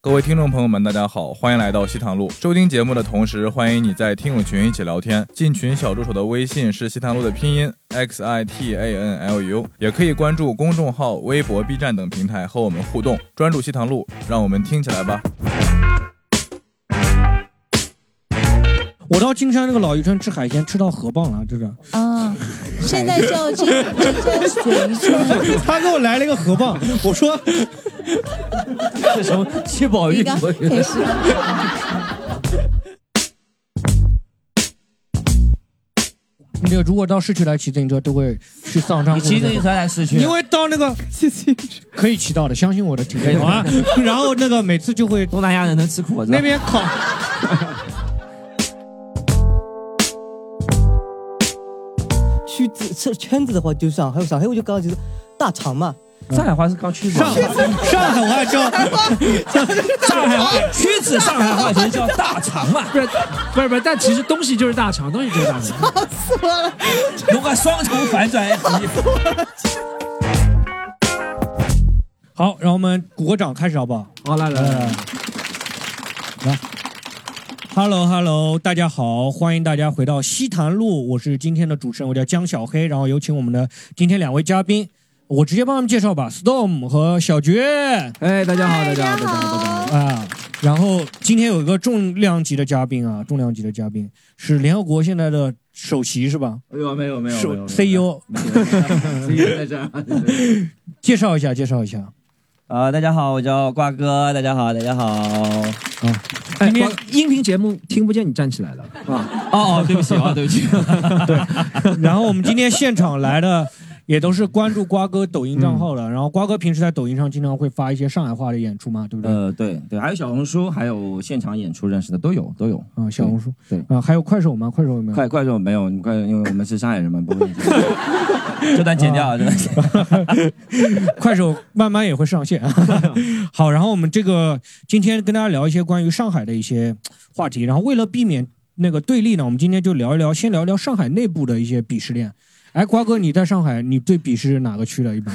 各位听众朋友们，大家好，欢迎来到西塘路。收听节目的同时，欢迎你在听友群一起聊天。进群小助手的微信是西塘路的拼音 x i t a n l u，也可以关注公众号、微博、B 站等平台和我们互动。专注西塘路，让我们听起来吧。我到金山那个老渔村吃海鲜，吃到河蚌了，这是。嗯啊，现在叫这这叫 水军。 他给我来了一个河蚌，我说这什么七宝你刚也是，啊 那个如果到市区来骑自行车，都会去丧葬。你骑自行车来市区啊 因为到那个可以骑到的，相信我的体力可以 啊。然后那个每次就会东南亚人能吃苦，啊那边烤。去这这圈子的话，就上海，上海我就刚刚就是大肠嘛，上海话是刚去过，嗯上海上海话叫上海话屈指上海话就叫大肠嘛，不是不是不是，但其实东西就是大肠，东西就是大肠。弄个双重反转一级。好，让我们鼓个掌开始好不好？哎好，来来来来，来，Hello Hello，大家好，欢迎大家回到西坛路，我是今天的主持人，我叫江小黑，然后有请我们的今天两位嘉宾，我直接帮他们介绍吧，Storm 和小爵哎，大家好，大家好，大家好，大家好。啊。然后今天有一个重量级的嘉宾啊，重量级的嘉宾是联合国现在的首席是吧？E 没哎有没有没有没有首 E CEO， CEO 在这儿。 介绍一下，介绍一下。啊，大家好，我叫瓜哥，大家好，大家好。哦哎，今天光音频节目听不见你站起来了啊！哦哦，对不起啊，对不 起。然后我们今天现场来的也都是关注瓜哥抖音账号嗯的，然后瓜哥平时在抖音上经常会发一些上海话的演出嘛，对不对？呃，对对，还有小红书，还有现场演出认识的都有都有。嗯啊，小红书对啊，还有快手吗？快手有没有？快快手没有，你快，因为我们是上海人嘛，不会。 这段剪掉，这段剪掉。快手慢慢也会上线。 好，然后我们这个今天跟大家聊一些关于上海的一些话题，然后为了避免那个对立呢，我们今天就聊一聊，先聊一聊上海内部的一些鄙视链。哎，瓜哥，你在上海，你最鄙视哪个区的？一般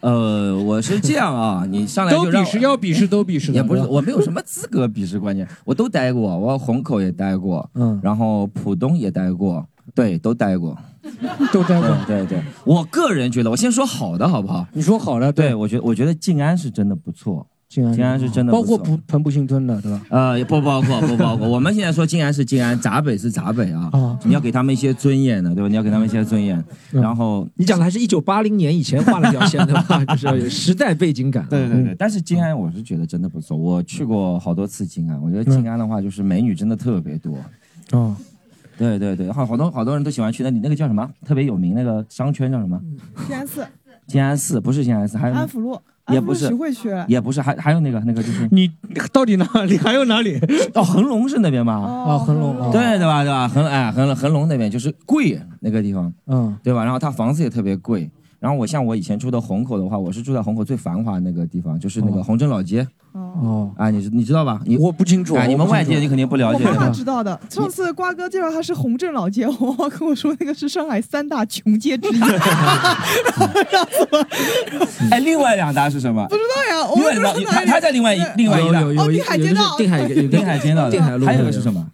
呃，我是这样啊，你上来都就让鄙我视，要鄙视都鄙视的，也不是，吧我没有什么资格鄙视，关键我都待过，我虹口也待过，嗯，然后浦东也待过，对，都待过。 都待过。对对对，我个人觉得，我先说好的好不好？你说好了，对，我觉得我觉得静安是真的不错，静安，静安是真的包不括错，不彭浦新村的，对吧？呃，也不包括，不包括。我们现在说静安是静安，闸北是闸北啊，啊你要给他们一些尊严的，对吧？你要给他们一些尊严。嗯然后，你讲的还是一九八零年以前画了条线的吧？就是要 有时代背景感。啊嗯对对对，但是静安我是觉得真的不错，我去过好多次静安，我嗯觉得静安的话就是美女真的特别多。嗯啊，哦对对对，好好多好多人都喜欢去那里，那个叫什么特别有名那个商圈叫什么？嗯静安寺、静安寺不是静安寺，还有安福路，也安福不路是徐汇区。也不是，还还有那个那 个就是你到底哪里还有哪里？ 哦，恒隆是那边吧？哦啊恒隆啊对对吧？对吧？恒哎恒恒隆那边就是贵那个地方。嗯对吧？然后它房子也特别贵。然后我像我以前住的虹口的话，我是住在虹口最繁华那个地方，就是那个哦虹镇老街哦，哦，啊，你知你知道吧？你我不清楚，啊，你我们不外清地楚人你肯定不了我解。妈妈对知道的。上次瓜哥介绍他是洪镇老街，我妈跟我说那个是上海三大穷街之一。 哎，另外两大是什么不？知道呀，我另不外知两大，道哪他里他在另外一另外一有大有有哦有定海街道定海有定海街道的定海路，还有一个是什么？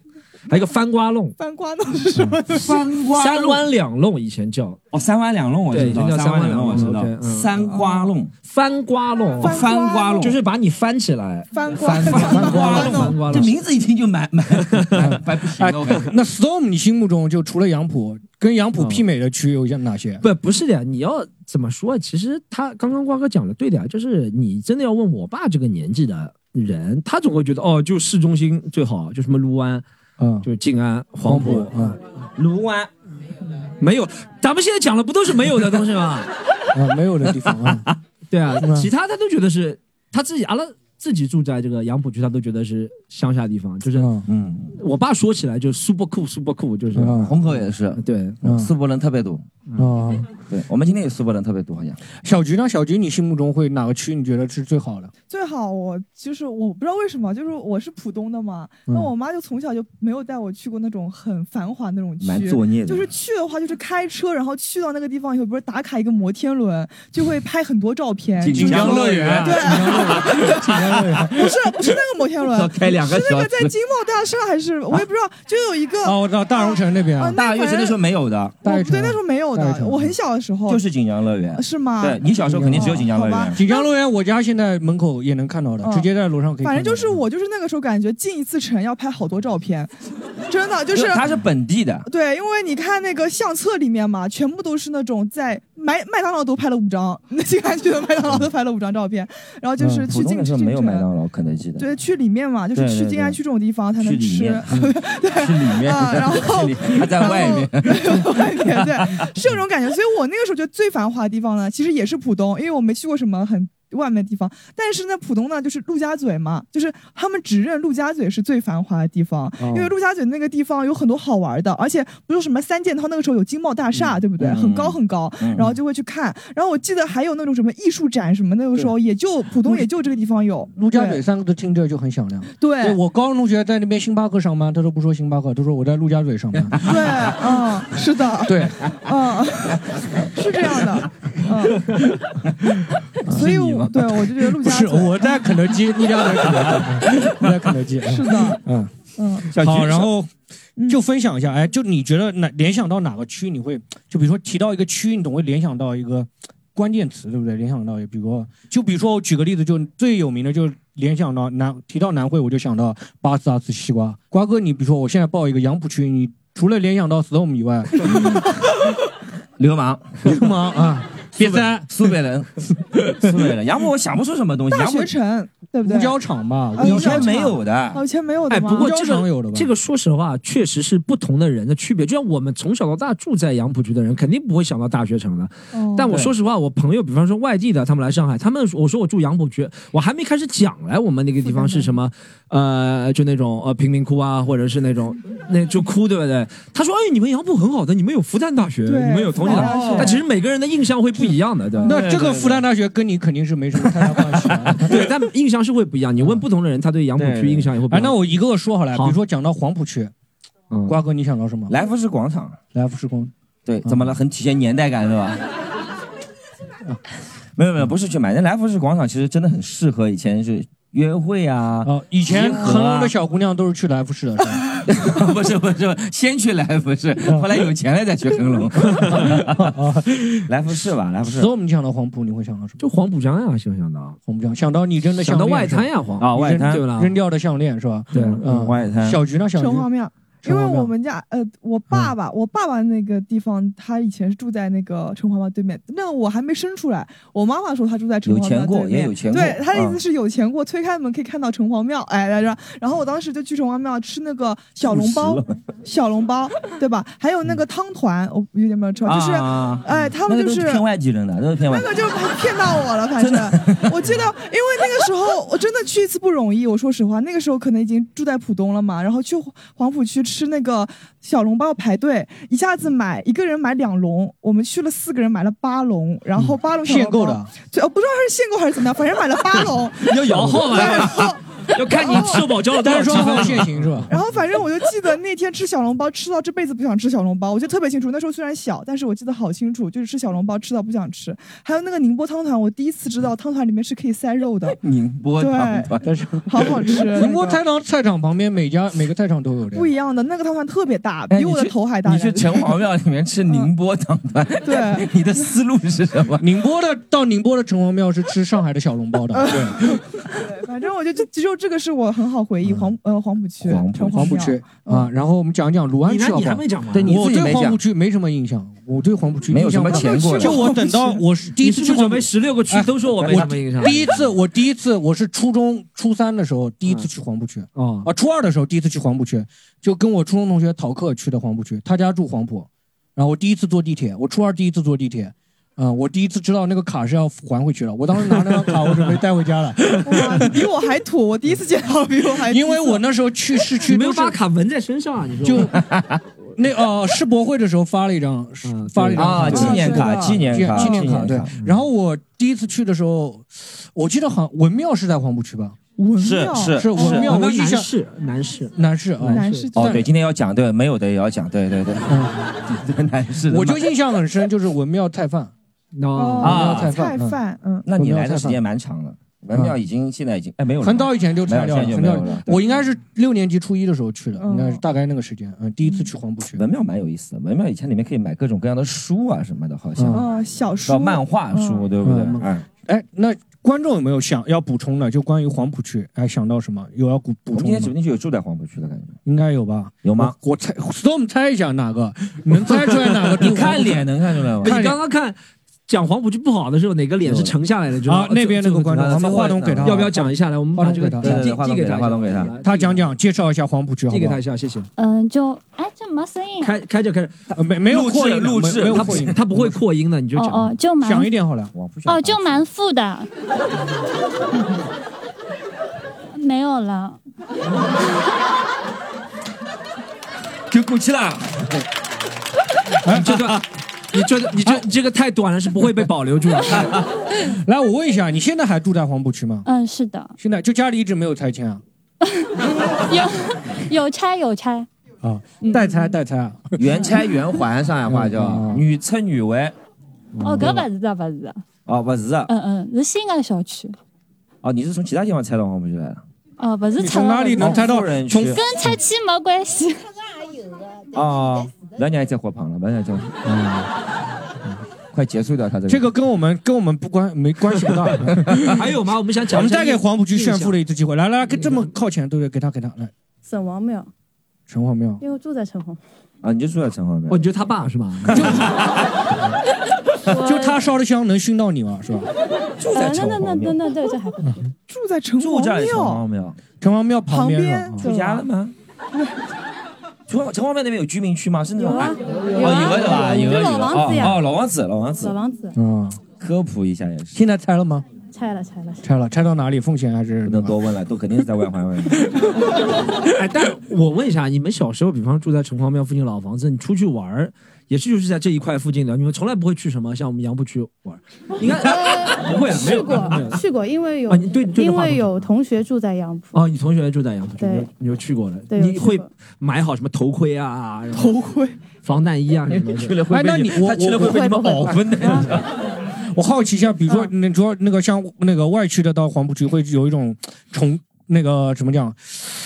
还有一个翻瓜弄，翻瓜弄是什么？三瓜三湾两弄以前叫哦，三湾两弄我对知道，以前叫三湾三湾弄我知两弄道， ，OK，嗯三瓜弄翻瓜弄，翻翻瓜弄就是把你翻起来，翻瓜翻翻瓜弄，弄翻。瓜这弄。名字一听就 蛮蛮蛮蛮不行的，哦我感觉。哎那 Storm，你心目中就除了杨浦，跟杨浦嗯媲美的区有像哪些？不，不是的呀，你要怎么说？啊其实他刚刚瓜哥讲的对的呀，就是你真的要问我爸这个年纪的人，他总会觉得哦，就市中心最好，就什么卢湾，嗯，就是静安、黄浦埔，啊卢湾没有，咱们现在讲的不都是没有的东西吗？ 啊，没有的地方啊，对啊嗯，其他他都觉得是他自己阿拉自己住在这个杨浦区，他都觉得是乡下地方。就是嗯嗯，我爸说起来就 super cool super cool，就是、嗯虹口也 是，对。嗯苏泊人特别多。啊。对我们今天也苏泊人特别多，好像。小菊呢？小菊，你心目中会哪个区你觉得是最好的？最好我就是我不知道为什么，就是我是浦东的嘛，那嗯我妈就从小就没有带我去过那种很繁华那种区。蛮作孽的，就是去的话，就是开车，然后去到那个地哎方以后，不是打卡一个摩天轮，就会拍很多照片。锦就是江乐园对， 不是不是那个摩天 轮，要开两个是那个小时在金茂大厦还是我也不知啊道，就有一个哦，我知道大荣城那边啊，大那悦城那时候候没有的，大悦城对那时候没有大悦的，城我很小的时候就是锦江乐园。是吗？对你小时候肯定只有锦江乐哦好园吧。锦江乐园，我家现在门口也能看到的，嗯直接在楼上可以看到。反正就是我就是那个时候感觉进一次城要拍好多照片，真的哦就是因为它是本地的，对，因为你看那个相册里面嘛，全部都是那种在麦麦当劳都拍了五张， 那些感觉的麦当劳都拍了五张照片，然后啊就是嗯去浦东进的时去候进没有城，麦当劳、肯德基的，对，去里面嘛，就是对对去对静安区这种地方才去能里吃面，，嗯 去里面，啊然后他在外面。然后外面对，是有这种感觉。所以我那个时候觉得最繁华的地方呢，其实也是浦东，因为我没去过什么很外面的地方。但是呢，浦东呢就是陆家嘴嘛，就是他们只认陆家嘴是最繁华的地方，哦因为陆家嘴那个地方有很多好玩的，而且不是什么三件套，那个时候有金茂大厦，对不对？嗯很高很高，嗯然后就会去看。然后我记得还有那种什么艺术展什么，那个时候也就浦东也就这个地方有。陆家嘴三个字听着就很响亮。对对对我高中同学在那边星巴克上班，他都不说星巴克，都说我在陆家嘴上班。对，嗯，是的，对，嗯， 是这样的，嗯，所以我对我就觉得陆不家是嘴我在肯德基，陆家嘴肯 德基，我在肯德基。是的，嗯，嗯，好，然后嗯就分享一下，哎，就你觉得哪联想到哪个区，你会就比如说提到一个区，你总会联想到一个关键词，对不对？联想到，比如说就比如说我举个例子，就最有名的就联想到南，提到南汇我就想到巴斯阿斯西瓜。瓜哥，你比如说我现在报一个杨浦区，你除了联想到 storm 以外， 流氓， 流氓 啊，瘪三。苏 北人，苏北人。杨浦我想不出什么东西，大杨浦学城，对不五对？角场吧，五啊角以五角场前场没有的哦，。以前没有的哎，吗？不过这这常有的个吧这个，说实话，确实是不同的人的区别。就像我们从小到大住在杨浦区的人，肯定不会想到大学城的。哦但我对说实话，我朋友，比方说外地的，他们来上海，他们我说我住杨浦区，我还没开始讲来我们那个地方是什 么，呃，就那种呃贫民窟啊，或者是那种那就哭，对不对？他说，哎，你们杨浦很好的，你们有复旦大学，对哦你们有同济大复旦大学学，但其实每个人的印象会不一样的，对吧？那这个复旦大学跟你肯定是没什么太大关系啊。对，但印象是会不一样。你问不同的人，他对杨浦对区对印象也会不一嗯哎，样。那我一个个说好了，比好如说讲到黄浦区，嗯瓜哥你想到什么？来福士广场，来福时光，对，怎么了？很体现年代感是吧？没有没有，不是去买。那来福士广场其实真的很适合以前是约会啊，哦，以前集合啊恒隆的小姑娘都是去来福士的，是吧？ 不是不是，先去来福士，后来有钱了再去恒 隆。 来福士吧，来福士所以。我们讲到黄浦，你会想到什么？就黄浦江呀，想想到我们讲想到你扔的想项到链外是吧滩呀，黄啊，外滩对不啦？扔掉的项链是吧？对嗯，外滩小菊呢？小菊城隍庙。因城为隍我庙们家呃，我爸嗯爸，我爸爸那个地方，他以前是住在那个城隍庙对面。那我还没生出来，我妈妈说她住在城有隍钱庙过对面。也有钱过对，她的意思嗯是有钱过，推开门可以看到城隍庙，哎来着。然后我当时就去城隍庙吃那个小笼包，小笼包，对吧？还有那个汤团，我有点没有吃，完，就是啊哎，他那们个就都是是骗外地人的，都是骗外那。个就骗到我了，反正我记得，因为那个时候我真的去一次不容易。我说实话，那个时候可能已经住在浦东了嘛，然后去黄浦区吃那个小笼包排队，一下子买一个人买两笼，我们去了四个人买了八笼，然嗯后八笼小笼限购包的，对，哦不知道他是限购还是怎么样，反正买了八笼， 要摇号对，然吧，后要看你社保交了多但少是说积还有分。限行是 吧？然后反正我就记得那天吃小笼包，吃到这辈子不想吃小笼包，我记得特别清楚。那时候虽然小，但是我记得好清楚，就是吃小笼包吃到不想吃。还有那个宁波汤团，我第一次知道汤团里面是可以塞肉的，嗯宁波对糖团但是好好吃。 宁波那个菜场菜场旁边每家每个菜场都有的 不。一样的，那个汤团特别大，哎比我的头还大。你去城隍庙里面吃宁波糖团，对，你的思路是什么？宁波的到宁波的城隍庙是吃上海的小笼 包的，对，对反正我就只有这个是我很好回忆黄呃黄浦区黄浦城嗯黄隍浦庙区啊。然后我们讲讲卢湾你呢区？好你不还好？没讲完？对你我自己对没黄浦讲，区没什么印象，我对黄浦区没有什么印象不大钱过就来。我等 到我是第一你次是去去黄准浦备十六个区，都说我哎没什么印象。第一次，我第一次我是初中初三的时候第一次去黄浦区哦，啊，初二的时候第一次去黄浦区，就跟我初中同学逃课去的黄浦区，他家住黄浦，然后我第一次坐地铁，我初二第一次坐地铁。啊、我第一次知道那个卡是要还回去的。我当时拿那张卡，我准备带回家了，哇，你比我还土，我第一次见到比我还土因为我那时候去市区你没有都是把卡纹在身上啊？你说哦就那呃世博会的时候发了一张，嗯发了一张啊，卡纪念卡，啊纪念纪卡，嗯纪念卡对。然后我第一次去的时候，我记得好像文庙是在黄浦区吧？文是庙是是文庙，我我们印男象士，男士，男士啊，南市哦，对，今天要讲，对，没有的也要讲，对对对，对，男士的嘛。我就印象很深，就是文庙菜饭，哦哦啊菜菜饭饭嗯。那你来的时间蛮长的，门票已经现在已经哎没有了，很早以前就拆掉了，没有很现在早就没有了。对我应该是六年级初一的时候去的，嗯应该是大概那个时间，嗯，第一次去黄浦区。门票蛮有意思的，门票以前里面可以买各种各样的书啊什么的，好像嗯，小到书哦漫画书，对不对嗯？哎，哎，那观众有没有想要补充的？就关于黄浦区，哎，想到什么有要补我补们今充的天指吗不？定就有住在黄浦区的感觉，应该有吧？有吗？我我猜，storm 猜一下哪个？你能猜出来哪 个住黄浦区？你看脸能看出来吗看？脸你刚刚看讲黄浦区不好的时候，哪个脸是沉下来的？就啊，那边那个观众，这咱个们话筒给他，要不要？讲一下来？我们把这个话筒给他递对对对递给话筒一给下他他讲，讲，介绍一下黄浦区，好递不给好他一？下，谢谢。嗯，就哎，这没声音。开开着开着，呃没没有录制扩音的，录没制没有他扩音不的，他不会扩音的，你就哦讲。哦，就蛮响一点好了。我不想哦，就蛮富的。 没有了，就过 去了。哎你这段，你这段你这你这个太短了，是不会被保留住的。 来，我问一下，你现在还住在黄浦区吗？嗯，是的，现在就家里一直没有拆迁啊？有有拆有拆，啊，代拆代拆啊！原拆原还，上海话叫嗯女拆女还。哦，搿勿是的，勿是的，哦，不 是啊，嗯嗯，是新的小区，哦，你是从其他地方拆到黄浦区来啊的？哦，勿是你拆从哪里能拆到哦富人？区从跟拆迁没关系，哦，那你还在火旁了，那你还在。嗯快结束掉他这个。这个跟我们跟我们不关没关系不大。还有吗？我们想我讲一们下再印，给黄浦区炫富的的一次机会，来来，来跟这么靠前，对对，给他给他来，沈王庙，城隍庙。因为我住在城隍，啊，你就住在城隍哦，庙你。觉得他爸是吧？就他烧的香能熏到你吗？是吧？ 住啊呃在那城那那隍那庙。嗯那那这还不错，住在城住在隍城嗯庙隍庙。城隍庙旁边是吧啊旁边？对住家了吗？城隍城隍庙那边有居民区吗？是那有种啊啊？有哦，有啊的吧，有的就有老的。王子啊哦呀，哦，老王子，老王子老，王子嗯，科普一下也是。现在拆了吗？拆了拆了，拆了，拆到哪里？奉贤还是不？能多问了，都肯定是在外环外。哎，但是我问一下，你们小时候，比方住在城隍庙附近老房子，你出去玩儿，也是就是在这一块附近的，你们从来不会去什么像我们杨浦区玩儿，应 该、不会啊，没去有没有过去过，因为有啊，你对你对着因话筒为有同学住在杨浦，哦，你同学住在杨浦区，对你就你就去过了，对，有你去会过买好什么头盔啊，然后头盔，防弹衣啊什 么的。了哎，那你我我会被你们不会不会分的。我好奇一下，比如说你说那个像那个外区的到黄浦区会有一种重那个怎么讲？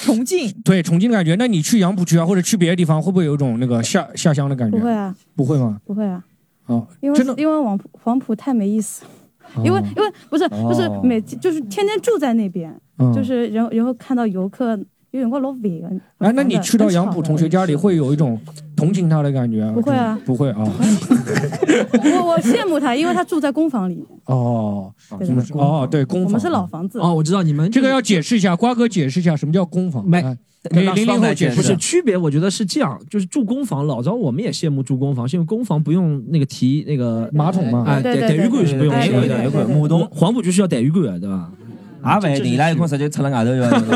重庆对重庆的感觉。那你去杨浦区啊，或者去别的地方，会不会有一种那个下下乡的感觉？不会啊不会吗？不会啊，哦，因为真的，因为黄浦黄浦太没意思了，因为因为不是哦就是每就是天天住在那边，嗯就是然后然后看到游客有点过啊老尾了，哎，那你去到杨浦同学家里，会有一种同情他的感觉？不会啊就不会啊。我我羡慕他，因为他住在工房里面， 哦，对什的么是哦，对， 工我坊。们是老房子，哦，我知道你们这个要解释一下，瓜哥解释一下什么叫工坊。没哎给零零后解不是释。区别，我觉得是这样，就是住公房，老早我们也羡慕住公房，是因为公房不用那个提那个马桶嘛哎，对对对，对浴柜是不用对的。对对对对对对对东黄浦区是要带浴柜的，对吧？阿伟，你啊来一块直接插了外头就。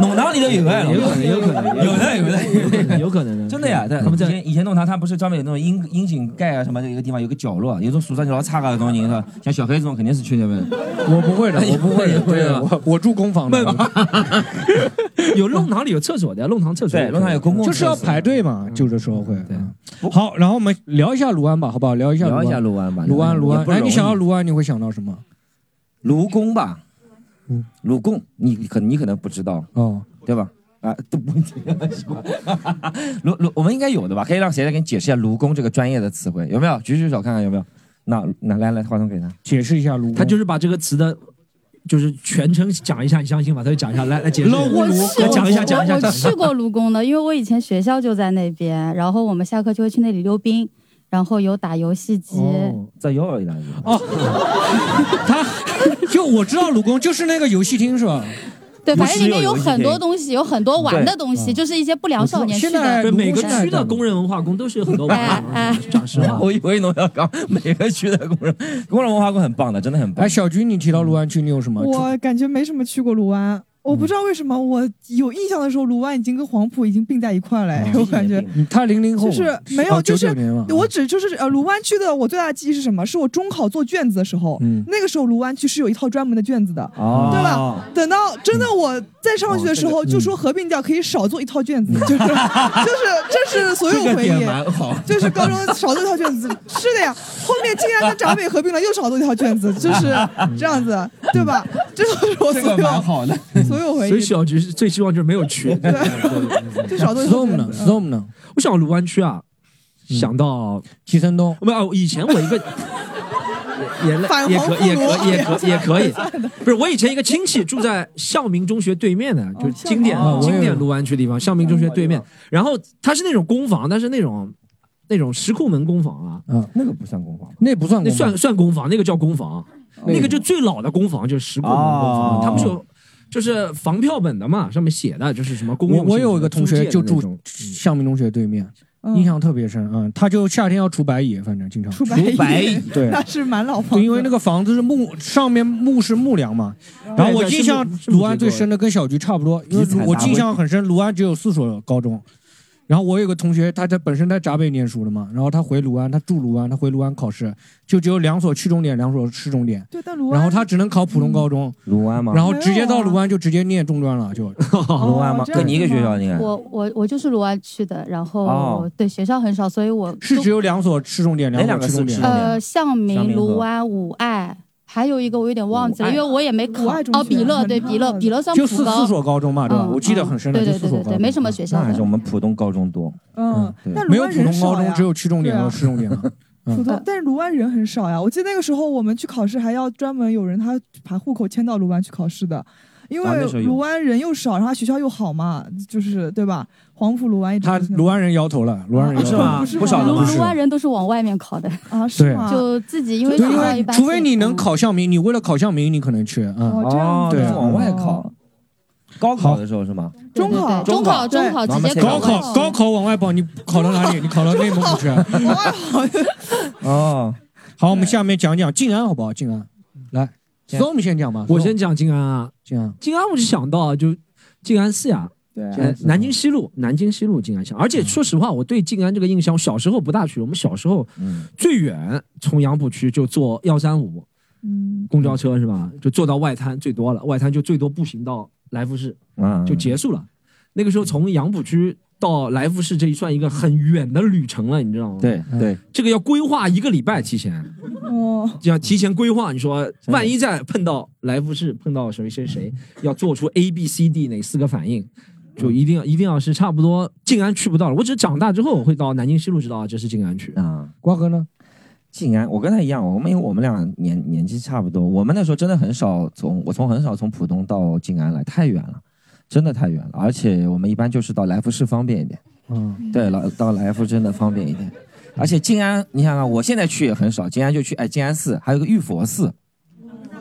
弄堂里头有哎，嗯有可能，有可能，有的有的。的，有可能的，真的呀，他他们以在前以前弄堂，他不是专门有那种窨窨井盖啊什么的，有个地方有个角落，有种树上就老差个东西，是吧？像小黑这种肯定是去那边的。我不会的，我不会 的，会对啊我我住工坊的，有弄堂里有厕所的，弄堂厕所，对，弄堂有公共就是要厕所排队嘛，就这时候会。对嗯好，然后我们聊一下卢安吧，好不好？聊一下聊一卢下安。卢湾吧，卢安，卢安，也不容哎，易你想到卢安，你会想到什 么？卢公吧嗯，卢公，你可你可能不知道，哦，对吧？啊，都不知道是吧卢卢，我们应该有的吧？可以让谁来给你解释一下卢公这个专业的词汇，有没有？举举手看看有没有？那那来来，话筒给他。解释一下卢。他就是把这个词的，就是全称讲一下，你相信吗？他就讲一下，来来解释。捞葫我芦去来过，讲一下，讲一下，我讲我一下去。过卢工的，因为我以前学校就在那边，然后我们下课就会去那里溜冰，然后有打游戏机。哦，再摇一来。哦他，就我知道卢工就是那个游戏厅是吧？对，不反是正里面有有游戏很厅多东西，有很多玩的东西，对就是一些不良少年去现在的。对卢工每个现在区的在工人文化宫都是有很多 文化宫哎哎的，讲实啊话。我以为侬要讲每个区的工人，工人文化宫很棒的，真的很棒哎，。小菊，你提到卢安区，你有什么？嗯我感觉没什么去过卢湾，我不知道为什么，我有印象的时候，卢湾已经跟黄浦已经并在一块了，哎嗯我感觉。他零零后就嘛，是没有，哦就是99年嘛我只就是呃，卢湾区的我最大的记忆是什么？是我中考做卷子的时候，嗯那个时候卢湾区是有一套专门的卷子的，哦对吧？等到真的我再上学的时候，就说合并掉可以少做一套卷子，就是就是这是所有回忆，好就是高中少做一套卷子，是的呀。后面竟然跟闸北合并了，又少做一套卷子，就是这样子，对吧？这就是我所有好的，所有回所以忆。小菊是最希望就是没有去。 至少都是嗯 storm 呢，storm 呢？我想卢湾区啊，想嗯到哦齐森东，没有，以前 我一个也也反也黄可不也如可 也可也 可以算，不是我以前一个亲戚住在孝明中学对面的，就是经典哦经典卢湾区地方，孝明中学对面。然后他是那种公房，但是那种那种石库门公房啊，嗯，那个不算公房，那不算那公算算公房，那个叫公房，那个就最老的公房就是石库门公哦房，他们是有。就是房票本的嘛，上面写的就是什么公用我性质的。我有一个同租学借的就那种嗯住向明中学对面，嗯印象特别深啊、嗯他就夏天要除白蚁，反正经常除白蚁，对。 那是蛮老房对，子，因为那个房子是木，上面木是木梁嘛。嗯然后我印象卢安最深的跟小菊差不多，因为体彩我大会印象很深，卢安只有四所高中。然后我有个同学，他在本身在闸北念书的嘛，然后他回卢安，他住卢安，他回卢安考试，就只有两所区重点，两所市重点。对，但卢然后他只能考普通高中，嗯卢湾吗？然后直接到卢安就直接念中专了，就 卢湾吗？跟你一个学校应该。我我我就是卢湾区的，然后、哦对学校很少，所以我是只有两所市重点，哪两所个区重点。呃，向向明、明和卢湾、五爱，还有一个我有点忘记了，武因爱为我也没考。哦，比乐对比乐，比乐算就普四高四。所高中嘛，对吧？嗯我记得很深的，啊对就对四对所对高对，中。没什么学校那还的是我。们浦东高中多。嗯，对但卢没有湾普人通少高中，呀只有区重点对啊和市重点了。普嗯，通，但是卢湾人很少呀。我记得那个时候我们去考试，还要专门有人他把户口迁到卢湾去考试的，因啊那时候为有卢湾人又少，然后他学校又好嘛，就是对吧？黄埔卢湾一直他都是那啊卢湾人摇头了，卢湾人摇头了哦是吗不少的卢不是卢湾人都是往外面考的啊，是吗就自己因为对，学因校一为般是，除非你能考向明，你为了考向明，你可能去啊。嗯这样子对，哦往外考。高考的时候是吗？嗯哦中考中考中考直接高考高考往外跑，你考到哪里？你考到内蒙古去啊？ 哦，好，我们下面讲讲静安好不好？静安，来，所以我们先讲吧。我先讲静安啊，静安，静安我就想到啊就静安寺呀、对啊呃南京西路，南京西路静安巷。而且说实话，我对静安这个印象，小时候不大去。我们小时候嗯最远从杨浦区就坐幺三五嗯，公交车是吧？就坐到外滩最多了，外滩就最多步行到来福士嗯，就结束了。那个时候从杨浦区到来福士这一算一个很远的旅程了，你知道吗？对对，这个要规划一个礼拜提前。哦，就要提前规划。你说，万一再碰到来福士，碰到谁谁谁， 要做出 A、B、C、D 哪四个反应，就一定要一定要是差不多静安区不到了。我只是长大之后我会到南京西路知道啊这是静安区啊。瓜哥呢？静安，我跟他一样，我们因为我们俩年年纪差不多，我们那时候真的很少从我从很少从浦东到静安来，太远了，真的太远了。而且我们一般就是到来福士方便一点，嗯，对，老到来福真的方便一嗯点。而且静安，你想想，我现在去也很少，静安就去哎静安寺，还有个玉佛寺，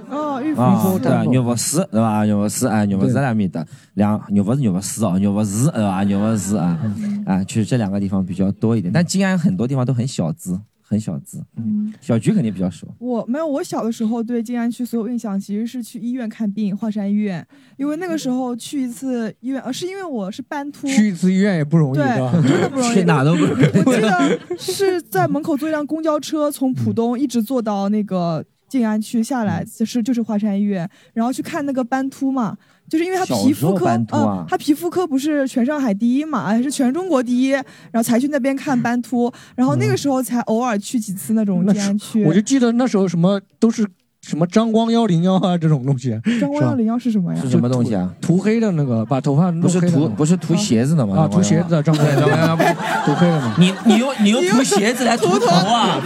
哦，玉啊，佛对啊，牛佛寺对吧？牛佛寺啊，牛佛寺对那边的两牛佛是牛佛寺哦，牛佛寺对吧？牛佛寺啊嗯啊，去这两个地方比较多一点。但静安很多地方都很小资，很小资。嗯，小菊肯定比较熟。我没有，我小的时候对静安区所有印象其实是去医院看病，华山医院，因为那个时候去一次医院，呃，是因为我是半秃，去一次医院也不容易，对是吧？真的不容易去哪都不容易。我记得是在门口坐一辆公交车，从浦东嗯一直坐到那个静安区下来，就是就是华山医院，然后去看那个斑秃嘛，就是因为他皮肤小时候科，斑秃啊嗯，他皮肤科不是全上海第一嘛，还是全中国第一，然后才去那边看斑秃，然后嗯那个时候才偶尔去几次那种静安区。 我就记得那时候什么都是什么张光幺零幺啊这种东 西，张光是吧耀零幺是什么呀？是什么东西啊？涂黑的那个，把头发弄不是黑的那涂种不是涂鞋子的吗？啊，涂鞋子的张光对，耀张光耀不是涂黑了吗？你你用你用涂鞋子来涂头啊？啊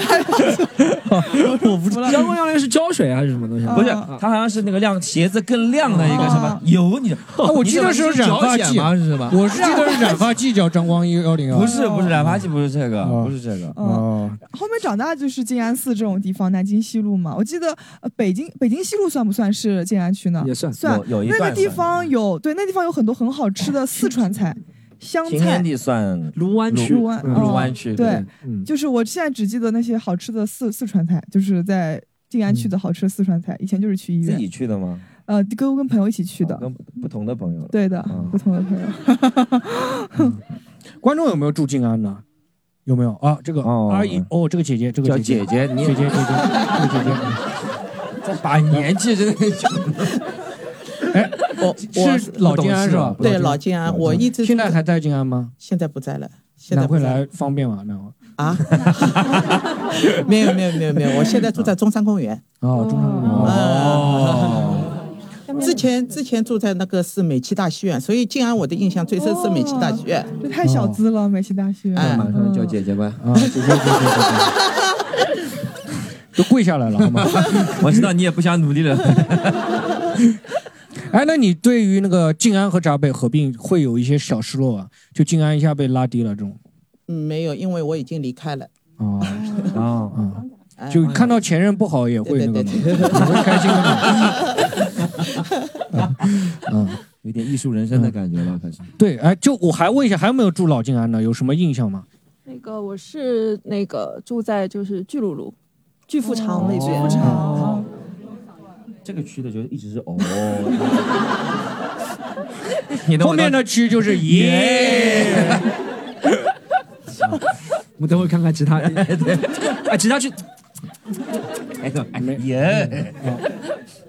我不知道阳光阳光是胶水还是什么东西啊？不是，它好像是那个亮鞋子更亮的一个什么油，你啊，我记得是染发你怎么剂是脚癣吗是什么？我是记得是染发剂叫张光幺零幺，不是不哦是染发剂，不是这个，不是这个。哦，后面长大就是静安寺这种地方，南京西路嘛。我记得呃，北京北京西路算不算是静安区呢？也算嗯算。有有一那段个地方有对，那地方有很多很好吃的四川菜、湘嗯秦天菜。地算卢湾区卢湾嗯啊卢湾区对，嗯就是我现在只记得那些好吃的四四川菜，就是在静安区的好吃的四川菜。以前就是去医嗯自院己去的吗？哦呃，跟跟朋友一起去的，跟不同的哦朋友了。嗯对的，不同的朋友。 观众有没有住静安的？有没有啊？这个阿姨哦，这个姐姐，这个叫姐姐姐你姐姐姐姐，这个姐姐。把年纪真的讲，哎，我我是老静安是吧？对，老静安，我一直现在还在静安吗？现在不在了，现在哪不会在来方便吗？那会儿啊？ 没有没有没有没有， 我现在住在中山公园。哦，中山公园哦。之前之前住在那个是美琪大戏院，所以静安我的印象最深是美琪大戏院。嗯这太小资哦了，美琪大学。哎马上叫姐姐吧。啊，姐姐姐姐姐姐，都跪下来了好吗？我知道你也不想努力了。 哎，那你对于那个静安和闸北合并会有一些小失落啊？就静安一下被拉低了这种嗯，没有，因为我已经离开了。啊啊啊！就看到前任不好也会那个吗，也会开心的嘛。 嗯， 有点艺术人生的感觉了，开始。对，哎，就我还问一下，还有没有住老静安的？有什么印象吗？那个我是那个住在就是巨鹿路、巨富长那边。这个区的就一直是哦，后面的区就是啊耶。 我等会看看其他， 对，啊，其他去，哎对，哎耶，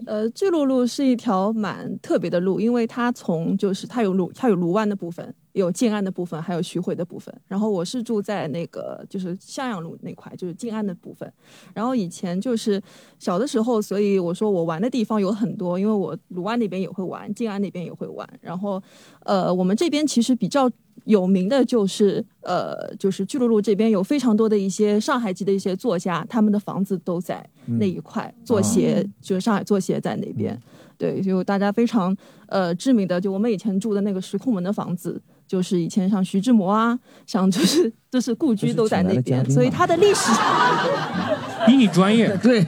呃，巨鹿路是一条蛮特别的路，因为它从就是它有卢它有卢湾的部分，有静安的部分，还有徐汇的部分。然后我是住在那个就是向阳路那块，就是静安的部分。然后以前就是小的时候，所以我说我玩的地方有很多，因为我卢湾那边也会玩，静安那边也会玩。然后，呃，我们这边其实比较有名的就是呃，就是巨鹿路这边有非常多的一些上海籍的一些作家，他们的房子都在那一块，啊作协、就是上海作协在那嗯边。对，就大家非常呃知名的，就我们以前住的那个石库门的房子，就是以前像徐志摩啊，像就是 就是故居都在那边，所以它的 历史。比你专业，对。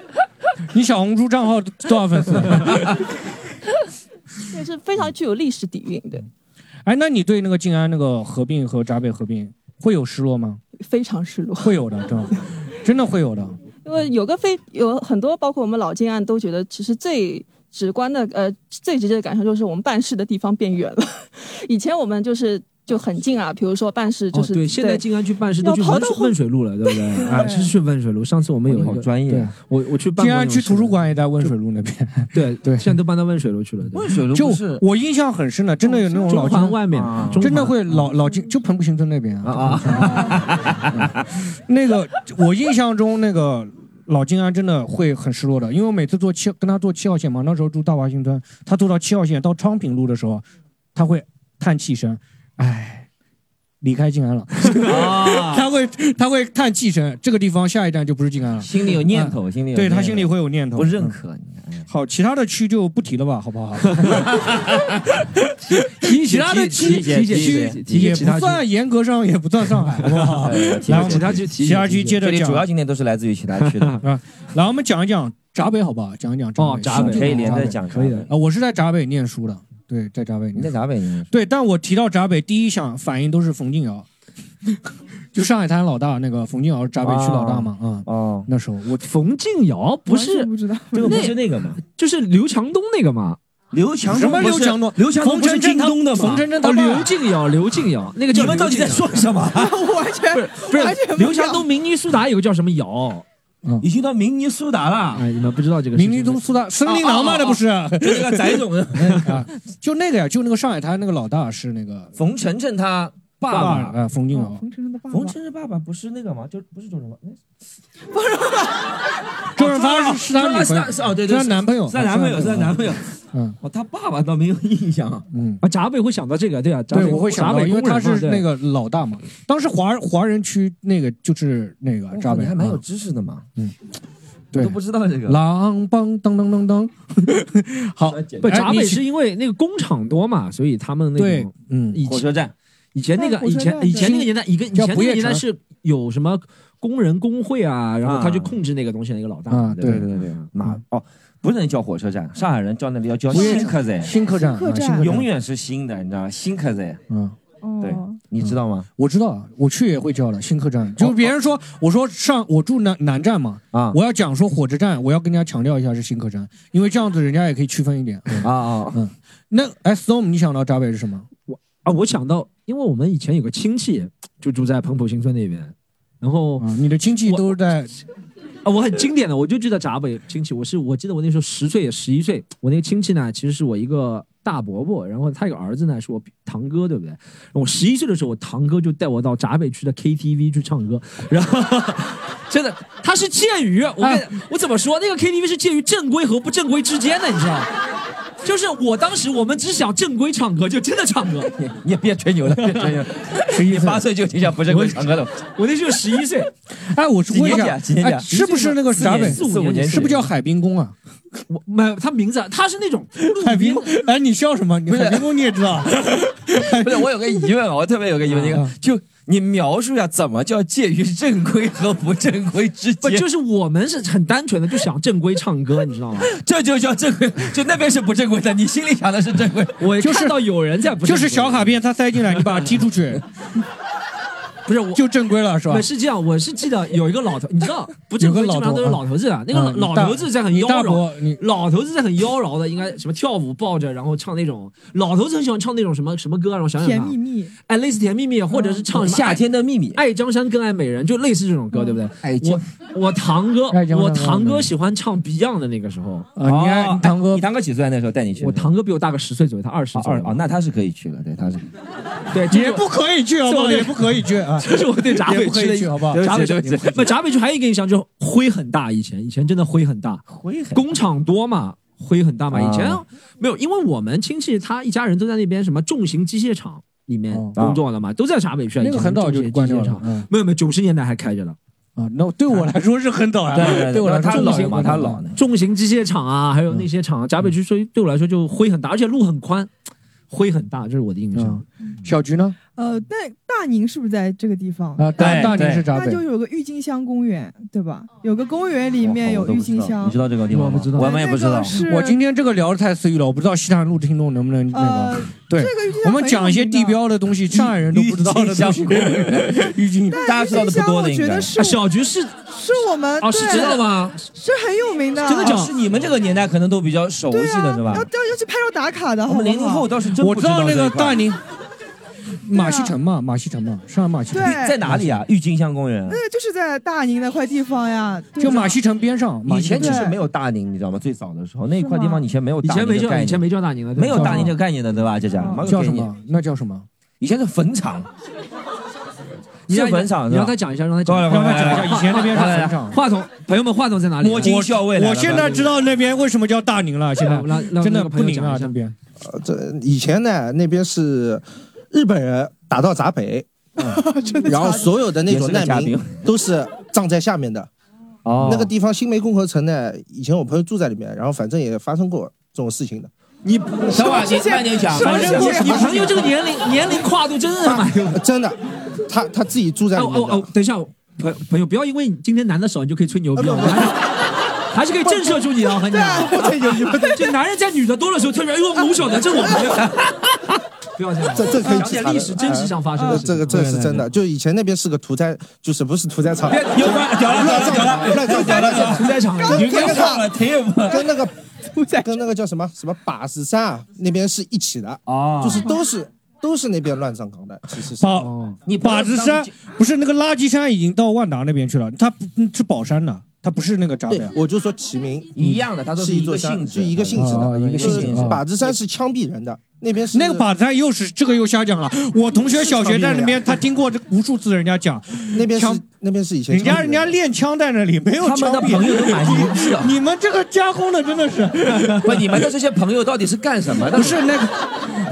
你小红书账号多少粉丝？ 对，是非常具有历史底蕴的，嗯哎，那你对那个静安那个合并和闸北合并会有失落吗？非常失落。会有的，真的，真的会有的。因为有个非有很多，包括我们老静案都觉得，其实最直观的呃最直接的感受就是我们办事的地方变远了。 以前我们就是就很近啊，比如说办事就是、哦对，现在静安去办事都要去跑问到水问水路了， 对不对？啊，是去问水路。上次我哦们有一个专业，我我去办啊静过那安种去事，图书馆也在汶水路那边。 对对，现在都搬到汶水路去了。汶水就我印象很深的，真的有那种老中环外面啊中环真的会老老进，就彭步新村那边啊。啊 那个我印象中那个。老金安真的会很失落的，因为我每次坐七跟他坐七号线嘛，那时候住大华新村，他坐到七号线到昌平路的时候，他会叹气声，唉，离开静安了，啊他会他会叹气声，这个地方下一站就不是静安了，心里有念头啊心里有对念头他心里会有念头，不认可。好，其他的区就不提了吧，好不好？提其他的区提提区提提也其他不算严格上也不算上海，好不好？然后其他区，其他区接着这里讲主要今天都是来自于其他区的。啊，然后我们讲一讲闸北，好不好？讲一讲闸北，闸北可以连着讲可以的啊，我是在闸北念书的，对，在闸北。你在闸北念对，但我提到闸北，第一想反应都是冯敬尧，就上海滩老大那个冯敬尧，闸北区老大嘛，啊，哦，那时候我冯敬尧不是不知道这个不是那个吗？就是刘强东那个吗？刘强什东么不是刘强东？刘强东冯晨不是正他京东的吗冯晨正哦刘敬尧，刘敬尧， 那个叫你们到底在说 什么我完全不是完全不知道刘强东，明尼苏达有个叫什么尧？嗯已经到明尼苏达了，哎，你们不知道这个哦明尼苏达森林狼嘛，那不 是？就那个翟总的啊，就那个呀，就那个上海滩那个老大是那个冯晨晨他爸爸啊，冯敬尧。冯晨晨的爸爸，冯晨晨爸爸不是那个吗？就不是周润发，周润发是是他女是朋友他是哦对对，是他啊男朋友是他男朋友，是他啊男朋友。嗯，哦，他爸爸倒没有印象。嗯，啊，闸北会想到这个，对啊，闸对，北我会想闸到，北因为工他人嘛是对那个老大嘛。当时华华人区那个就是那个哦闸北，你还蛮有啊知识的嘛。嗯，我对都不知道这个。狼帮当当当当，好，不，哎闸你北请是因为那个工厂多嘛，所以他们那对种嗯以前火车站，以前那哎个火以车前站以前那个年代，一个以叫前那不个夜年代城是有什么工人工会啊，然后他啊去控制那个东西的一个老大啊嘛，对 对吧对对，马哦，不能叫火车站，上海人叫那里要叫不是新客站，新客站新客站啊新客站永远是新的，你知道吗？新客站，嗯，对，你知道 吗？我知道，啊我去也会叫的。新客站就是别人说，我说上我住南南站嘛，哦啊，我要讲说火车站，我要跟人家强调一下是新客站，因为这样子人家也可以区分一点。嗯啊啊，嗯，那哎，storm，你想到闸北是什么？我啊，我想到，因为我们以前有个亲戚就住在彭浦新村那边，然后、啊你的亲戚都是在啊，我很经典的，我就记得闸北亲戚，我是我记得我那时候十岁十一岁，我那个亲戚呢其实是我一个大伯伯，然后他有个儿子呢是我堂哥，对不对？然后我十一岁的时候，我堂哥就带我到闸北区的 KTV 去唱歌，然后真的他是介于我哎跟、我怎么说那个 KTV 是介于正规和不正规之间的，你知道吗？就是我当时我们只想正规唱歌，就真的唱歌。 你也别吹牛了，别吹牛了，你八岁就听讲不是会唱歌的，我那时候十一 岁。哎，我几问一年级下啊？几年级啊？哎是不是那个闸北？四五年级是不是叫海滨宫啊？我没，他名啊字，他是那种海滨。哎，你笑什么？你海滨宫你也知道？不是，我有个疑问啊，我特别有个疑问，那个 就你描述一下怎么叫介于正规和不正规之不间？就是我们是很单纯的就想正规唱歌，你知道吗？ 这就叫正规，就那边是不正规的，你心里想的是正规。我就是看到有人在不就是小卡片，他塞进来，你把他踢出去，不是我就正规了是吧不？是这样，我是记得有一个老头，你知道不正规有个基老头本上都是老头子啊嗯，那个嗯老你大老头子在很妖你大伯娆，老头子在很妖娆的，应该什么跳舞抱着，然后唱那种老头子很喜欢唱那种什么什么歌啊，让我想想甜看啊蜜蜜，哎，类似《甜蜜蜜》，或者是唱什么《夏天的秘密》 《爱江山更爱美人》，就类似这种歌，对不对？我我堂哥爱江，山我更爱堂美哥人喜欢唱 Beyond 的那个时候啊你看你堂哥，你堂哥几岁啊那时候带你去？我堂哥比我大个十岁左右，他二十啊左二右。哦，那他是可以去了，对，他是。对，这 也就不可以去好不好这我对也不可以去 啊这是我对闸也北不可以区的去好不好闸北对不起对不区起，不闸北区还有一个印象就是灰很大，以前以前真的灰很大，灰很工厂多嘛。灰很大嘛，以前啊没有，因为我们亲戚他一家人都在那边什么重型机械厂里面哦工作的嘛，都在闸北区啊。啊那个以前很早重就型关掉机械了厂嗯没有没有，九十年代还开着呢。啊，那对我来说是很早啊，对对对我来说他老是很嘛早嗯他老重型机械厂啊，还有那些厂啊，闸北区，所以对我来说就灰很大，而且路很宽，灰很大，这是我的印象。嗯小菊呢？呃，那大宁是不是在这个地方？啊大对大宁对是闸北那就有个郁金香公园，对吧？有个公园里面有郁金香，你知道这个地方吗？我不知道，我们也不知哎道。是我今天这个聊的太随意了，我不知道西坦路听众能不能 那个。对，我们讲一些地标的东西，上海人都不知道的东西。郁金但大家知道的不多的郁金香应该我觉得是啊小菊是是我们哦是对知道吗是很有名的，真的哦是你们这个年代可能都比较熟悉啊的是吧要？要要去拍照打卡的。我们好不好零零后倒是真我不知道这那一个块大宁，啊马戏城嘛，马戏城嘛，上海马戏城对在哪里啊？郁金香公园那。个就是在大宁那块地方呀，对就吧马戏城边上，哦马以戏城前其边实上没有大宁，你知道吗？最早的时候，那一块是吗地方以前没有大宁以前没这个叫概念以前没叫大宁的对没有叫大宁什么这个概念的，对吧？这家没有哦叫概什念么？那叫什么？以前是坟场，你是让坟场，你让他讲一下，让他讲，来来让他来讲来一下。来来来来话筒，朋友们，话筒在哪里？摸金校尉来了我现在知道那边为什么叫大宁 了，现在真的不宁了那边。呃，这以前呢，那边是日本人打到闸 北，然后所有的那种也是个难民嘉宾都是葬在下面的。哦那个地方新湄共和城呢，以前我朋友住在里面，然后反正也发生过这种事情的。你等会儿你慢点讲慢点讲你朋友这个年龄年龄跨度真的蛮有，真的，他他自己住在里哦面哦的。哦，等一下，朋朋友，不要因为你今天男的少，你就可以吹牛逼啊，我们还是还是可以震慑住你的。啊我跟你讲，不吹牛逼， 这男人在女的多的时候特别，哎呦，我小的，这是 我朋友。不要这样，这这可以讲去点查历的史真实上发生呃的事这情。个这是真的。就以前那边是个屠宰，就是不是屠宰场，有了有了有了乱有了葬有了屠宰场，屠宰场跟那有个了停一步跟那个跟那个叫什么什么把式山啊，那边是一起的啊就是都是都是那边乱葬岗的，其实是。宝，靶哦子山不是那个垃圾山已经到万达那边去了，它不嗯是宝山的，它不是那个闸北对。，我就说齐名一样的它都是一是一个座性山，质是一个性质哦的，一个性质就是哦把子山是枪毙人的，那边是那个靶子山又是这个又瞎讲了。我同学小学在那边，他听过这无数次人家讲，那边是枪那边是以前人家枪毙人家练枪在那里，没有他枪们的毙朋友都 蛮牛逼的，你你们这个加工的真的是 不，你们的这些朋友到底是干什么 的？不是那个，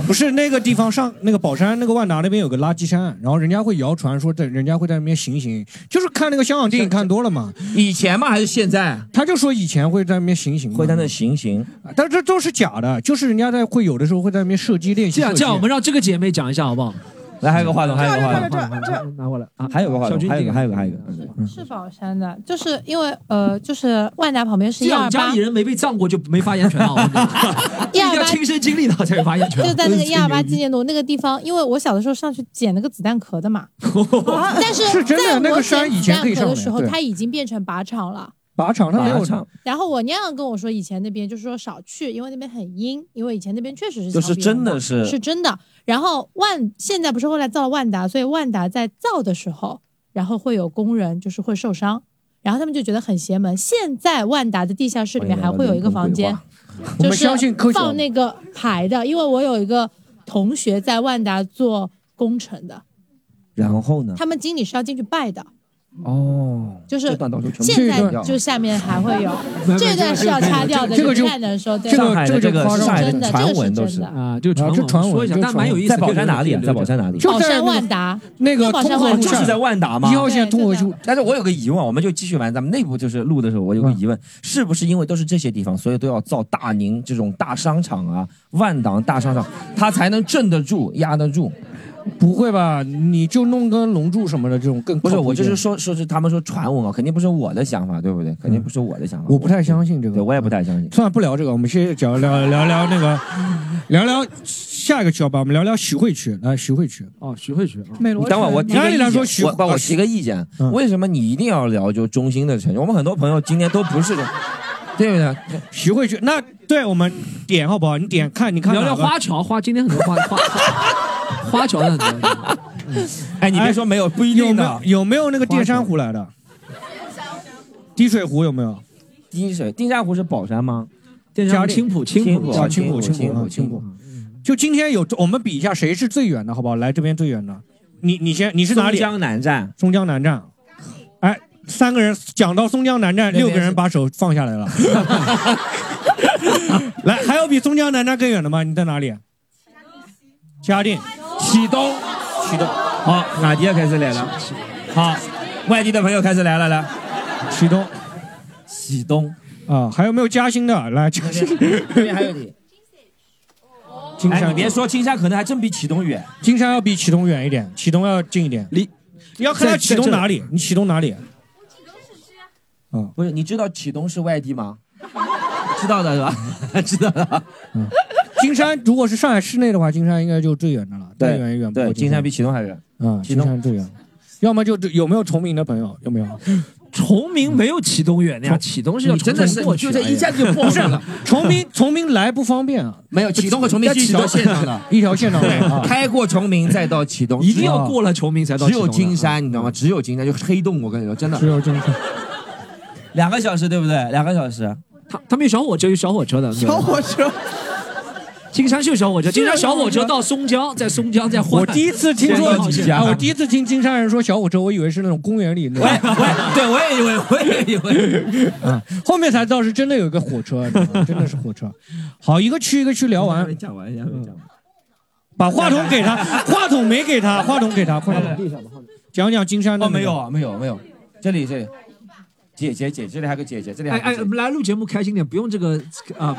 不是那个地方上那个宝山那个万达那边有个垃圾山，然后人家会谣传说这人家会在那边行刑，就是看那个香港电影看多了嘛。以前吗？还是现在？他就说以前会在那边行刑，会在那行刑，但这都是假的，就是人家在会有的时候会在那边射击练习这射击。样这样，我们让这个姐妹讲一下好不好？来，还有个话筒，还有个话这 儿这筒儿这儿，拿过来啊，还有个话小筒，军还有一这个，个还有一个，还有一个。嗯是宝山的，就是因为呃，就是万达旁边是这一样二家八里，人没被葬过就没发言权了，我跟你讲 一一定二要八亲身经历到才有发言权。啊就是在那个嗯一二八纪念路那个地方，因为我小的时候上去捡那个子弹壳的嘛，哦但是哦是真的在那我个山捡以子前弹可以壳上的的时候，对它已经变成靶场了。靶场它没有靶场然后我娘娘跟我说，以前那边就是说少去，因为那边很阴，因为以前那边确实是就是枪毙真人的是是真的。然后万现在不是后来造了万达，所以万达在造的时候，然后会有工人就是会受伤，然后他们就觉得很邪门。现在万达的地下室里面还会有一个房哎间，我就们是相信科学放那个牌的，因为我有一个同学在万达做工程的，然后呢？他们经理是要进去拜的。哦，就是这段到时候全部现这在一段就下面还会有没有 这段是要擦掉的，这个就就看的时候，对上海的这个是上海真的，传闻这都个是是真的。啊，这个传传闻说一下，但蛮有意思。在宝山哪里啊？在宝山哪里？宝哦山万达那个宝山万达就是在万达嘛，一号线通过去。但是我有个疑问，我们就继续玩咱们内部就是录的时候，我有嗯个疑问，是不是因为都是这些地方，所以都要造大宁这种大商场啊，万达大商场，它才能镇得住、压得住？不会吧？你就弄个龙柱什么的这种更不是，靠谱我一就点是说说是他们说传闻啊，肯定不是我的想法，对不对？肯定不是我的想法。嗯我不太相信这个。对，我也不太相信。算了，不聊这个，我们先聊聊聊聊那个，聊聊下一个区吧。我们聊聊徐汇区，来徐汇区。哦，徐汇区。美你等会儿我提个按理意来见说徐，我不，我提个意见，嗯为什么你一定要聊就中心的城市？我们很多朋友今天都不 是的，对不对？徐汇区，那对我们点好不好？你点看，你看聊聊哪个花桥，花今天很多花花花花桥的很多。 哎，你别说没有，不一定有的没有有没有那个淀山湖来的？滴水湖有没有？滴水定山湖是宝山吗？淀山嘉湖定青浦青浦啊青浦青浦青浦啊青青浦浦。就今天有，我们比一下谁是最远的，好不好？来这边最远的，你你先，你是哪里？松江南站。松江南站。哎，三个人讲到松江南站，那边六是个人把手放下来 了。来，还有比松江南站更远的吗？你在哪里？嘉定。启东。启东。好，俺啊爹开始来了。好，外地的朋友开始来了，来。启东。启东。啊，还有没有嘉兴的？来，嘉兴。这边还有你。金 哎，山你别说金山，可能还真比启东远。金山要比启东远一点，启东要近一点。离你要看他在启东在这哪里？你启东哪里？嗯，不是，你知道启东是外地吗？知道的是吧？ 知道的。金山如果是上海市内的话，金山应该就最远的了，再远也远不过对，金山山比启东还远。啊，启金山东最远。要么就有没有崇明的朋友？有没有？崇明没有启东哎远的呀，启东是要你真从的成是过去就的，哎这一下子就暴露 了崇 明崇明来不方便啊。，没有启东和崇明是一条线上的 一条线上的啊对，开过崇明再到启东，一定要过了崇明才到只启东有的金山，你知道吗？只有金山就是黑洞，我跟你说，真的。嗯只有金山。两个小时对不对？两个小时。他他们有小火车，有小火车的。小火车。金山是有小火车，金山小火是有小车火车到松江，在松江再换。我第一次听说啊，我第一次听金山人说小火车，我以为是那种公园里那种，对，我也以为，我也以为。啊，后面才知道是真的有一个火车，你知道 吗真的是火车。好，一个区一个区聊完，讲完，讲完，讲完。把话筒 给他，话筒没给他，话筒给他，快地点上讲讲金山的哎哦，那个。没有啊，没有，没有。这里，这里，姐姐姐，这里还有个姐姐，这里 哎还有个哎姐，姐我们来录节目开心点，不用这个啊，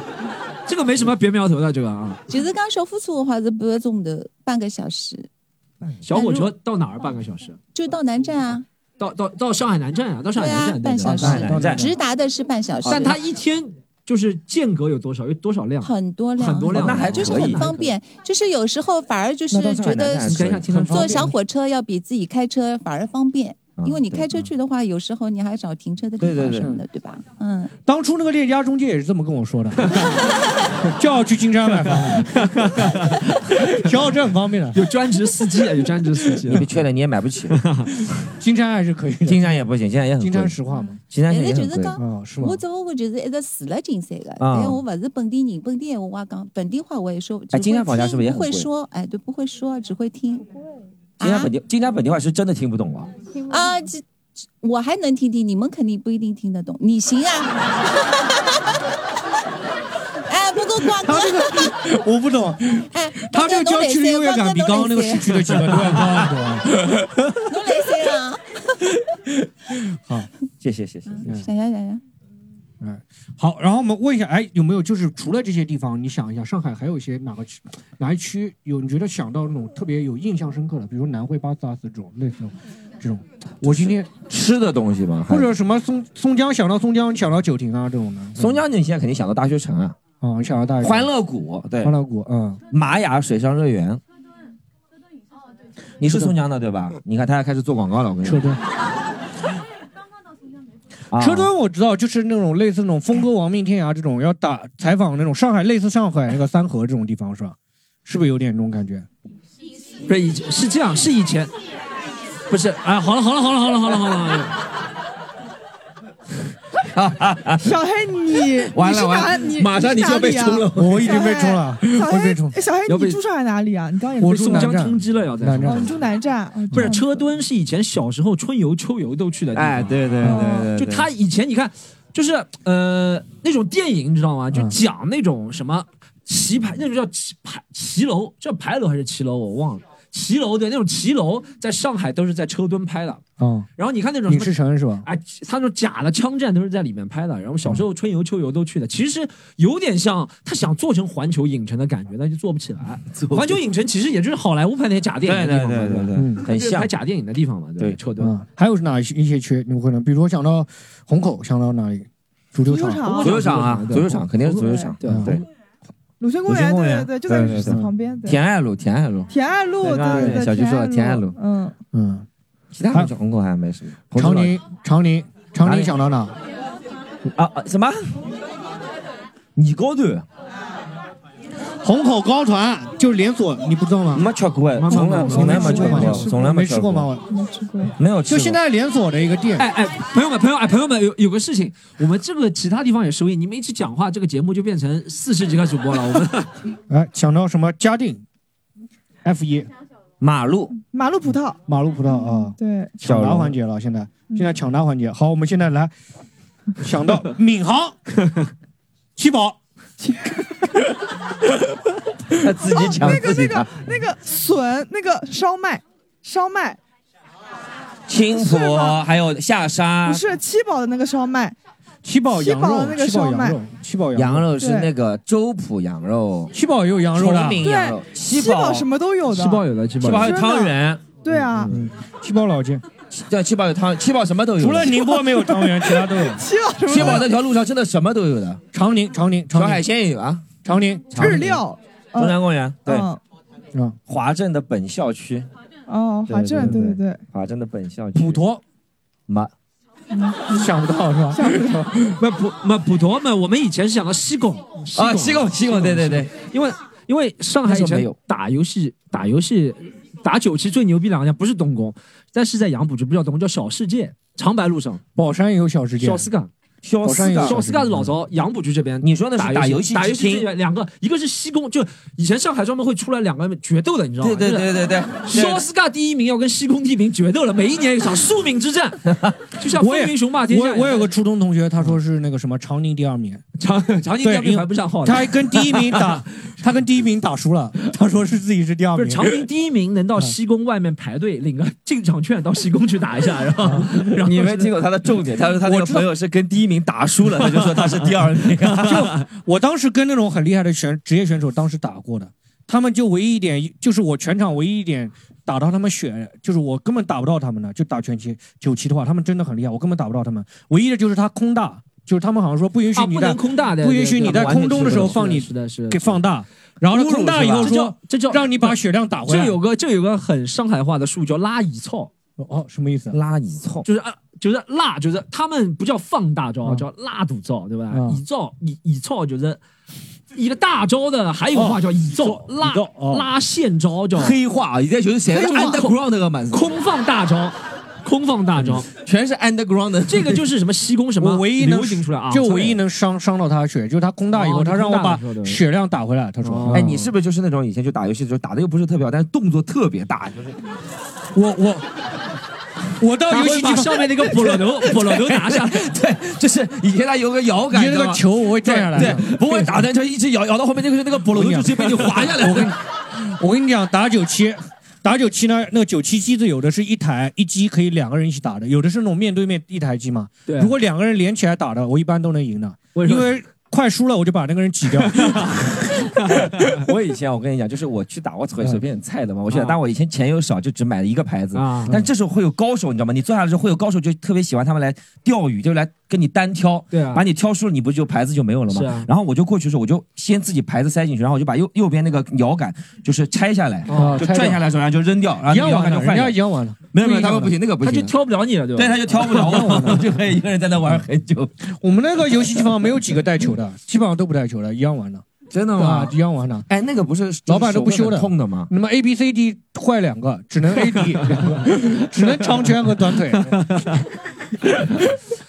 这个没什么别苗头的这个啊。其实刚小付出的话是半钟头，半个小时小火车到哪儿？半个小时。就到南站啊，到到到上海南站啊，到上海对南啊站，，半对小吧时，直达的是半小时，但它一天就是间隔有多少？有多少辆？很多啊辆，很多辆，就是很方。便。就是有时候反而就是那到上海觉得南站你等一下听他说坐小火车要比自己开车反而方便，因为你开车去的话，有时候你还找停车的地方什么的，对吧？嗯，当初那个链家中介也是这么跟我说的， 叫我去金山买房， 小火车很方便的。有专职司机啊，有专职司机。你被缺了，你也买不起。金山还是可以的，金山也不行，金山也很贵。金山实话嘛，金山但也是哦很就是贵。哦讲，我只不过就是一直住了金山的，啊但我不是本地人，本地闲话我也讲，本地话我也说不，只哎会金山房价听是不是也不很会贵说？哎，对，不会说，只会听。金山本地，金山本地话是真的听不懂啊。啊，这这我还能听听，你们肯定不一定听得懂。你行啊？哎，不过瓜哥，我不懂，哎，他这个郊区的优越感比刚刚那个市区的几个都要高很多。 侬来三啊？谢谢谢谢。嗯想想想想，哎，好，然后我们问一下，哎，有没有就是除了这些地方，你想一下，上海还有一些哪个区哪一区有你觉得想到那种特别有印象深刻的，比如南汇巴斯达斯这种类似这种这种，我今天吃的东西嘛，还或者什么松松江想到松江，想到九亭啊这种的，松江你现在肯定想到大学城啊，啊、想到大学城欢乐谷，对，欢乐谷，嗯，玛雅水上乐哦园。你是松江的对嗯吧？你看他要开始做广告了，我跟你说。车墩，啊车墩我知道，就是那种类似那种峰哥亡命天涯这种要打采访那种上海类似上海那个三河这种地方是吧？是不是有点这种感觉？不是以前是这样，是以前，不是哎，好了好了好了好了好了好了好了。 小黑你，完你了是完哪了你马上你你是就要被哪里啊冲了我已经被冲了小我黑被冲哎小黑要你被住上海哪里啊？你刚刚也我说宋南江站通知了，要在哦，你住南站，哦不是车墩是以前小时候春游秋游都去的地方。嗯嗯哎对对对对对就他以前你看，就是呃那种电影你知道嗯吗？就讲那种什么棋牌，那种叫棋牌骑楼，叫牌楼还是骑楼我忘了。骑楼对那种骑楼，在上海都是在车墩拍的。嗯，然后你看那种什影么视城是吧？啊，他那种假的枪战都是在里面拍的，然后小时候春游秋游都去的，其实有点像他想做成环球影城的感觉，但就做不起 来。环球影城其实也就是好莱坞拍那些假电影的地方嘛，对对对对对嗯很它就是像拍假电影的地方嘛，对，车墩。嗯，还有是哪一些一些区？你们会呢？比如说想到虹口，想到哪里？足球场，嗯足球场啊，足球场肯定是足球场，对对。鲁迅公鲁迅园，公对园对，就在对对对旁边，对田爱路，田爱路，田爱路，对刚刚对对，小菊说了田爱路嗯，嗯，其他好像虹口还没什啊么。长宁，长宁，长宁想到哪？啊啊什么？你高头虹口高团就是连锁，你不知道吗？没吃过，从来从来没吃过，从来没吃吃过吗？我没吃过，没有吃就过现在连锁的一个店，哎哎，朋友们，朋友哎，朋友们，有有个事情，我们这个其他地方也收益，你们一起讲话，这个节目就变成四十几个主播了。我们哎，想到什么嘉定，F 一，马路，马路葡萄，嗯马路葡萄啊，对，抢答环节了，现在嗯现在抢答环节，好，我们现在来想到闵 行，七宝， 他自哦，那个那个那个笋，那个烧麦，烧麦青是浦吗还有下沙不，是七宝的那个烧麦，七宝七宝的那个烧麦，七宝羊肉是对那个周浦羊肉，七宝也有羊肉的崇明羊肉对，七宝宝什么都有的七宝有的七宝七宝还有真的汤圆，嗯对啊，七宝老街，对，七宝有汤，七宝什么都有，除了宁波没有汤 圆，其他都有。七宝什嗯么七宝那条路上真的什么都有的，长宁，长宁，小海鲜也有啊，长宁日料，中山公园，对，嗯嗯，华镇的本校区，哦，华镇，对对对对对，华镇的本校区，普陀， 马，嗯想不到是吧？想不到。 那普那普陀嘛，我们以前是想到西贡啊西贡西贡对对对，因为因为上海以那时候没前有打游戏打游戏打九七最牛逼两个家不是东宫，但是在杨浦区不叫东宫，叫小世界，长白路上宝山也有小世界，小四港。小宝山四也有港，小小世四界港是老早杨浦区这边。你说那是打打游戏戏打游厅这边两个，一个是西贡，就以前上海专门会出来两个决斗的，你知道吗？对对对 对对对肖斯卡第一名要跟西贡第一名决斗了，每一年有一场宿命之 战，就像我也风云雄霸天下一我样。我有个初中同学，他说是那个什么长宁第二名，长 长宁第二名排不上号的他还跟第一名 打，他跟第一名打输了，他说是自己是第二不是名。长宁第一名能嗯到西宫外面排队领个进场券到西宫去打一下，然后嗯 然后啊你没听过他的重点，他说他那个朋友是跟第一名打输了，他就说他是第二 名。就我当时跟那种很厉害的选职业选手当时打过的，他们就唯一一点就是我全场唯一一点打到他们血，就是我根本打不到他们的，就打拳击九七的话，他们真的很厉害，我根本打不到他们。唯一的就是他空大，就是他们好像说不允许啊你不在、能空大的，不允许你在空中的时候放你是的是的是的给放大，然后他空大以后说这叫让你把血量打回来这有个这有个很上海话的术语叫拉乙操，哦什么意思？拉乙操就是啊就是辣，就是他们不叫放大招，叫拉赌照，对吧？嗯乙照乙乙操就是。一个大招的，还有一个哦话叫乙照，拉拉线招叫黑话，你在球是谁黑话？underground 那个满空放大招，空放大招，全是 underground 的。这个就是什么西宫什么我唯一能流行出来啊，就唯一能伤伤到他的血，就是他空大以后，哦他让我你把空大的时候对血量打回来。他说：“哎，你是不是就是那种以前就打游戏的时候打的又不是特别好，但是动作特别大，就是我我我到游游戏戏机机房上面那个菠萝头，菠萝头拿下来，对，就是以前他有个摇杆，你那个知道吗球我会转下来对， 对不会打的就一直摇，摇到后面那个那个菠萝头就直接被你滑下来。我跟你我跟你讲，打九七打九七呢，那个九七机子有的是一台一机可以两个人一起打的，有的是那种面对面一台机嘛。对啊如果两个人连起来打的，我一般都能赢的，为什因么为快输了我就把那个人挤掉。我以前我跟你讲，就是我去打，我腿随便菜的嘛。我去打，啊但我以前钱又少，就只买了一个牌子啊。但这时候会有高手，你知道吗？你坐下来之后会有高手，就特别喜欢他们来钓鱼，就来跟你单挑。对啊把你挑输了，你不就牌子就没有了是吗啊？然后我就过去的时候，我就先自己牌子塞进去，然后我就把右右边那个摇杆就是拆下来，哦就拆掉拽下来的时候，然后就扔掉，然后那个摇杆就换掉。经完了没有没有，他们不行，那个不行，他就挑不了你了，对吧？对他就挑不 了我，就可以一个人在那玩很久。我们那个游戏机房没有几个带球的，基本上都不带球的，一样玩的。真的吗？一样玩的。哎，那个不是老板都不修的，手会很痛的吗那么 A B C D 坏两个，只能 A D，只能长拳和短腿。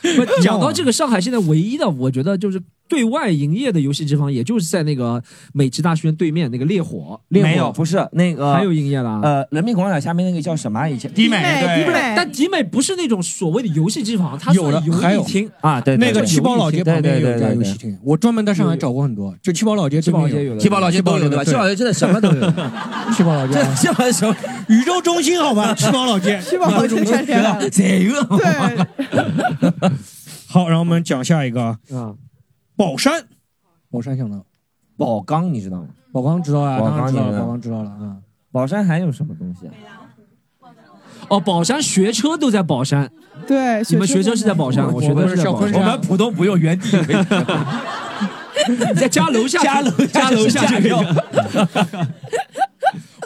不讲到这个，上海现在唯一的，我觉得就是对外营业的游戏机房，也就是在那个美职大学院对面那个烈火，烈火没有，不是那个还有营业的啊呃，人民广场下面那个叫什么啊？以前迪美对不是但迪美不是那种所谓的游戏机房，它有的算游还有戏厅啊，对那个七宝老街旁边有一家游戏对厅，我专门在上海找过很多，就七宝老街对面七宝老街有有，的七宝老街都有对吧七宝老街真的什么都有， 七宝老街啊 这这玩什么 宇宙中心好吧，七宝老 街，七宝老 街太厉害了这个好，然后我们讲下一个啊，嗯宝山，宝山想到宝钢，你知道吗？宝钢知道啊，宝当钢然知道你知了，道宝钢知道了啊。宝山还有什么东西啊？ 哦，宝山学车都在宝山，对，你们哎学车是在宝山，啊我我学我车们是在小宝昆山，山我们浦东不用原地， 你在家楼下家楼家楼下家去楼下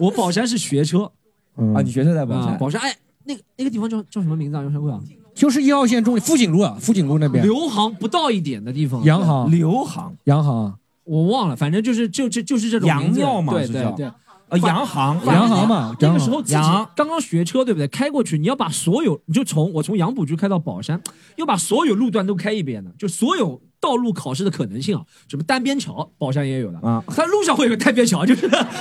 我宝山是学车嗯啊，你学车在宝啊山，，宝山哎，那个那个地方叫叫什么名字啊？杨山贵啊，就是一号线中富锦路啊，富锦路那边，刘行不到一点的地方，洋行刘行，洋行啊，我忘了，反正就是就就就是这种洋名字庙嘛对是对叫对。呃，洋行，洋行嘛那个时候自己洋刚刚学车，对不对？开过去，你要把所有，你就从我从杨浦区开到宝山，要把所有路段都开一遍的，就所有道路考试的可能性啊，什么单边桥，宝山也有的啊，它路上会有个单边桥，就是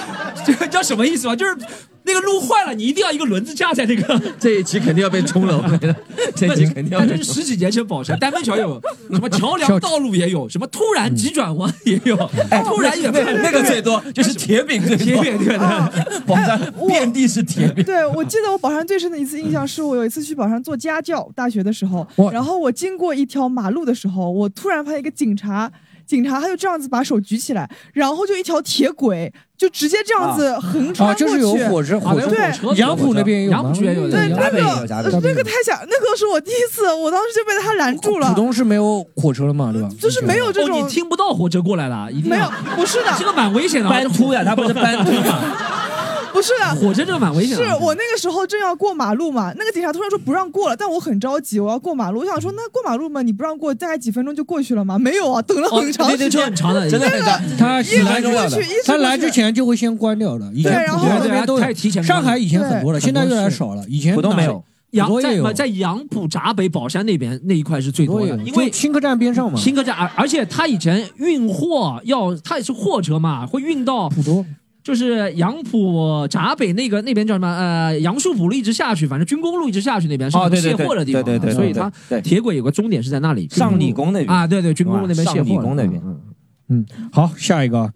这个叫什么意思吧？就是那个路坏了，你一定要一个轮子架在那个。 这一期肯定要被冲了，我 觉得这一期肯定要那被就是冲十几年前宝山单边桥也 有，什么桥梁道路也有，什么突然急转弯也有， 突然也嗯哎那那个最多就是铁饼最多，铁饼对 的，宝山 遍地是铁饼。对，我记得我宝山最深的一次印象是我有一次去宝山做家教，大学的时候，然后我经过一条马路的时候，我突然发现一个警察，警察他就这样子把手举起来，然后就一条铁轨就直接这样子啊横穿啊过去，就是有火车火车对火车杨浦那边也有吗杨浦也有对，杨那浦也有个嘉呃北有那个太吓，那个是我第一次，我当时就被他拦住了浦。东是没有火车了嘛，对吧？嗯就是没有这种哦，你 听不到火车过来了，一定没有，不是的，这个蛮危险的，啊班突呀，它不是班突嘛， 不是的，火车这个蛮啊危险的是我那个时候正要过马路嘛，那个警察突然说不让过了，但我很着急，我要过马路。我想说，那过马路嘛，你不让过，大概几分钟就过去了嘛？没有啊，等了哦很哦长时间， 真的他一直来之过去，一直他过去来之前就会先关掉的。以前对然后浦东那边都对对对他提前关上海以前很多了，对现在越来越少了。以前浦东没有杨多杨也在有，在杨浦闸北宝山那边那一块是最多的，因为新客站边上嘛。新客站，而而且它以前运货要，它也是货车嘛，会运到浦东，就是杨浦闸北那个那边叫什么？呃，杨树浦路一直下去，反正军工路一直下去那边是哦对对卸对货的地方嘛，对对对对所以它对铁轨有个终点是在那里，上理工那边啊，对对，军工路那边上卸货的，理工那边嗯，好，下一个，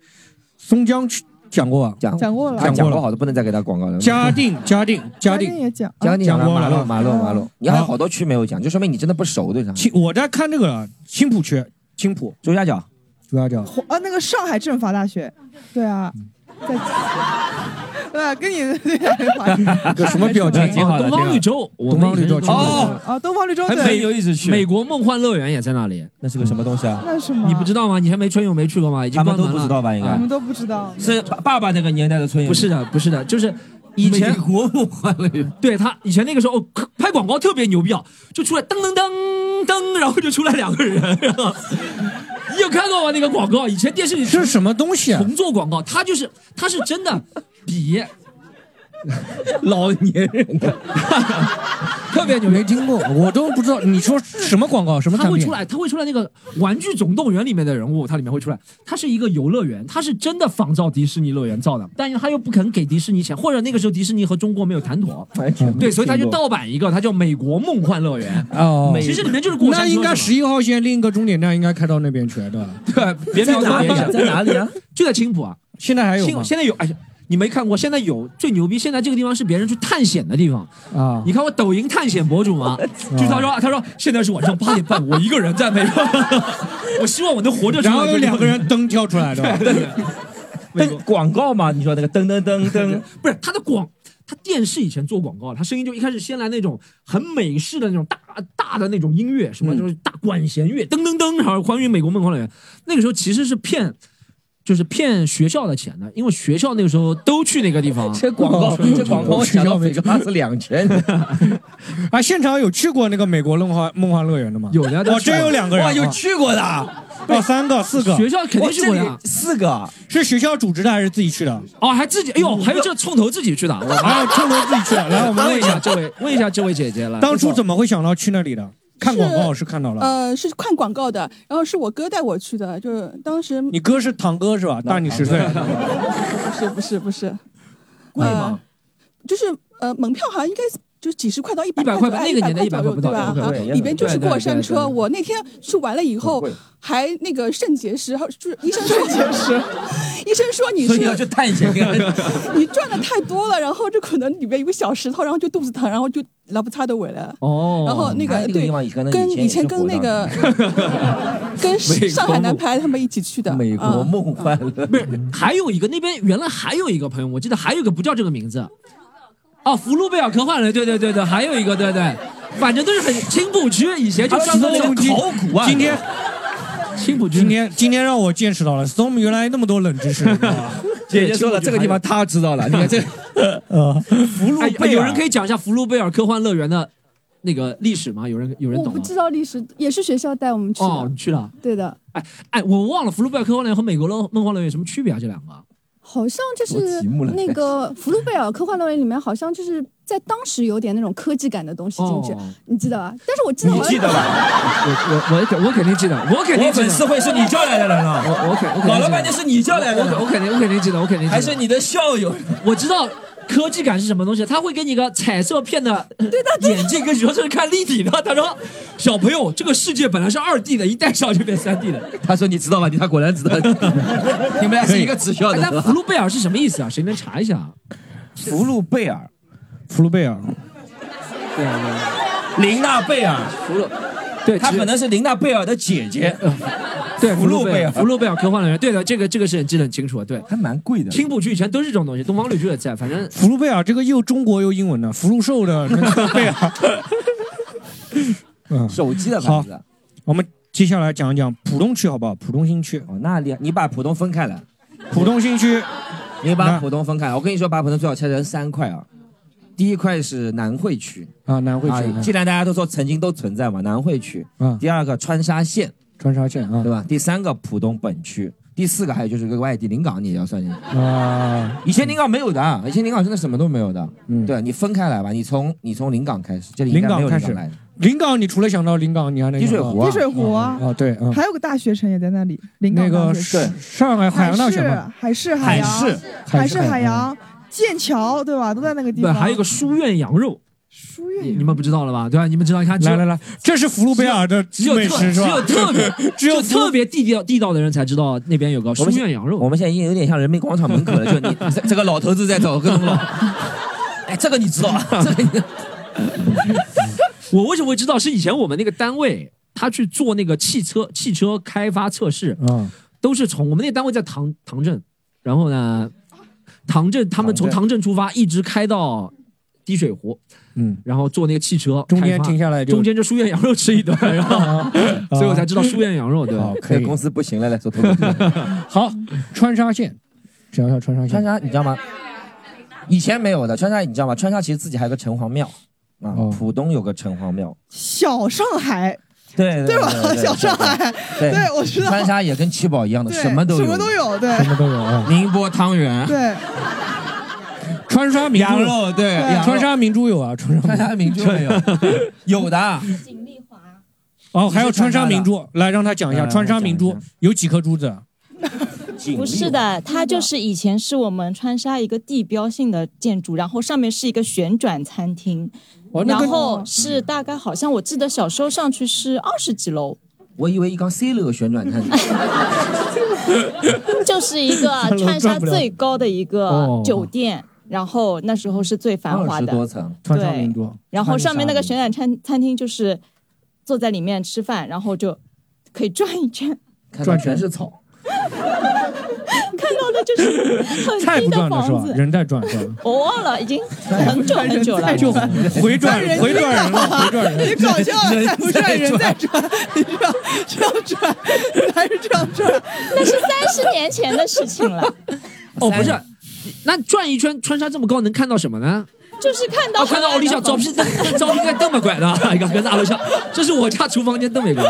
松江区讲过吧？讲讲过了他讲讲过过了。好的，不能再给他广告了。嘉 定，嘉定，嘉定也讲，嘉定讲过马了路啊马路马路，你还有好多区没有讲，就说明你真的不熟，对上海。青，我在看这个青浦区，青浦朱家角，朱 家角。啊，那个上海政法大学，对啊，在对啊，跟你对啊个什么表 情挺好的东方绿洲，挺好东方绿洲我们以前哦啊，东方绿洲还对，没美国梦幻乐园也在那里，那是个什么东西啊？那是吗？你不知道吗？你还没春游没去过吗？已经他们关门都不了知道吧应该我啊们都不知道。是爸爸那个年代的村不是的，不是的，就是以前美国梦幻乐园，对他以前那个时候、哦拍广告特别牛逼啊，就出来噔噔噔噔，然后就出来两个人，然后你有看到吗？那个广告，以前电视里是什么东西啊？重做广告，他就是他是真的 比老年 人的，特别牛，没听过，我都不知道你说什么广告，什么他产会品出。来，他会出来那个《玩具总动员》里面的人物，它里面会出来。它是一个游乐园，它是真的仿照迪士尼乐园造的，但是他又不肯给迪士尼钱，或者那个时候迪士尼和中国没有谈妥，嗯对，所以他就盗版一个，它叫《美国梦幻乐园》哦，其实里面就是过山那车应该是吧十一号线另一个终点站应该开到那边去，对吧？对，别在瞄哪里啊错在哪里啊？就在青浦啊。现在还有吗青现在有，哎，你没看过，现在有最牛逼，现在这个地方是别人去探险的地方啊！你看过抖音探险博主 吗？就是他说，他说现在是晚上八点半，我一个人在美国， 我希望我能活着出然来。后有两个人灯跳出来 的，对对对，广告嘛，你说那个噔噔噔噔，不是他的广，他电视以前做广告，他声音就一开始先来那种很美式的那种大大的那种音乐，什嗯么就是大管弦乐，噔噔噔，然后关于美国梦狂乐园，那个时候其实是骗。就是骗学校的钱的，因为学校那个时候都去那个地方。 哦这广告，这广告，我想到每个八是两千。 啊，现场有去过那个美国梦幻梦幻乐园的吗？有的我真有两个人，啊哇，有去过的，哦，三个、四个，学校肯定去过呀哇这里四个是学校组织的还是自己去的？ 哦，还自己，哎呦，嗯还有这冲头 自己哎去的，还有冲头自己去的。来，我们问一下这位，问一下这位姐姐了，当初怎么会想到去那里的？看广告是看到了。呃，是看广告的，然后是我哥带我去的，就是当时你哥是堂哥是吧？大你十岁。不是不是不是，贵吗？就是呃，门票好像应该就几十块到一百100块吧那个年代100 100块左右块不到对吧？对啊对里边就是过山对对对车。对对我那天去玩了以后很贵，还那个肾结石，还有就是医生肾结石，医生说你所是以要去探 险。你赚的太多了，然后就可能里面有个小石头，然后就肚子疼，然后就拉不擦的尾了。哦然后那哎个这个对地方以前呢，跟以前以也前是跟火那葬个跟上海男排他们一起去的。美国嗯梦幻乐园，不是还有一个那边原来还有一个朋友，我记得还有一个不叫这个名字，哦，福禄贝尔科幻人，对对对对，还有一个对对，反正都是很青浦区以前就啊知道那种今考古啊，今天青浦今天今天让我见识到了 storm 原来那么多冷 知识。你知道吗姐姐说了，这个地方她知道了。你看这，呃，福禄贝尔哎有人可以讲一下福禄贝尔科幻乐园的那个历史吗？有人有人我懂不吗？知道历史，也是学校带我们去的。哦，你去了。对的，哎，我忘了福禄贝尔科幻乐园和美国乐梦幻乐园有什么区别啊？这两个好像就做是题目了那个福禄贝尔科幻乐园里面，好像就是在当时有点那种科技感的东西进去，哦你记得吧？但是我记得好像我我我我肯定记得，我肯定记得。我粉丝会是你叫 来的人啊我我肯我肯定记得搞了半天是你叫来的人我我肯定我肯定记得，我肯定记得还是你的校友。我知道科技感是什么东西，他会给你一个彩色片的眼镜，跟你说这是看立体的。他说：“小朋友，这个世界本来是二 D 的，一戴上就变三 D 的。她说你知道吗？你她果然知 道， 你们俩是一个指标的。哎那福禄贝尔是什么意思啊？谁能查一下啊？福禄贝尔，福禄贝尔，对啊，琳娜贝尔，福禄，对，她可能是琳娜贝尔的姐姐。对，呃福禄贝贝尔福禄贝尔科幻乐园，对的，这个这个是记得很清楚的，对，还蛮贵的。青浦区以前都是这种东西，东方绿洲也在，反正福禄贝尔这个又中国又英文的福禄寿的跟这个贝 尔。嗯，手机的好牌子，我们接下来讲一讲浦东区好不好？浦东新区。哦，那里你把浦东分开了，浦东新区，你把浦东分开了。我跟你说，把浦东最好拆成三块啊。第一块是南汇区啊，南汇区啊，既然大家都说曾经都存在嘛，南汇区。嗯第二个川沙县，川沙县啊，对吧？第三个浦东本区，第四个还有就是个外地临港，你也要算进去。啊，以前临港没有的，以前临港真的什么都没有的。嗯，对你分开来吧，你从你从临港开始，这里应临该没港有开临港始来的。，临港你除了想到临港，你还能滴水想到湖啊滴水湖啊啊，对，嗯还有个大学城也在那里，临港那个大学城是上海海洋大学嘛，海事海洋海事海事海事海洋剑桥对吧？都在那个地不方。还有个书院羊肉，书院你们不知道了吧？对吧？你们知道？你看，只有来来来，这是福禄贝尔的只有美特食只是吧有特 别只有特别地道地道的人才知道那边有个我书们院羊肉。我们现在已经有点像人民广场门口了，就你这这个老头子在找各种 老，哎，这个你知道啊，这个你我为什么会知道？是以前我们那个单位，他去做那个汽车汽车开发测试，嗯，都是从我们那个单位在唐唐镇，然后呢，唐镇他们从唐唐镇出发，一直开到滴水湖，嗯，然后坐那个汽车开发，中间停下来就中间就书院羊肉吃一 顿， 然啊后，所以我才知道书院羊肉对吧。这个公司不行了，来做脱口 秀。 好，川沙县，讲一下川沙县。川沙你知道吗？以前没有的，川沙你知道吗？川沙其实自己还有个城隍庙啊，浦东有个城隍庙，小上海，对对吧？小上海，对，对我知道川沙也跟七宝一样的，对什么都有，什么都有对什么都有啊。宁波汤圆，对，川沙明珠羊肉对羊肉川沙明珠有啊，川沙川沙明珠没有，有的。哦，还有川沙明珠，来让他讲一下来来川沙明珠有几颗珠子啊？不是的，它就是以前是我们川沙一个地标性的建筑，然后上面是一个旋转餐厅，哦那个然后是大概好像我记得小时候上去是二十几楼，我以为一缸 C 了个旋转 餐厅。就是一 个川沙最高的一哦个酒店，然后那时候是最繁华二十的，多层，川上明珠然后上面那个旋转餐餐厅就是坐在里面吃饭，然后就可以转一圈，看到全是草， 看到的 就是很菜低不的转了是房吧？子。人在转是吧？我忘了，已经很久很久了。就回转回转人了，回转人。你搞笑啊！再不转人在转，你这样这样转，还是这样转？那是三十年前的事情了，哦，不是，那转一圈穿山这么高能看到什么呢？就是看到哦看到 奥利笑招聘，招聘在这么拐的，你看跟奥利笑，这是我家厨房间这么一个，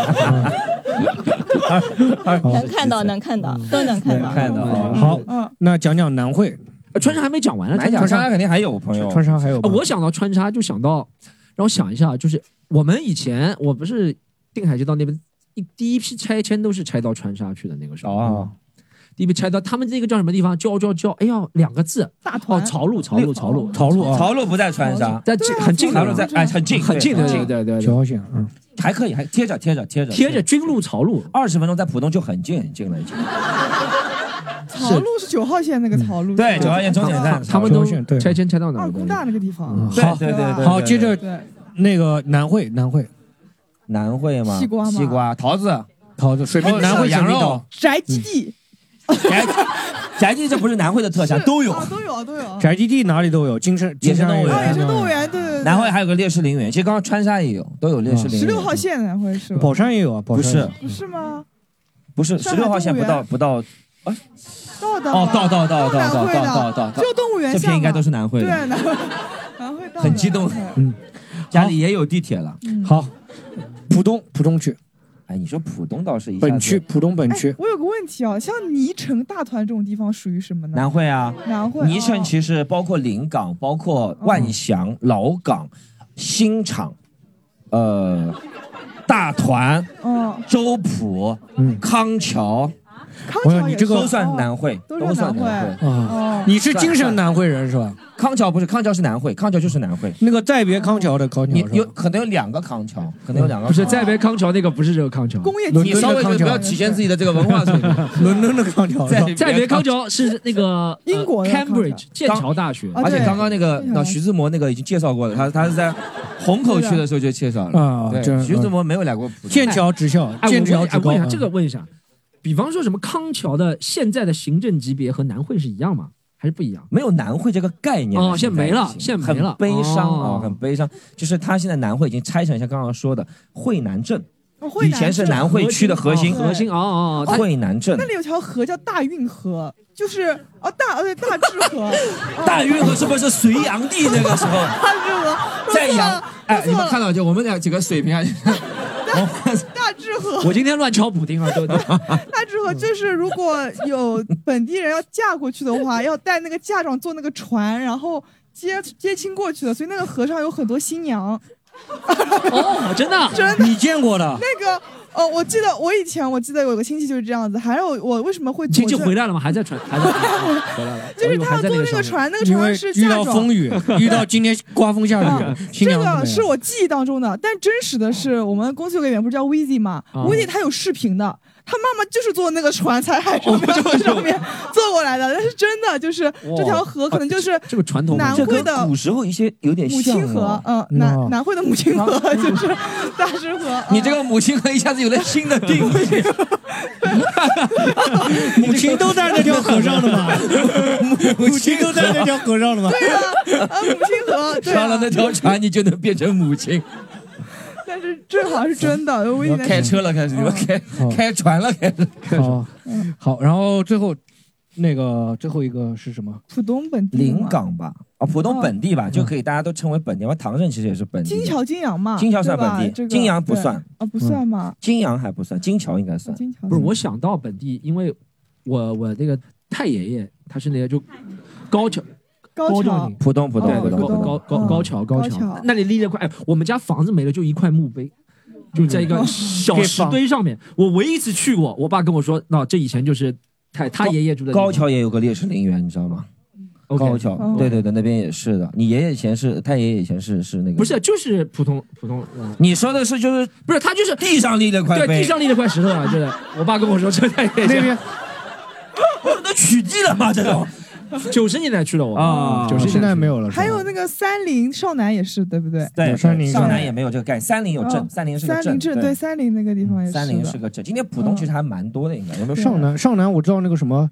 啊啊能看哦到能看嗯到都能看到。看到好，那讲讲南汇，穿山还没讲完呢，哪讲川川沙肯定还有朋友川沙还有啊我想到川沙就想到，让我想一下，就是我们以前我不是定海街道那边一第一批拆迁都是拆到川沙去的那个时候啊，哦第一批拆到他们那个叫什么地方？叫叫叫，哎呀，两个字，大哦，曹路，曹路，曹路，曹路啊曹路不在川沙在近对啊很近的曹地路方，在哎很近很近的，对对对很对，九号线，嗯，还可以，还贴着贴着贴着贴着军路曹路，二十分钟在浦东就很近很近了已经。曹路是九号线那个曹路，对，九号线终点站，他们都拆迁拆到二宫大那个地嗯方。对嗯对对对好，对接着对，那个南汇，南汇，南汇吗？西瓜吗西瓜、桃子、桃子、水哎南汇水小蜜羊肉桃、宅基地宅基地这不是南汇的特产，都有。啊都有啊都有啊，宅基地哪里都有，金山野生动物啊野园生，动物园对对对，嗯南汇还有个烈士陵园，其实刚刚川沙也有，都有烈士陵十园六。号线呢，或者是吧宝山也有啊，宝不山也有是不是吗？不是上十海六号线不到动物园不到到的哦，到到到南到汇到到的到，就动物园这像片应该嘛都是南汇对的，南汇南汇到很的激动。嗯，家里也有地铁了。好，浦东，浦东区，哎，你说浦东倒是一下本区，子浦东本哎区，我有个问题啊，像泥城、大团这种地方属于什么呢？南汇啊，嗯南汇泥城其实包括临港、包括万祥、老港、新场，呃，大团、嗯，周浦、康桥，康桥也你这个都算南汇，哦都都是算南汇哦南汇啊，你是精神南汇人是吧？康桥不是康桥是南汇，康桥就是南汇。那个再别康桥的康桥你是吧有可能有两个康桥，可能有两个不康桥。是再别康桥那个不是这个康桥，你稍微就不要体现自己的这个文化水平。 伦敦的康桥再再别康桥是那个英国的呃 Cambridge 剑桥大学，啊而且刚刚那个那徐志摩那个已经介绍过了，他他是在虹口区的时候就介绍了。啊对这，徐志摩没有来过浦东。剑桥职校哎，，我剑问桥哎职问一下高，嗯这个问一下，比方说什么康桥的现在的行政级别和南汇是一样吗？还是不一样？没有南汇这个概念哦现在没了现在现在没了很悲伤哦啊，很悲伤。就是他现在南汇已经拆成像刚刚说的惠南镇，哦汇以南前是镇南汇区的核心，核心哦哦哦惠南镇那。里有条河叫大运河，就是哦大呃对大智河， 大运河是不是隋炀帝那个 时候 大智河在扬？哎，你错们了看到就我们俩几个水 平啊！大智河，我今天乱敲补丁了，对不对？大智河就是如果有本地人要嫁过去的话，要带那个嫁妆坐那个船，然后接接亲过去的，所以那个河上有很多新啊娘。哦，真的，真的，你见过的？那个哦，我记得我以前我记得有个亲戚就是这样子，还有我我为什么会亲戚我就回来了吗？还在船，还在船回来了，就是他要坐那个船，那个船是遇嫁到妆。风雨，遇到今天刮风下雨啊，新这娘子个没是有。我记忆当中的，但真实的是我们公司有个员工叫 Wizzy 嘛、啊 w i z z y 他有视频的，他妈妈就是坐那个船才海哦上面、上面坐过来的，但是真的就是这条河可能就是这个传统南汇的古时候一些有点母像亲河哦，啊嗯、南南汇的母亲河、 哦就是大石河。啊 你这个母亲河一下子有了新的定 义。母亲都在那条河上的 嘛，母亲都在那条河上的嘛。对啊，啊母亲 河，对、上啊，了那条船，你就能变成母亲。但是这好像是 真的，Wizzy 开车了，开始你们开开船了，开始。嗯好，好，然后最后那个最后一个 是什么？浦东本地临嘛港吧，啊，浦东本地吧，就可以，大家都称为本地。因为唐镇其实也是本地的。哦嗯金桥金阳嘛，金桥算啊对吧本地这个金阳不对算嗯啊，不算吗？金阳还不算，金桥应该算。不是，我想到本地，因为我我那个太爷爷他是那个就高桥。高桥浦东浦东对浦东高浦东哦高嗯高高桥高嗯高桥桥，那里立了块，哎，我们家房子没了，就一块墓碑，嗯就在一个小石堆上面。我唯一一次去过，我爸跟我说，那这以前就是太他爷爷住的地方高桥也有个烈士陵园，你知道吗？高桥哦，对对对，那边也是的。你爷爷以前是，太爷爷以前是是那个，不是，就是普通普通。呃你说的是就是不是他就是地上立了块对，碑地上立了块石头啊， 就是我爸跟我说这太那边，那取缔了吗？这种九十年代去了我啊九十现在没有了还有那个三菱少男也是，对不对？对山林上南也没有这个概念，三林有哦镇，三林是个三镇，林镇，对，三林那个地方也是的。嗯三林是个镇。今天浦东其实还蛮多的，应该有没有上南上南我知道那个什么，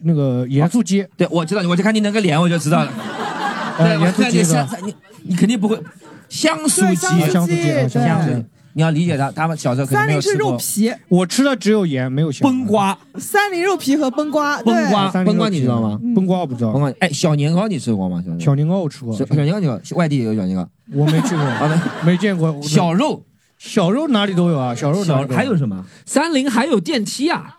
那个哦严肃街，对，我知道你，我就看你那个脸，我就知道了。对，我盐酥知道鸡你是吧香，你你肯定不会香酥鸡，对香酥鸡香酥鸡对香酥鸡。你要理解他，他们小时候肯定没有吃过。皮，我吃的只有盐，没有香。崩瓜，三林肉皮和崩瓜，啊对崩瓜，崩瓜你知道吗？崩瓜我不知道。崩瓜，哎，小年糕你吃过吗？小年糕我吃过。小年糕你有，外地也有小年糕。我没去 过，没见过。小肉，小肉哪里都有啊，小肉哪里都还有什么？三菱还有电梯啊。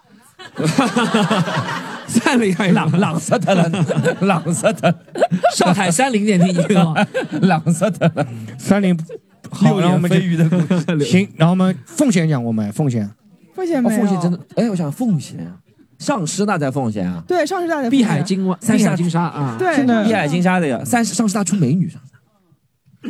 三菱还有朗朗瑟特 了，朗瑟特，上海三菱电梯，你知道吗？ 朗瑟特了， 三菱。好，然后我们就六眼飞 鱼的故事行，然后我们奉贤讲过没？奉贤，奉贤哦没有，奉贤真的，哎，我想奉贤，上师那在奉贤啊，对，上师大的碧海金湾三峡金沙啊对是的对碧海金沙的呀，三上师大出美女上师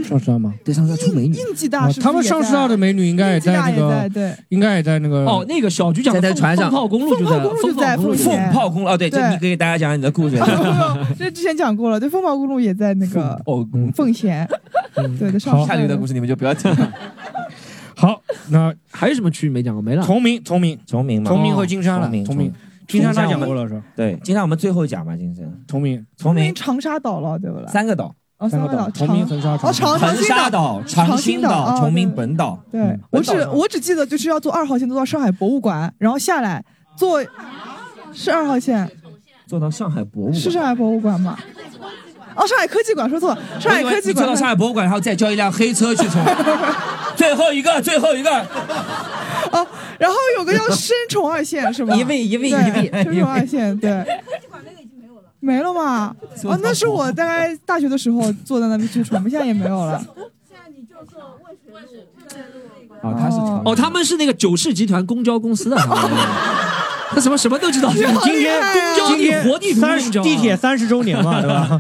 上师大嗯吗？对，上师大出美女，应季大哦是不是也在他们上师大的美女应该也在那应季嗯大也在个，呃对应该也在那个哦，那个小局讲的在凤船上凤炮公路就在凤炮公路就在凤炮公路哦，对，这对你可以给大家讲讲你的故 事。这之前讲过了，对，风暴公路也在那个哦，嗯奉贤，对的，上下海流的故事你们就不要听了。好，那还有什么区域没讲过？没了。崇明，崇明，崇明嘛，哦崇明和金山了崇明，崇明金山他讲过了是吧？对，金山我们最后讲吧，金山。崇明，崇因为明长沙岛了，对不啦？三个岛，哦三个岛崇长明、恒沙哦长恒沙岛、长长兴兴岛岛、哦崇明本岛。对嗯我本岛只上我只记得就是要坐二号线坐到上海博物馆，然后下来坐是二号线，坐到上海博物馆，是上海博物馆吗？哦，上海科技馆说错了，上海科你技馆坐到上海博物馆，然后再叫一辆黑车 去崇明。最后一个，最后一个，哦， 然后有个叫深崇二线是吗？一位一位对一位深崇二线对。没了吗？哦，那是我大概大学的时候坐在那边去崇明，现在也没有了。哦，啊他是哦，他们是那个九世集团公交公司的，他们 他什么什么都知道。今 今天天啊公交今你天活地图，三你十知道吗地铁三十周年嘛，对吧？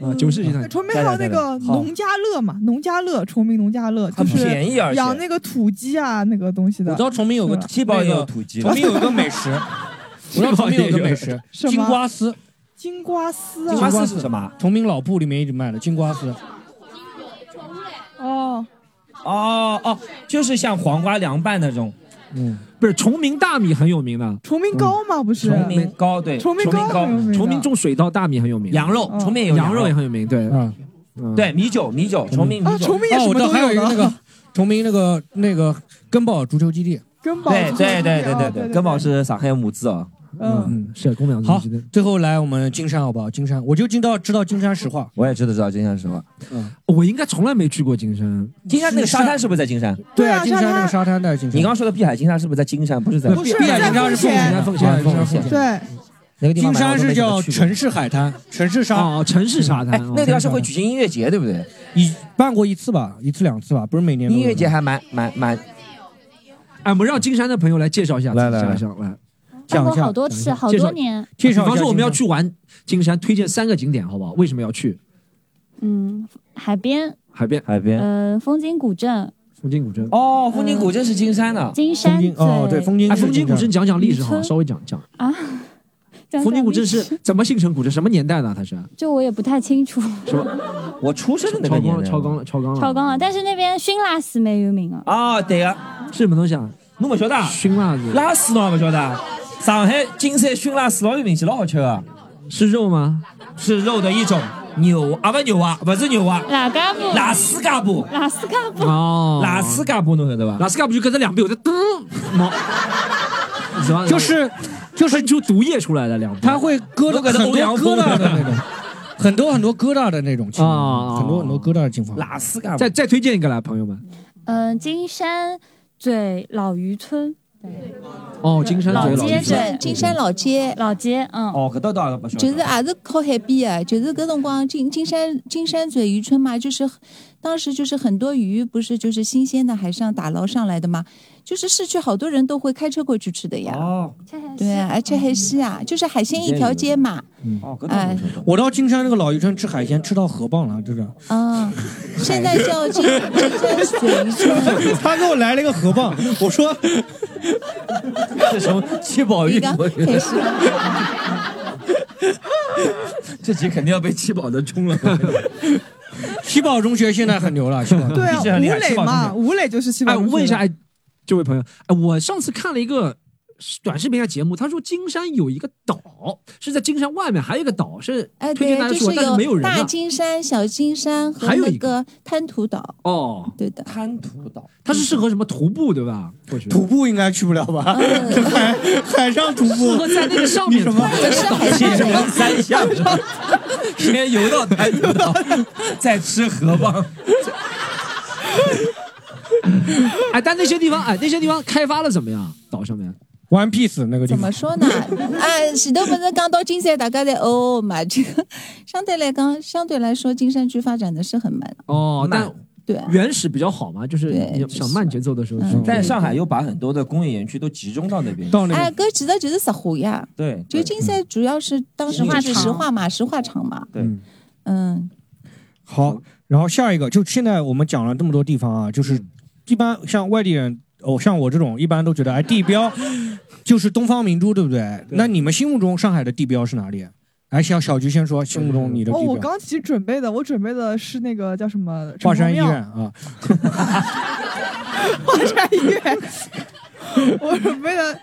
啊，九世集团。崇明还有那个农家乐嘛，农家乐，崇明农家乐就很是便宜而且嗯养那个土鸡啊，那个东西的。我知道崇明有个是吧七宝也啊有土鸡崇明有一个美食， 我知道崇明有一个美食，什么金瓜丝。金瓜丝啊，金丝么？崇明老铺里面一直卖的金瓜丝。哦，哦哦，就是像黄瓜凉拌那种，嗯，不是崇明大米很有名的，崇明糕嘛不是？嗯啊嗯崇明糕对崇明糕很有名的崇明种水稻大米很有名，羊哦肉，崇明也有羊肉也很有名，名，对，嗯，对，米酒，米酒，啊崇明米酒，哦，我知道还有一个那个崇明那个那个根宝足球基地，根对对对啊对对对，根宝是上海母子哦。嗯嗯，是公羊好，最后来我们金山好不好？金山，我就知道知道金山实话。我也知道知道金山实话，我应该从来没去过金山。金山那个沙滩是不是在金山？对啊，金山那个沙滩在金山。你刚刚说的碧海金山是不是在金山？不是在不是碧海金山是奉贤在奉贤啊奉奉贤对，那个地金方买山我都是没怎叫么去过城市海滩，城市沙哦，城市沙滩哎那个地方是会举行音乐节，对不对？你办过一次吧，啊一次两次吧，不是每年都有音乐节还蛮蛮蛮哎，我们让金山的朋友来介绍一下，来来来，来，办过好多次，好多年。介绍，比方说我们要去玩金山，推荐三个景点好不好？为什么要去嗯，海边，海边？海边呃，风景古镇，风景古镇哦，风景古镇是金山啊啊的，金山风景哦对对风景哎是风景金古山镇讲讲历史好渔吗，村稍微讲讲。啊，风景古镇是怎么形成古镇？什么年代的？它是就我也不太清楚，什么？我出生的那个超纲年了，代超纲了，超纲了，超纲了。但是那边熏辣死蛮有名啊，啊，对啊，是什么东西啊？侬不晓得啊？熏辣子，辣死侬也不晓得啊？上海金山熏辣子老有名气，老好吃啊。是肉吗？是肉的一种，牛啊不牛啊，不是牛啊，哪嘎布？拉斯加布，拉斯加布。哦，拉斯加布侬晓得吧？拉斯加不就跟这两边有的嘟 毛，什么就是就是出毒液出来的两边，它会疙瘩都给它很欧多阳疙锋瘩的那种，很多很多疙瘩的那种情啊况，很多很多疙瘩的情况。拉斯加呃再再推荐一个来，朋友们，嗯，金山嘴老渔村，哦，金山老嘴街街镇，金山老街，老街，嗯，哦，搿搭倒也勿晓得。就是啊也是靠海边啊，就是搿辰光金金山金山嘴渔村嘛，就是当时就是很多鱼不是就是新鲜的海上打捞上来的嘛，就是市区好多人都会开车过去吃的呀。哦，对啊，而且海鲜啊，就是海鲜一条街嘛。哦，哎，嗯我到金山那个老渔村吃海鲜，吃到河蚌了，真的。啊，现在 叫金金山嘴渔村。他给我来了一个河蚌，我说 这什么七哦宝你运刚河开 始， 这集肯定要被七宝的冲了。七宝中学现在很牛了，七宝对啊，吴磊嘛，吴磊就是西哎，班牙。我问一下，哎，这位朋友，哎，我上次看了一个短视频的节目，他说金山有一个岛，是在金山外面还有一个岛，是哎，推荐对大，家就去玩，但是没有有人啊大了。金山、小金山和还有那一个滩涂岛。哦，对的，滩涂岛，它是适合什么徒步对吧？过去徒步应该去不了吧？嗯海 海上徒步， 适合在那个上 面你什么？在上海 是什 么三项？先游到台游到，再吃河蚌。哎，但那些地方，哎，那些地方开发的怎么样？岛上面 One Piece 那个地怎么说呢？啊，前头不是讲到金山，大家在哦嘛，这个相对来讲，相对来说，金山区发展的是很慢的。哦，但对原始比较好嘛，就是你想慢节奏的嗯时候去。但上海又把很多的工业园区都集中到那 边去，哎，搿其实就是石化呀。对，就金山主要是当时就是石化嘛，石化厂嘛。对，嗯，好，然后下一个就现在我们讲了这么多地方啊，就是嗯一般像外地人，哦，像我这种一般都 觉得，哎，地标就是东方明珠，对不对？那你们心目中上海的地标是哪里？哎，小小菊先说，心目中你的哦，地我标。刚其实准备的，我准备的是那个叫什么华山医城隍庙院啊， 华山医院，我准备的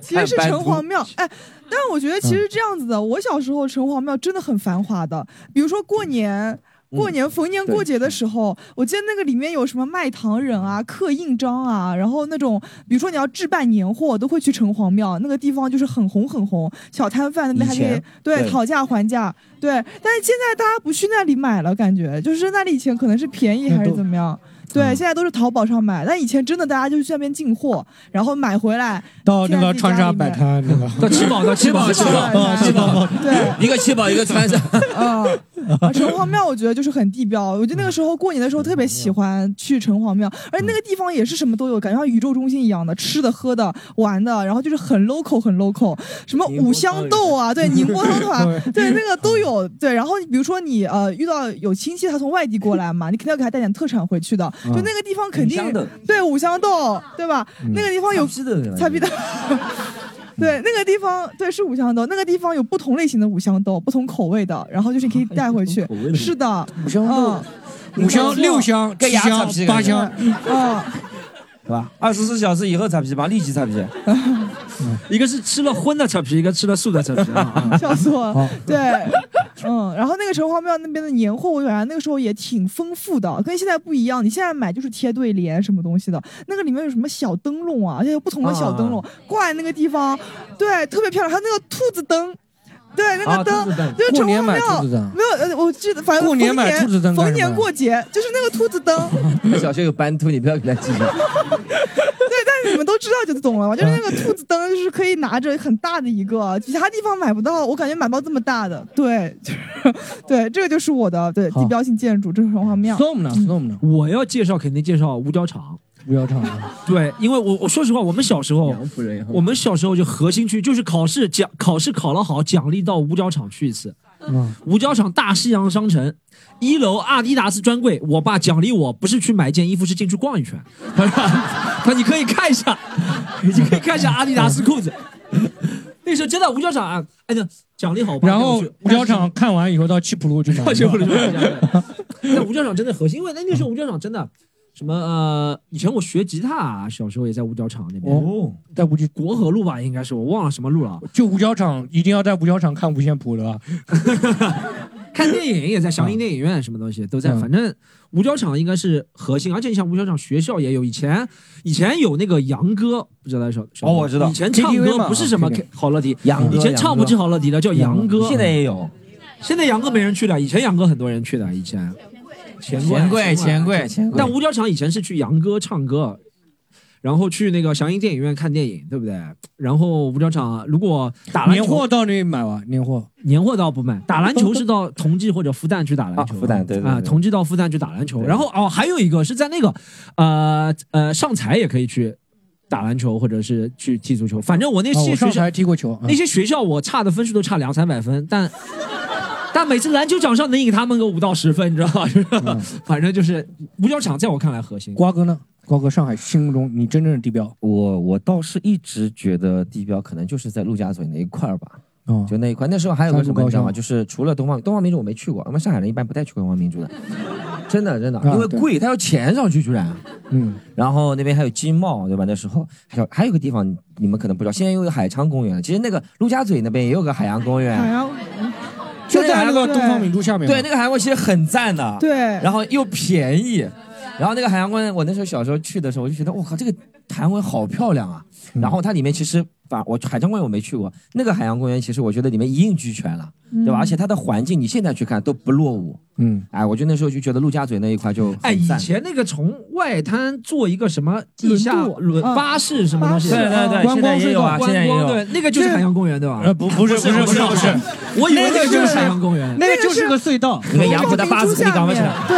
其实是城隍庙。哎，但我觉得其实这样子的，我小时候城隍庙真的很繁华的，比如说过年。过年逢年过节的时候，我记得那个里面有什么卖糖人啊、刻印章啊，然后那种比如说你要置办年货，都会去城隍庙那个地方，就是很红很红。小摊贩那边还可以以前对对讨价还价，对。但是现在大家不去那里买了，感觉就是那里以前可能是便宜还是怎么样。嗯对，现在都是淘宝上买，但以前真的大家就去那边进货，然后买回来到那贴在个自己川家沙里摆面摊那个，到七宝，到七 宝，七宝，七宝，对，一个七宝，一个川 上。啊，啊城隍庙我觉得就是很地标，我觉得那个时候过年的时候特别喜欢去城隍庙，而且那个地方也是什么都有，感觉像宇宙中心一样的，吃的、喝的、玩的，然后就是很 local 很 local，什么五香豆啊，对，宁波汤团，对，那个都有，对，然后比如说你呃遇到有亲戚他从外地过来嘛，你肯定要给他带点特产回去的，就嗯那个地方肯定五香豆对五香豆，对吧嗯？那个地方有擦屁豆对吧擦屁豆。嗯对，那个地方对是五香豆，那个地方有不同类型的五香豆，不同口味的，然后就是你啊可以带回去。是的，五香豆，五香六香跟七牙香擦皮八香，嗯，对吧？二十四小时以后擦皮吧，立即 擦皮。一个是吃了荤的扯皮，一个吃了素的扯 皮啊。笑死我好了。 对，嗯，然后那个城隍庙那边的年货，我感觉那个时候也挺丰富的，跟现在不一样。你现在买就是贴对联什么东西的，那个里面有什么小灯笼啊，而且有不同的小灯笼啊挂在那个地方，对，特别漂亮。还有那个兔子灯。对，那啊个灯,、兔子灯就是过城年隍买庙兔子灯没有，呃，我记得反正过年逢买兔子灯干逢什年么过节就是那个兔子灯，小学有斑秃，你不要给他记着。 对，但是你们都知道就懂了吧？就是那个兔子灯，就是可以拿着很大的一个，其他地方买不到，我感觉买不到这么大的。对，就是对，这个就是我的对地标性建筑，这是城隍庙。 Storm 呢？Storm 呢？我要介绍肯定介绍五角场。五角场，对，因为我我说实话，我们小时候，我们小时候就核心区就是考试奖，考试考了好，奖励到五角场去一次。嗯，五角场大西洋商城一楼阿迪达斯专柜，我爸奖励我不是去买一件衣服，是进去逛一圈。 他说：“他说你可以看一下，你就可以看一下阿迪达斯裤子。” 那时候真的五角场啊，哎，那奖励好。我爸 然后带我去五角场看完以后到七浦路去买，到七浦路去买 那五角场真的核心，因为那那时候五角场真的什么呃，以前我学吉他、啊，小时候也在五角场那边，哦，在五角国河路吧，应该是我忘了什么路了。就五角场一定要在五角场看五线谱的吧？ 看电影也在祥林电影院，什么东西都在，嗯反正五角场应该是核心。而且你想，五角场学校也有，以前以前有那个杨哥，不知道小小哦我知道以前唱 KTV 歌嘛不是什么啊 KTV 好乐迪，杨哥以前唱不是好乐迪的，叫杨杨哥，哥现在也有。现在杨哥没人去了，以前杨哥很多人去的，以前钱钱柜钱柜钱柜但五角场以前是去杨哥唱歌，然后去那个祥鹰电影院看电影，对不对？然后五角场如果打篮球年货到那里买吧，年货年货倒不买，打篮球是到同济或者复旦去打篮球，复旦对对啊，对同济到复旦去打篮球。然后哦，还有一个是在那个呃呃上财也可以去打篮球，或者是去踢足球。反正我那啊些我学上校台踢过球，嗯那些学校我差的分数都差两三百分，但但每次篮球场上能赢他们个五到十分，你知道吧？就是嗯 反正就是五角场在我看来核心。瓜哥呢？瓜哥，上海心目中你真正的地标？我我倒是一直觉得地标可能就是在陆家嘴那一块儿吧。哦就那一块，那时候还有个什么，你知道三吗？路高校就是除了东方东方明珠，我没去过。我们上海人一般不太去东方明珠的，啊真的真的，因为对贵，他要钱上去居然。啊嗯，然后那边还有金茂，对吧？那时候还有还有一个地方你们可能不知道，现在又有海昌公园。其实那个陆家嘴那边也有个海洋公园，洋就在那个东方明珠下面嘛。对，那个海洋公园其实很赞的，对然后又便宜，然后那个海洋公园，我那时候小时候去的时候，我就觉得，我靠，这个海洋公园好漂亮啊！嗯然后它里面其实把我海洋公园我没去过，那个海洋公园其实我觉得里面一应俱全了，对吧？嗯而且它的环境你现在去看都不落伍，嗯，哎，我就那时候就觉得陆家嘴那一块就哎，很以赞。前那个从外滩坐一个什么地下轮渡轮嗯巴士什么东西，巴士对对对观光现在也有啊隧道观现在也有光对，那个就是海洋公园对吧？呃不不是不是不是不是我以为那个就是是海洋公园，那个就是个隧道你们杨浦的巴士可以搞不起来对，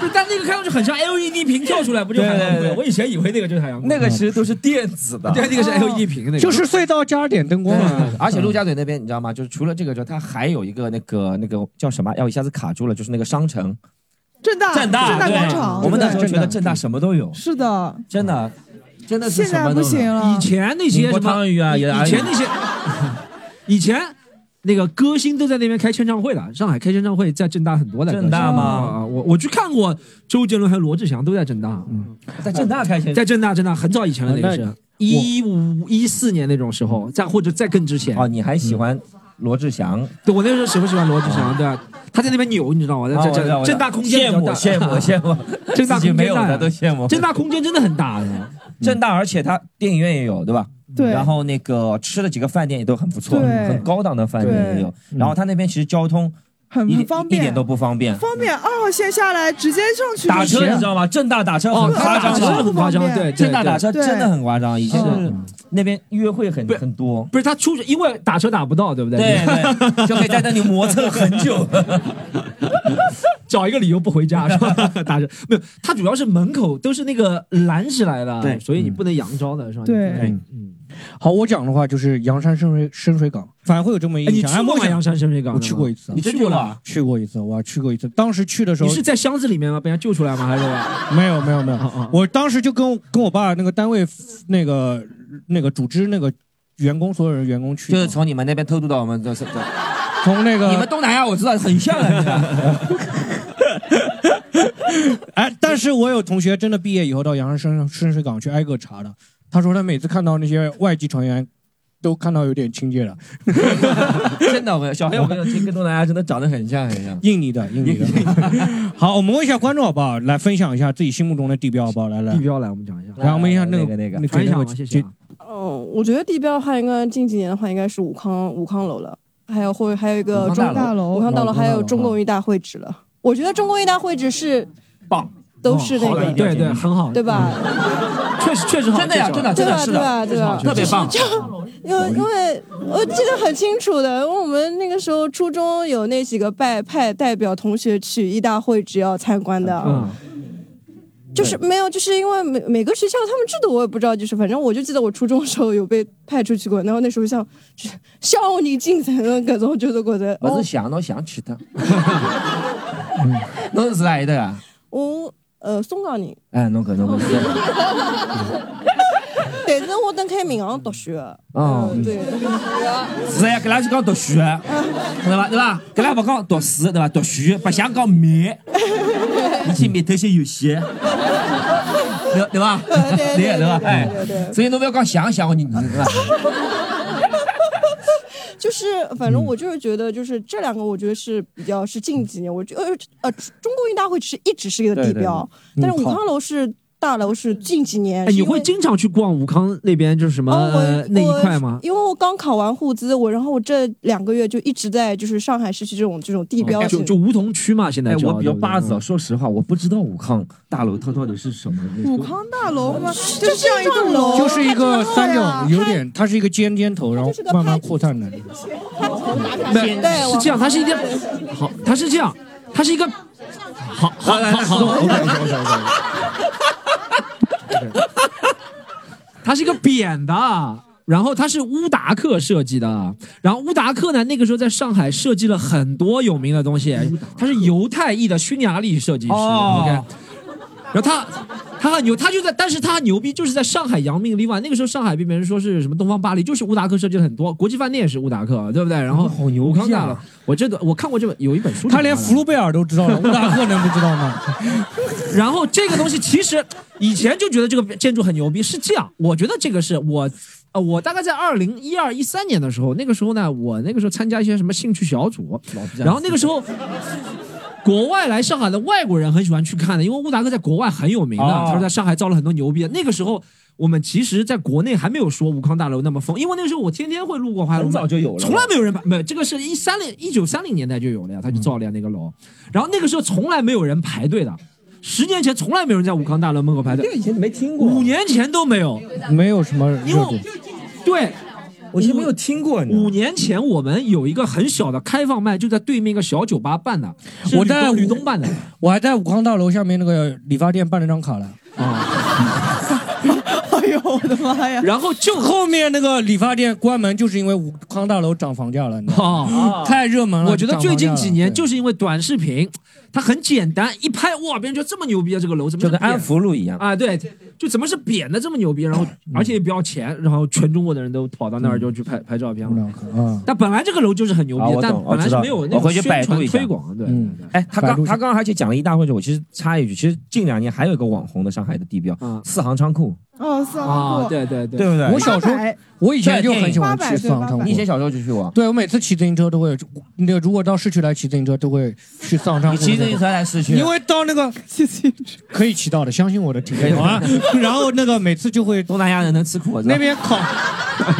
不是，但那个看上去很像 LED 屏跳出来，不就是海洋公对园？对对我以前以为那个就是海洋公那园，个其实都是电子的，对那个是 LED 屏那个就是隧道加点灯光嘛对。而且陆家嘴那边你知道吗？就是除了这个之后，它还有一个那个那个叫什么？哎要一下子卡住了，就是那个商城，正大正大大对广场，我们那时候对觉得正大什么都有，是的，真的。真的是现什在么不都有行了，宁波汤鱼啊，也以前那 些，以前那个歌星都在那边开签唱会的，上海开签唱会在正大很多的。正大吗啊我我去看过周杰伦还有罗志祥都在正大，嗯嗯在正大开签在正大正大很早以前哦了，那个啊是那一五一四年那种时候，再或者再更之前。哦，你还喜欢罗志祥？对我那时候喜不喜欢罗志祥？对啊，他在那边扭，你知道吗？啊在我知道正我知正道大空间比较大羡慕 羡 慕羡慕正大自己空间没有大呀的都羡慕正大空间真的很大的。 正大，而且它电影院也有，对吧？对然后那个吃的几个饭店也都很不错，对很高档的饭店也有。然后它那边其实交通很一点方便一点都不方便。方便二号线下来直接上去就打车行你知道吗？正大打车很夸张打的，车很夸张对对正大打车对真的很夸张。以前嗯就是那边约会很很多，不是他出去，因为打车打不到，对不对？对对，就可以在那里磨蹭很久。找一个理由不回家是吧？打着没有，他主要是门口都是那个拦起来的，对所以你不能扬招的是吧？对哎，好，我讲的话就是阳山深水深水港，反正会有这么一个你印去象。哎，过梦吗？想阳山深水港，我去过一次，你真去过了？？去过一次，我去过一次。当时去的时候，你是在箱子里面吗？被人救出来吗？还是没有没有没有，我当时就跟跟我爸那个单位那个那个组织那个员工所有人员工去，就是从你们那边偷渡到我们这，这这从那个你们东南亚我知道很像啊。哎，但是我有同学真的毕业以后到阳山深水港去挨个查的，他说他每次看到那些外籍船员，都看到有点亲切了。 真的，我小黑我跟你说，跟东南亚真的长得很像很像。印尼 的，印尼的。好，我们问一下观众好不好？来分享一下自己心目中的地标好不好？来来，地标来，我们讲一下。来，我们一下那个那个那传一下个吧谢谢啊这嗯，我觉得地标的话，应该近几年的话，应该是武康武康楼了，还有会还有一个武康中大楼武康大楼，哦武康大楼还有中共一大会址了。我觉得中共一大会址是棒，都是那好的个，对对，很好，对吧？确实确实好，嗯真的呀确实好真的呀真确实的呀真的好呀确实好真的呀特别棒。因为因为我记得很清楚的，因为我们那个时候初中有那几个派派代表同学去一大会址要参观的，啊嗯，就是没有，就是因为每每个学校他们制度我也不知道，就是反正我就记得我初中的时候有被派出去过，然后那时候像就是 校你进城的各种就是觉得我哦是，想到想去的， 侬是哪里的啊？我呃松江 人，哎，侬可能不是。但是我等开闵行读书，哦，对，是呀，搿拉就讲读书，对伐？对伐？搿拉勿讲读书，对伐？读书白相讲迷，你去迷头些游戏，对对伐？对对对伐？对哎对对，对所以侬勿要讲想想你，啊对伐？就是反嗯正我就是觉得就是这两个我觉得是比较是近几年，我觉得呃呃中共一大会是一直是一个地标，对对对但嗯是武康好楼是。大楼是近几年哎，你会经常去逛武康那边，就是什么、呃那一块吗我？？因为我刚考完沪资，我然后我这两个月就一直在就是上海市区这种这种地标哦就性。就梧桐区嘛，现在哎，叫我比较对不对巴子啊，说实话，我不知道武康大楼它到底是什么。武康大楼吗？就这是这样一是一栋幢楼，就是一个三角，有它点，它是一个尖尖头，然后慢慢扩散的。不是是这样，它是一个好，它是这样，它是一个好好好好好它是一个扁的，然后它是乌达克设计的，然后乌达克呢，那个时候在上海设计了很多有名的东西，他是犹太裔的匈牙利设计师、哦 o k 然后他他很牛，他就在，但是他牛逼就是在上海扬名立万。那个时候上海被别人说是什么东方巴黎，就是乌达克设计了很多，国际饭店也是乌达克，对不对？然后好牛逼啊我这个我看过这本有一本书，他连福禄贝尔都知道了，乌达克能不知道吗？然后这个东西其实以前就觉得这个建筑很牛逼，是这样。我觉得这个是我，呃，我大概在二零一二一三年的时候，那个时候呢，我那个时候参加一些什么兴趣小组，然后那个时候。国外来上海的外国人很喜欢去看的，因为乌达克在国外很有名的，哦他说在上海造了很多牛逼的。那个时候，我们其实在国内还没有说武康大楼那么疯，因为那个时候我天天会路过华很东，早就有了从来没有人拍，没有这个是一三零一九三零年代就有了呀，他就造了呀那个楼，然后那个时候从来没有人排队的。十年前从来没有人在武康大楼门口排队，这个以前没听过。五年前都没有，没有什么热因为度。对，我其实没有听过。五年前我们有一个很小的开放麦，就在对面一个小酒吧办的，是我吕在东吕东办的。我还在武康大楼下面那个理发店办了张卡了。啊！哎呦我的妈呀！然后就后面那个理发店关门，就是因为武康大楼涨房价了，你 知道吗？哦太热门了。我觉得涨最房价近了几年就是因为短视频，它很简单，一拍哇，别人觉得这么牛逼啊，这个楼怎么 就跟安福路一样啊？对，就怎么是扁的这么牛逼，然后而且也不要钱，然后全中国的人都跑到那儿就去拍拍照片了。嗯嗯啊，但本来这个楼就是很牛啊逼我，但懂我本来知是道没有那种我回去百宣传度一下推广的。对，嗯哎，他刚他刚刚而且讲了一大会儿，我其实插一句，其实近两年还有一个网红的上海的地标，啊四行仓库。哦，四啊行库，啊对对对对不对我小时候八百，我以前就很喜欢八去百四行仓库。你以前小时候就去过？对，我每次骑自行车都会，那个如果到市区来骑自行车，都会去四行仓库那边。你骑自行车来市啊区 因为到那个可以骑到的，相信我的体力好啊。 然后那个每次就会东南亚人能吃苦，啊那边烤，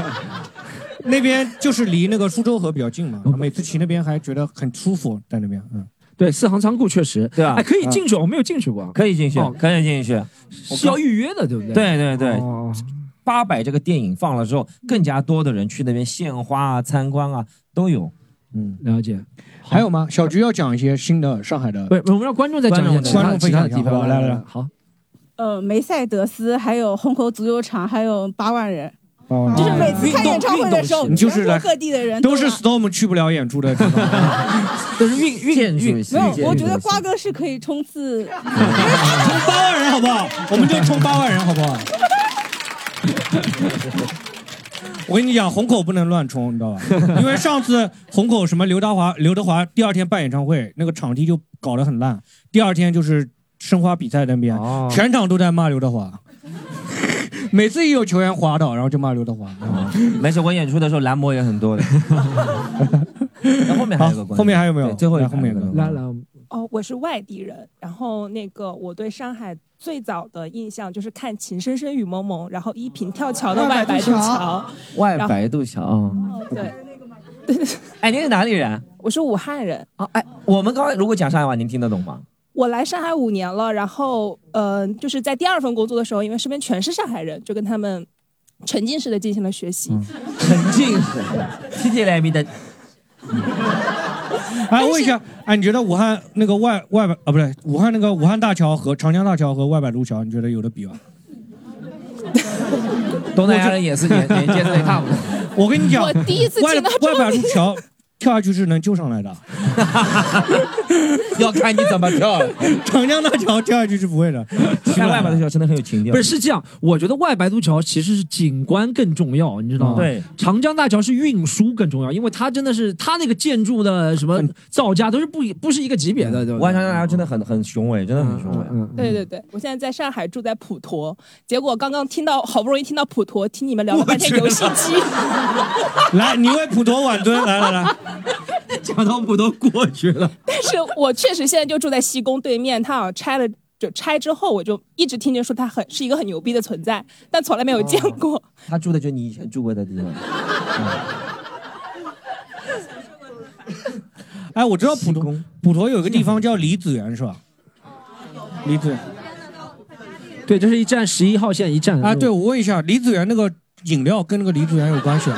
那边就是离那个苏州河比较近嘛，每次骑那边还觉得很舒服，在那边嗯。对，四行仓库确实，对啊哎，可以进去，我没有进去过，可以进去哦，可以进去，是要预约的，对不对？对对对。哦八百这个电影放了之后，更加多的人去那边献花啊、参观啊，都有。嗯，了解。还有吗？小菊要讲一些新的上海的，对，我们让观众再讲一下其他观众分其他享的一下，好地不好方。来来来， 好，呃，梅赛德斯，还有虹口足球场，还有八万人，哦就是每次看演唱会的时候，你就是全国来各地的人都是来 storm 去不了演出的地方， 都是运运运没有，我觉得瓜哥是可以冲 刺，冲八万人好不好？我们就冲八万人好不 好？我跟你讲，虹口不能乱冲，你知道吧？因为上次虹口什么刘德华，刘德华第二天办演唱会，那个场地就搞得很烂。第二天就是申花比赛那边，哦全场都在骂刘德华。 每次一有球员滑倒，然后就骂刘德华。 没事，我演出的时候蓝魔也很 多的。然后后面还有个观众，后面还有没有对最后一来后面有没有来来，哦，我是外地人，然后那个我对上海最早的印象就是看《情深深雨蒙蒙》，然后依萍跳桥的外白白渡渡桥哦桥，外白渡桥。对，哎，您是哪里人？我是武汉人。哦，哎，我们刚才如果讲上海话，您听得懂吗？我来上海五年了，然后呃，就是在第二份工作的时候，因为身边全是上海人，就跟他们沉浸式的进行了学习。沉浸式，T T 来咪的。哎，问一下，哎，你觉得武汉那个外外白啊，不对，武汉那个武汉大桥和长江大桥和外白渡桥，你觉得有的比吗？ 东南亚人也是年年纪的差不多。 我跟你讲，我第一次外听到这外么百渡桥跳下去是能救上来的， 要看你怎么跳。长江大桥跳下去是不啊会 的。看外白渡桥真的很有情调。不是是这样，我觉得外白渡桥其实是景观更重要，你知道吗？嗯对，长江大桥是运输更重要，因为它真的是它那个建筑的什么造价都是不一不是一个级别的，对吧？外长江大桥真的很很雄伟，真的很雄伟。嗯对对对，我现在在上海住在普陀，结果刚刚听到好不容易听到普陀，听你们聊了半天游戏机，来，你为普陀晚蹲，来来来，讲到普陀过去了。但是我确实现在就住在西宫对面，他好像拆了。就拆之后，我就一直听见说他很是一个很牛逼的存在，但从来没有见过。他住的就是你以前住过的地方。哎，我知道普陀普陀有一个地方叫李子园是吧？李子园，哦对，这是一站十一号线一站啊。对，我问一下，李子园那个饮料跟那个李子园有关系吗？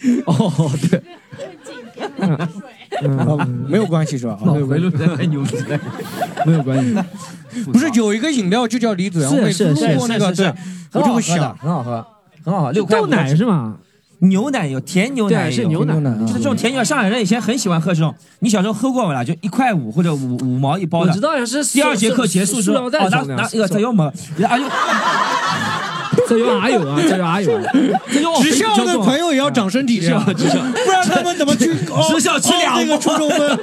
哦，对，嗯没有关系是吧？脑回路在卖牛逼，没有关系。不是有一个饮料就叫李子园，我每次是是路过那个，是是对是，我就会很好想，喝的很好喝，很好喝，六块豆奶是吗？牛奶有甜牛奶对有，是牛奶牛奶啊嗯就是这种甜牛奶。上海人以前很喜欢喝这种，你小时候喝过没啦？就一块五或者五五毛一包的。我知道是第二节课结束之后，塑塑料袋哦，拿装的拿一个再 用嘛，哎呦， 这有哪哎 有啊？这有哪有啊？这有职校的朋友也要长身体的呀，职校职校不然他们怎么去？哦职校吃哦两那个初中分，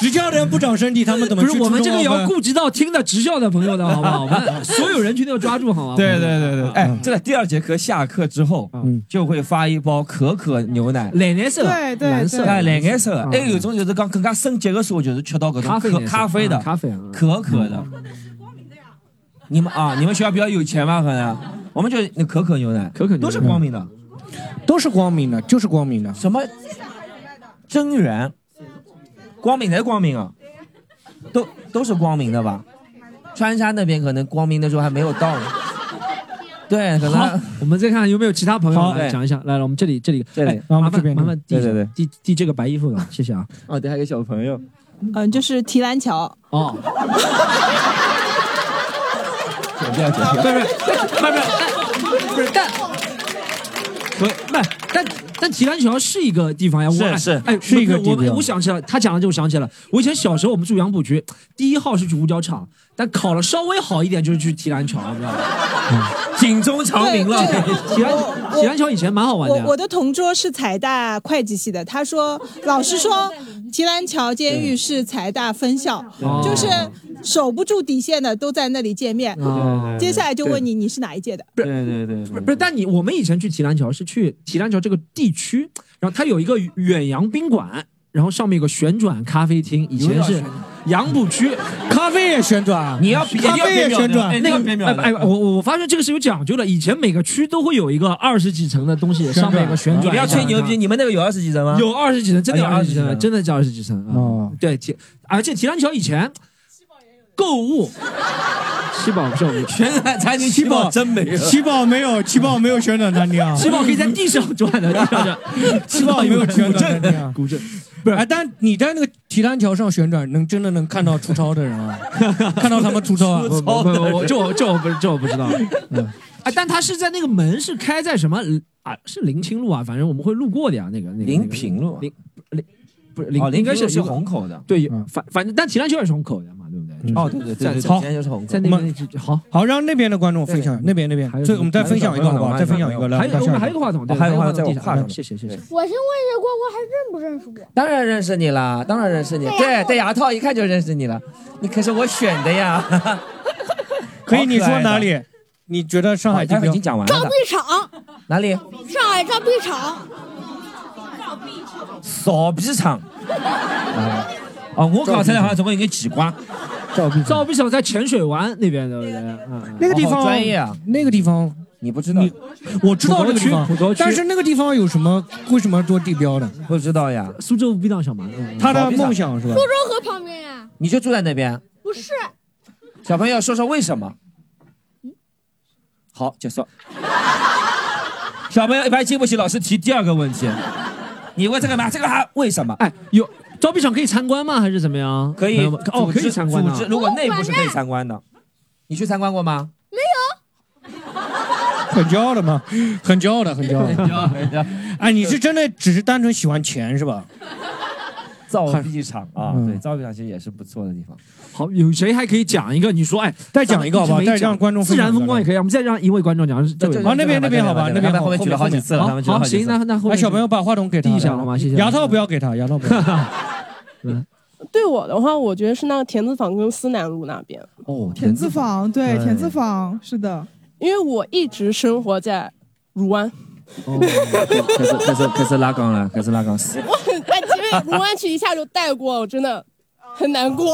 职校的人不长身体，他们怎么不去是啊我们这个也要初中顾及到听的职校的朋友的好不好？我 们所有人群都要抓住好吗？啊对对对对，哎，真的，第二节课下课之后，就会发一包可可牛奶，蓝嗯颜色对对蓝色对哎，蓝颜色的嗯。还有一种就是刚更加升级的时候，就是吃到各种咖啡可颜色咖啡的、嗯咖啡嗯可可的。你们啊，你们学校比较有钱吗？可能我们就是那可可牛奶，可可都是光明的，都是光明的，就是光明的。什么真源？光明的光明啊，都都是光明的吧？川沙那边可能光明的时候还没有到呢。对，可好能，我们再看有没有其他朋友好来对讲一下。来了，我们这里这里，这里哎然后我麻们这烦边麻烦递对对对递递这个白衣服的，谢谢啊。哦，对，还有个小 朋友。嗯，就是提篮桥。哦，剪掉剪不是掉不是不是不是但不是但。不，不，但但提篮桥是一个地方呀，是我是哎，是一个不我地标我想起来，他讲了就想起来了。我以前小时候我们住杨浦区，第一号是去五角场，但考了稍微好一点就是去提篮桥，你知道吗？嗯警钟长鸣了对对 提篮提篮桥以前蛮好玩的呀我。我的同桌是财大会计系的，他说老师说提篮桥监狱是财大分校，哦就是守不住底线的都在那里见面哦。接下来就问你你是哪一届的？对对对，不是，但你我们以前去提篮桥是去提篮桥这个地区，然后它有一个远洋宾馆，然后上面有个旋转咖啡厅，以前是杨浦区，咖啡也旋转，你要比咖啡也旋转那哎你要别个秒的哎哎，我我我发现这个是有讲究的，以前每个区都会有一个二十几层的东西，上面有个旋转，你不要吹牛逼，你们那个有二十几层吗？有二十几层，真的有啊二十几有层， 20真的叫二十几层啊！哦，对，提而且提篮桥以前购物，七宝不是我们旋转餐厅七宝真没有七宝没有，七宝没有旋转餐厅啊，，七宝可以在地上转的，地上转七宝没有旋转餐厅啊，古镇。不是，哎，但你在那个提篮桥上旋转，能真的能看到出超的人啊？看到他们出超啊？不不不，我这我这我不这我不知道。嗯，啊，但它是在那个门是开在什么啊？是临清路啊，反正我们会路过的呀。那个那个临平路，临临不是临哦，应该是是是虹口的。对，反反正但提篮桥也是虹口的嘛，对不对？哦，对对对对，好现在就是虹口。在那边好好，让那边的观众分享，那边那边，所以我们再分享一个好不好？再分享一个，来，还有们我下们还有一个话筒，对哦还有话话筒在我地上话筒谢谢谢谢。我是问人过，我还认不认识我？当然认识你啦，当然认识你。对，戴牙套一看就认识你了。你可是我选的呀。 可以，你说哪里？你觉得上海好他地标已经讲完了照的壁。场，哪里？上海照壁场，扫帚厂。啊哦，我搞出来好像总共有个几瓜。照壁照壁场在浅水湾那边，对不对？嗯那个地方专业啊，那个地方你不知道，我知道那普陀个地区方普陀，区但是那个地方有什么？呃为什么做地标呢？不知道呀。苏州无壁荡小蛮，嗯他的梦想是吧苏？州河旁边呀、你就住在那边。不是，小朋友说说为什么？好，结束。小朋友一般经不起老师提第二个问题，你问这个嘛？这个还为什么？哎，有照壁场可以参观吗？还是怎么样？可以朋友们哦，组可织以参观的组织。如果内部是可以参观的，你去参观过吗？没有，很骄傲的吗？很骄傲的，很骄傲很骄傲很骄的。哎，你是真的只是单纯喜欢钱是吧？造币厂啊，对，造币厂其实也是不错的地方。嗯好，有谁还可以讲一个？你说，哎，再讲一个好不好咱们直没再让观众自分享然风光也可以。我们再让一位观众讲，这位好，那边那边好吧，那边好好好，行，那那后面哎小朋友把话筒给他递一下好吗？谢谢。牙套不要给他，牙套不要。对我的话，我觉得是那个田子坊跟思南路那边，哦，田字坊，对，对田字坊是的。因为我一直生活在卢湾。哦开始 开始开始拉杠了，开始拉杠。我哎，因为卢湾区一下就带过，我真的很难过。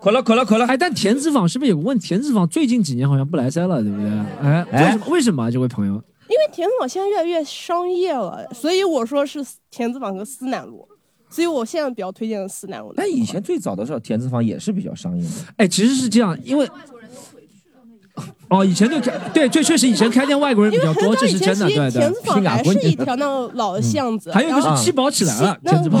可了可了可了！哎，但田子坊是不是有个问题？田子坊最近几年好像不来塞了，对不对？哎，为什么？为什么啊？这位朋友，因为田子坊现在越来越商业了，所以我说是田子坊和思南路，所以我现在比较推荐思南路。那以前最早的时候，田字坊也是比较商业的。哎，其实是这样，因为哦，以前对 对对，确实以前开店外国人比因为较很多，早这以是前真的，其实对田对子。坊还是 一条那种老的巷子，嗯还有一个然是后七宝起来了，那田子坊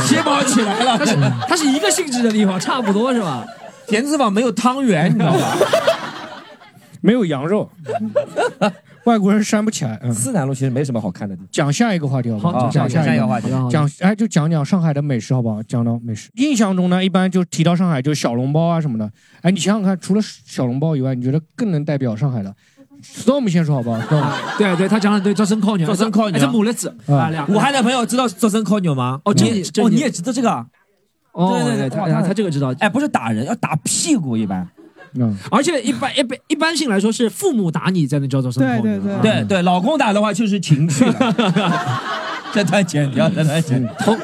七宝起来了，它是它是一个性质的地方，差不多是吧？田字坊没有汤圆，你知道吧？没有羊肉，外国人煽不起来。嗯，思南路其实没什么好 看的地方。讲下一个话题好不好讲讲下下一一个个话题讲哎，就讲讲上海的美食好不好？讲到美食，印象中呢，一般就提到上海就是小笼包啊什么的。哎，你想想看，除了小笼包以外，你觉得更能代表上海的？Storm 先说好不好？Storm， 对对，他讲的对，招生靠牛，招生靠牛嗯哎这母了子，啊两个武汉的朋友知道做生烤牛吗？哦这你你这哦，你你也知道这个啊？哦对对对他哇他这个知道。哎，不是打人，要打屁股一般。嗯，而且一般一般一般性来说是父母打你才能叫招生靠牛，对对对对，老公打的话就是情绪了。 这段剪掉，这段剪。嗯同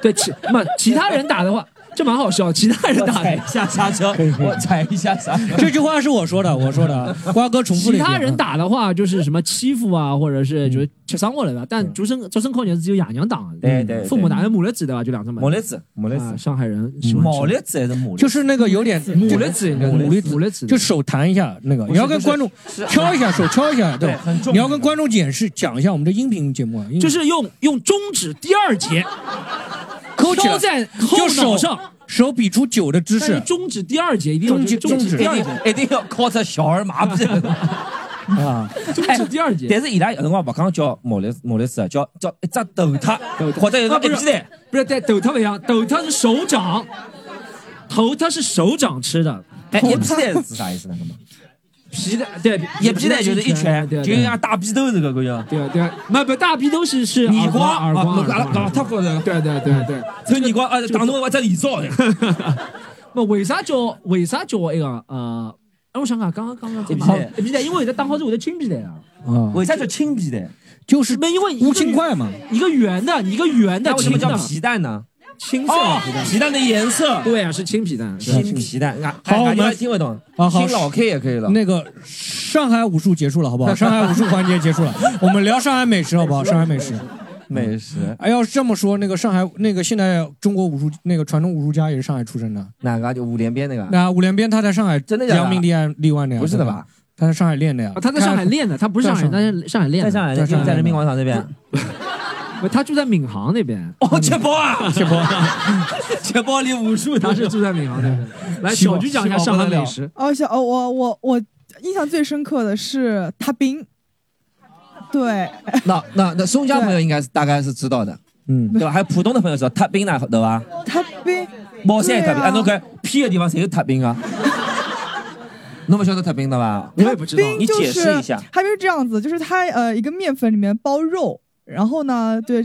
对其那其他人打的话，这蛮好笑，其他人打 我踩一下刹车，我踩一下刹车。这句话是我说的，我说的，瓜哥重复了一其遍。他人打的话就是什么欺负啊，或者是就是吃伤过了吧？但竹生竹生靠牛是只有爷娘打，对对对父母打的母勒子对吧？就两只门。母勒子，母勒子啊，上海人喜欢吃毛栗子还是牡蛎？就是那个有点牡蛎子应该是牡蛎牡蛎子，就手弹一下那个，不是你要跟就是观众是敲一下，手敲一下，对对吧很重？要你要跟观众解释讲一下我们这音频节目啊，就。是用用中指第二节抠起来敲在后就脑手上，手比出九的姿但是势，中指第二节一定要中指中中指指第二节。一定要靠着小儿麻痹啊！哎，第二节但是伊拉有辰光勿讲叫毛栗毛栗子，啊叫叫一只豆塔，或者有啊 个不一是记蛋。不是，但抖它不一样，抖它是手掌，头它是手掌吃的。哎，一皮蛋是啥意 思呢？皮蛋对，一皮蛋就是一拳，对就像大逼斗这个感觉。对对， 那不大逼斗是是耳耳光光耳光，啊老老他过的。对对对对，所以你光啊，打侬我这里造的。 那为啥叫为啥叫那个呃？哎，我想想，刚刚刚刚一皮蛋一皮蛋，因为有的打好是我的青皮蛋啊。啊，为啥叫青皮蛋？就是那因为乌青块嘛，一个圆的，一个圆的那为什青么的叫皮蛋呢？青色色的的皮皮蛋蛋，皮蛋的颜色。对啊，是青皮蛋，青对皮蛋啊好哎我们大家听不懂啊，好，听老 K 也可以了。那个上海武术结束了，好不好？上海武术环节结束了，我们聊上海美食，好不好？上海美食。 美食，哎，要是这么说，那个上海那个现在中国武术那个传统武术家也是上海出身的。哪个就五连鞭那个？那五连鞭他在上海真的假的扬名立万立万的呀？不是的吧？他在上海练的呀啊。他在上海练的，他不是上海人，在他是上海练的，在上哎海练上海在人民广场那边。不，他住在闵行那边。哦，切包啊，切包，切包里武术，他是住在闵行那边。来，小菊讲一下上海美食。哦，小哦，我我我印象最深刻的是踏冰，对，那那那松江朋友应该是大概是知道的，嗯，对吧？还有浦东的朋友知道塔冰呢，对吧？踏冰，茅山塔对冰，啊哎，侬看偏的地方侪有塔冰啊。侬不晓得塔冰的吧？我也不知道，你就解是啊释一下。它就是这样子，就是它呃一个面粉里面包肉，然后呢，对，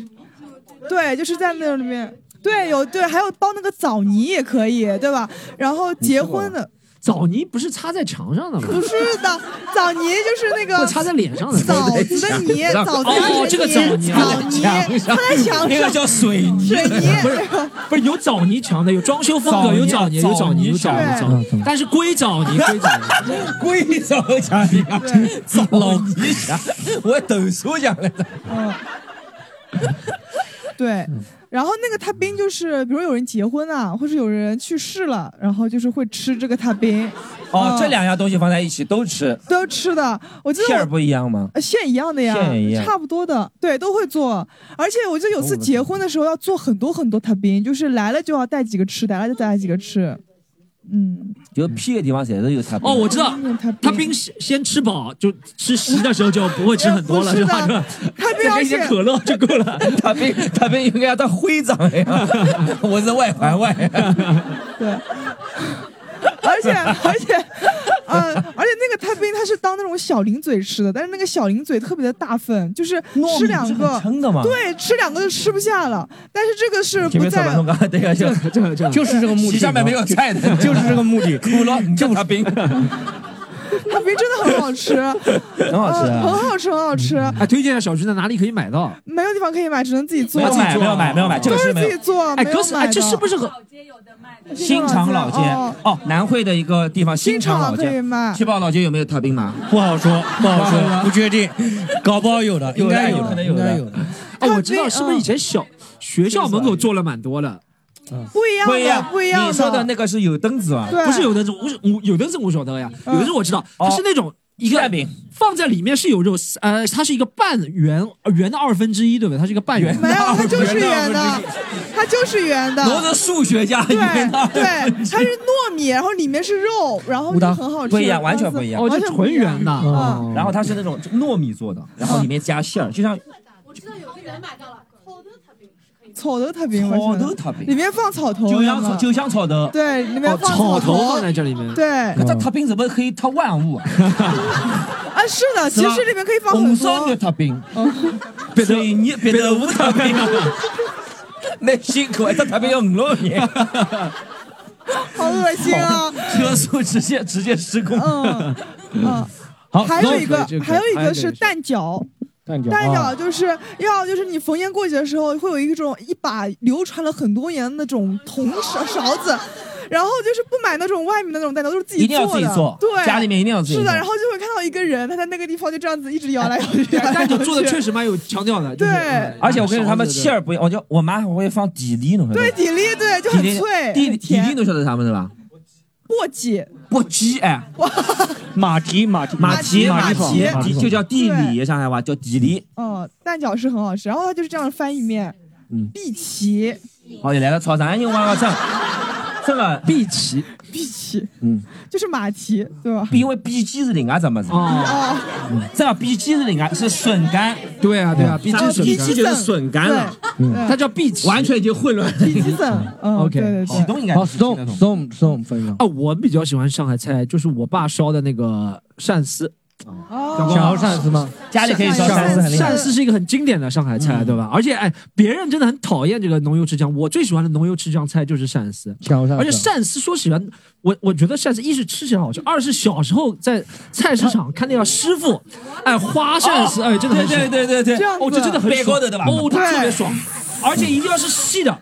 对，就是在那里面，对，有对，还有包那个枣泥也可以，对吧？然后结婚的。枣泥不是擦在墙上的吗？不是的，枣泥就是 那个会擦在脸上的枣子的泥，枣子哦，这个枣泥，枣泥，它在墙上，那个叫水泥，水泥不是不是有枣泥墙的，有装修风格，有枣泥，有枣泥，有枣泥，枣泥，但是硅枣泥，硅枣泥，龟早讲一下，老泥下，我抖手讲来的。嗯对，然后那个踏冰就是，比如有人结婚啊，或是有人去世了，然后就是会吃这个踏冰。哦嗯，这两样东西放在一起都吃，都吃的，我记馅得儿我不一样吗？呃馅一样的呀，馅也一样哦差不多的，对，都会做。而且我记得有次结婚的时候要做很多很多踏冰，就是来了就要带几个吃，来了就带几个吃。就偏的地方侪是有塔冰。哦，我知道，他冰先吃饱，就吃席的时候就不会吃很多了，不是是的吧？他再给一点可乐就够了。塔冰 塔冰应该要到徽章哎呀，我是外环外。对。 而且而且，呃，而且那个太冰它是当那种小零嘴吃的，但是那个小零嘴特别的大份，就是糯吃米两是个很撑的嘛对，吃两个就吃不下了。但是这个是前不面草在板，弄个，对 呀，啊就这这就是这个目的 下面没有菜的，就是这个目的。 苦了，你叫塔冰。海冰真的很 好吃，很好吃啊 呃很好吃，很好吃。哎，推荐小区在哪里可以买到？没有地方可以买，只能自己做。没有买没有买没有买这个都是是没有自己做。哎没有可是买哎这的是不是很新场老街哦哦，南汇的一个地方，新场老新场可以街卖。 七宝老街有没有刨冰麻？不好说，不好说，不确定，搞不好有的，应该有的，可能应有该的有的。哦，我知道，是不是以前小学校门口做了蛮多的？不一样的不一样的你说的那个是有凳子吧？啊不是有的是我是我有的是我晓得呀，有嗯的是我知道，它是那种一个饼放在里面是有肉，呃，它是一个半圆圆的二分之一，对不对？它是一个半圆，没有，它就是圆的，它就是圆的。罗德数学家对圆的对，它是糯米，然后里面是肉，然后就很好吃，不一样，完全不一样，完全不一样。的哦嗯然后它是那种糯米做的，然后里面加馅儿，就像草头塔饼，草头塔饼里面放草头，就像草就像像草的。对，里面哦放草头头放在这里面对，可这塔饼怎么可以它万物啊？啊，是的，是其吧实里面可以放红很烧肉多。塔饼，别的你别的无塔饼，那辛苦啊，这塔饼要五六年， 好恶心 啊！车速直接直接失控。嗯嗯还有一个，还有一个是蛋饺。蛋饺，蛋啊饺就是要就是你逢年过节的时候会有一种一把流传了很多年的那种铜勺勺子，然后就是不买那种外面的那种蛋饺，都是自己一定要做自的，己做对，家里面一定要自己是的，做然后就会看到一个人他在那个地方就这样子一直摇来摇哎去，但是做的确实蛮有腔调的，就是对嗯而且我跟你说，他们馅儿不一样，我就我妈还会放底梨，侬晓得对吧？底粒对就很底梨脆，底底梨侬晓得是啥么子吧？簸箕，簸箕哎，马蹄马蹄马蹄马蹄蹄蹄就叫地对理，上海话叫地理。嗯，蛋饺是很好吃，然后它就是这样翻一面，嗯，碧琪，好，你来了，潮汕人玩 个真，真的碧琪，碧琪，嗯，就是马蹄，对吧？因为碧鸡是另外只啊么子，哦，这碧鸡是另外啊是笋干，对啊对啊碧鸡鸡笋干就是笋干了，哦对嗯它叫碧鸡，完全已经混乱了。碧鸡笋，嗯，OK，启动应该好，Stone Stone Stone 分享啊，我比较喜欢上海菜，就是我爸烧的那个鳝丝。哦想要鳝丝吗家里可以烧鳝鳝丝很厉害鳝丝是一个很经典的上海菜，对吧？而且哎，别人真的很讨厌这个浓油赤酱，我最喜欢的浓油赤酱菜就是鳝丝。想要鳝而且丝鳝丝说起来，我我觉得鳝丝一是吃起来好吃，二是小时候在菜市场看那个师傅，哎，花鳝丝，哎，真的很爽哦对对对对对这样子哦，这真的很背锅爽的对吧哦，这特别对爽，而且一定要是细的，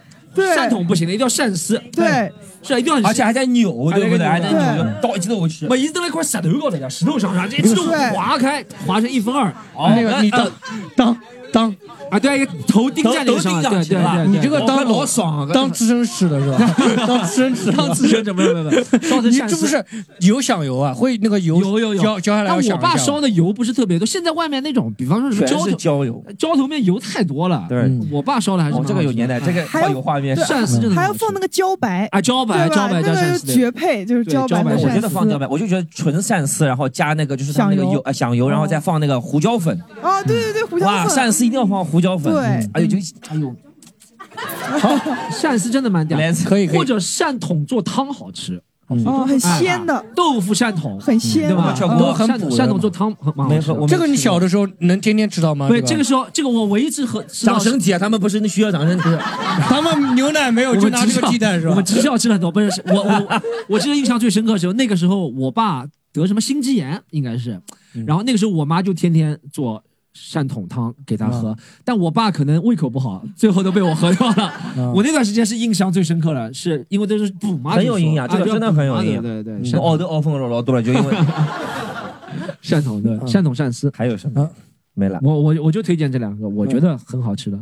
扇筒不行的，一定要鳝丝，对，是啊，一定要很细，而且还在扭，对不对？还在扭，就倒一记头回去。每一蹬了一块石头高头，石头上上，这石头划开，划成一分二。哦那个你当当当啊，对啊，一个头钉在那个头上，头钉对上去对了对，你这个当老爽啊，当资深吃的是吧？当资深吃，当资深吃没有没有没有烧的你鳝这不丝是油想油啊？会那个油有有有浇浇下来要但我想一爸下烧的油不是特别多，现在外面那种，比方说什么全浇是头浇油，浇头面油太多了。对嗯我爸烧的还是哦蛮这个有好吃的年代这个哎好有画面对鳝丝真的很还要好吃放那个茭白啊茭白对吧茭白那蘸鳝个丝绝配，就是对茭白的我觉得放鳝茭丝。白，我就觉得纯鳝丝，然后加那个就是它那个香油油呃香油，然后再放那个胡椒粉。啊，对对对，胡椒哇，粉。鳝丝一定要放胡椒粉。对嗯哎呦就哎呦， 鳝丝真的蛮屌，可以可以或者鳏筒做汤好吃。哦很鲜的哎豆腐鳝筒，很鲜对吧？嗯嗯都很鳝补筒的鳝筒嘛做汤很蛮好没吃喝的。这个你小的时候能天天吃到吗？啊对，吧这个时候，这个我唯一吃喝长身体啊，他们不是需要长身体。他们牛奶没有，我就们拿这个职鸡蛋校是吧？我们职校吃了很多，不是是我我 我记得印象最深刻的时候，那个时候我爸得什么心肌炎，应该是，然后那个时候我妈就天天做鳝筒汤给他喝，但我爸可能胃口不好，最后都被我喝掉了。我那段时间是印象最深刻的，是因为这是补嘛，很有营养，就这是说个真的很有营养。啊对对嗯对，我熬都熬疯了老多了，就因为鳝筒对鳝筒鳝丝，还有什么嗯没了？我嗯我我就推荐这两个，我觉得很好吃的。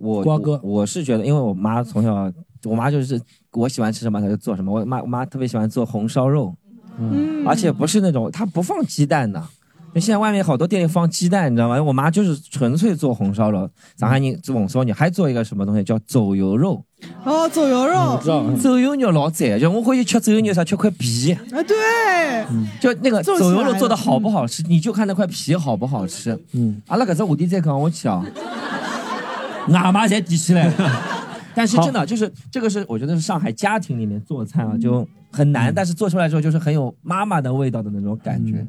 我瓜哥我我是觉得，因为我妈从小，我妈就是我喜欢吃什么她就做什么。我妈我妈特别喜欢做红烧肉，嗯而且不是那种她不放鸡蛋的。因为现在外面好多店里放鸡蛋，你知道吗？我妈就是纯粹做红烧肉。上海人做红烧肉还做一个什么东西叫走油肉，哦，走油肉。嗯走油肉老赞，就我回去吃走油肉啥，吃块皮。啊，对。嗯就那个做走起来油肉做的了嗯好不好吃，你就看那块皮好不好吃。嗯，阿拉搿只话题再讲下 去啊，俺妈侪提起来了。但是真的就是这个是我觉得是上海家庭里面做菜嗯啊就很难，但是做出来之后就是很有妈妈的味道的那种感嗯觉。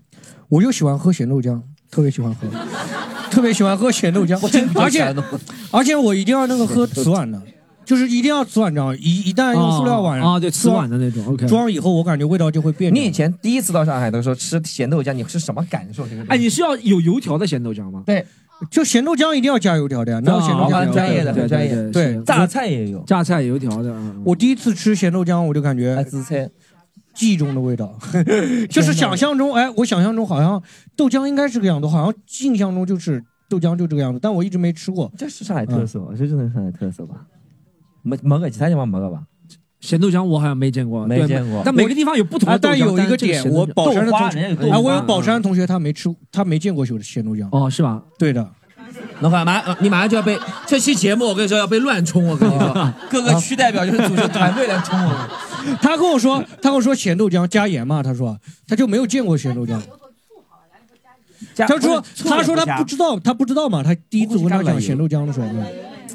我就喜欢喝咸豆浆，特别喜欢喝，特别喜欢喝咸豆浆 我真，不而喜且欢喝而且我一定要那个喝瓷碗的，就是一定要瓷碗装，一一旦用塑料碗啊，对，瓷碗的那种。OK，装以后我感觉味道就会变。你以前第一次到上海的时候吃咸豆浆，你是什么感受？这个哎，你是要有油条的咸豆浆吗？对，就咸豆浆一定要加油条的呀，啊哪有咸豆浆很不加专油业条的，很专业。对，榨菜也有。榨菜油条的。嗯我第一次吃咸豆浆，我就感觉紫菜记忆中的味道， 就是想象中，哎，我想象中好像豆浆应该是个样子，好像印象中就是豆浆就这个样子，但我一直没吃过。这是上海特色吧？这真的是上海特色吧？没没个其他地方没个吧？咸豆浆我好像没见过，没对见过但每个地方有不同啊的豆浆。但有一个这点，咸豆我浆宝山的豆同花学人家有豆啊，我花有宝山同学，他没吃，他没见过咸咸豆浆。哦，是吧？对的。那马马，你马上就要被这期节目，我跟你说要被乱冲，我跟你说，各个区代表就是组织团队来冲我。他跟我说，他跟我说咸豆浆加盐嘛，他说他就没有见过咸豆浆。加他说不是醋他说也他不加不知道，他不知道嘛，他第一次不会跟加他讲奶油咸豆浆的时候，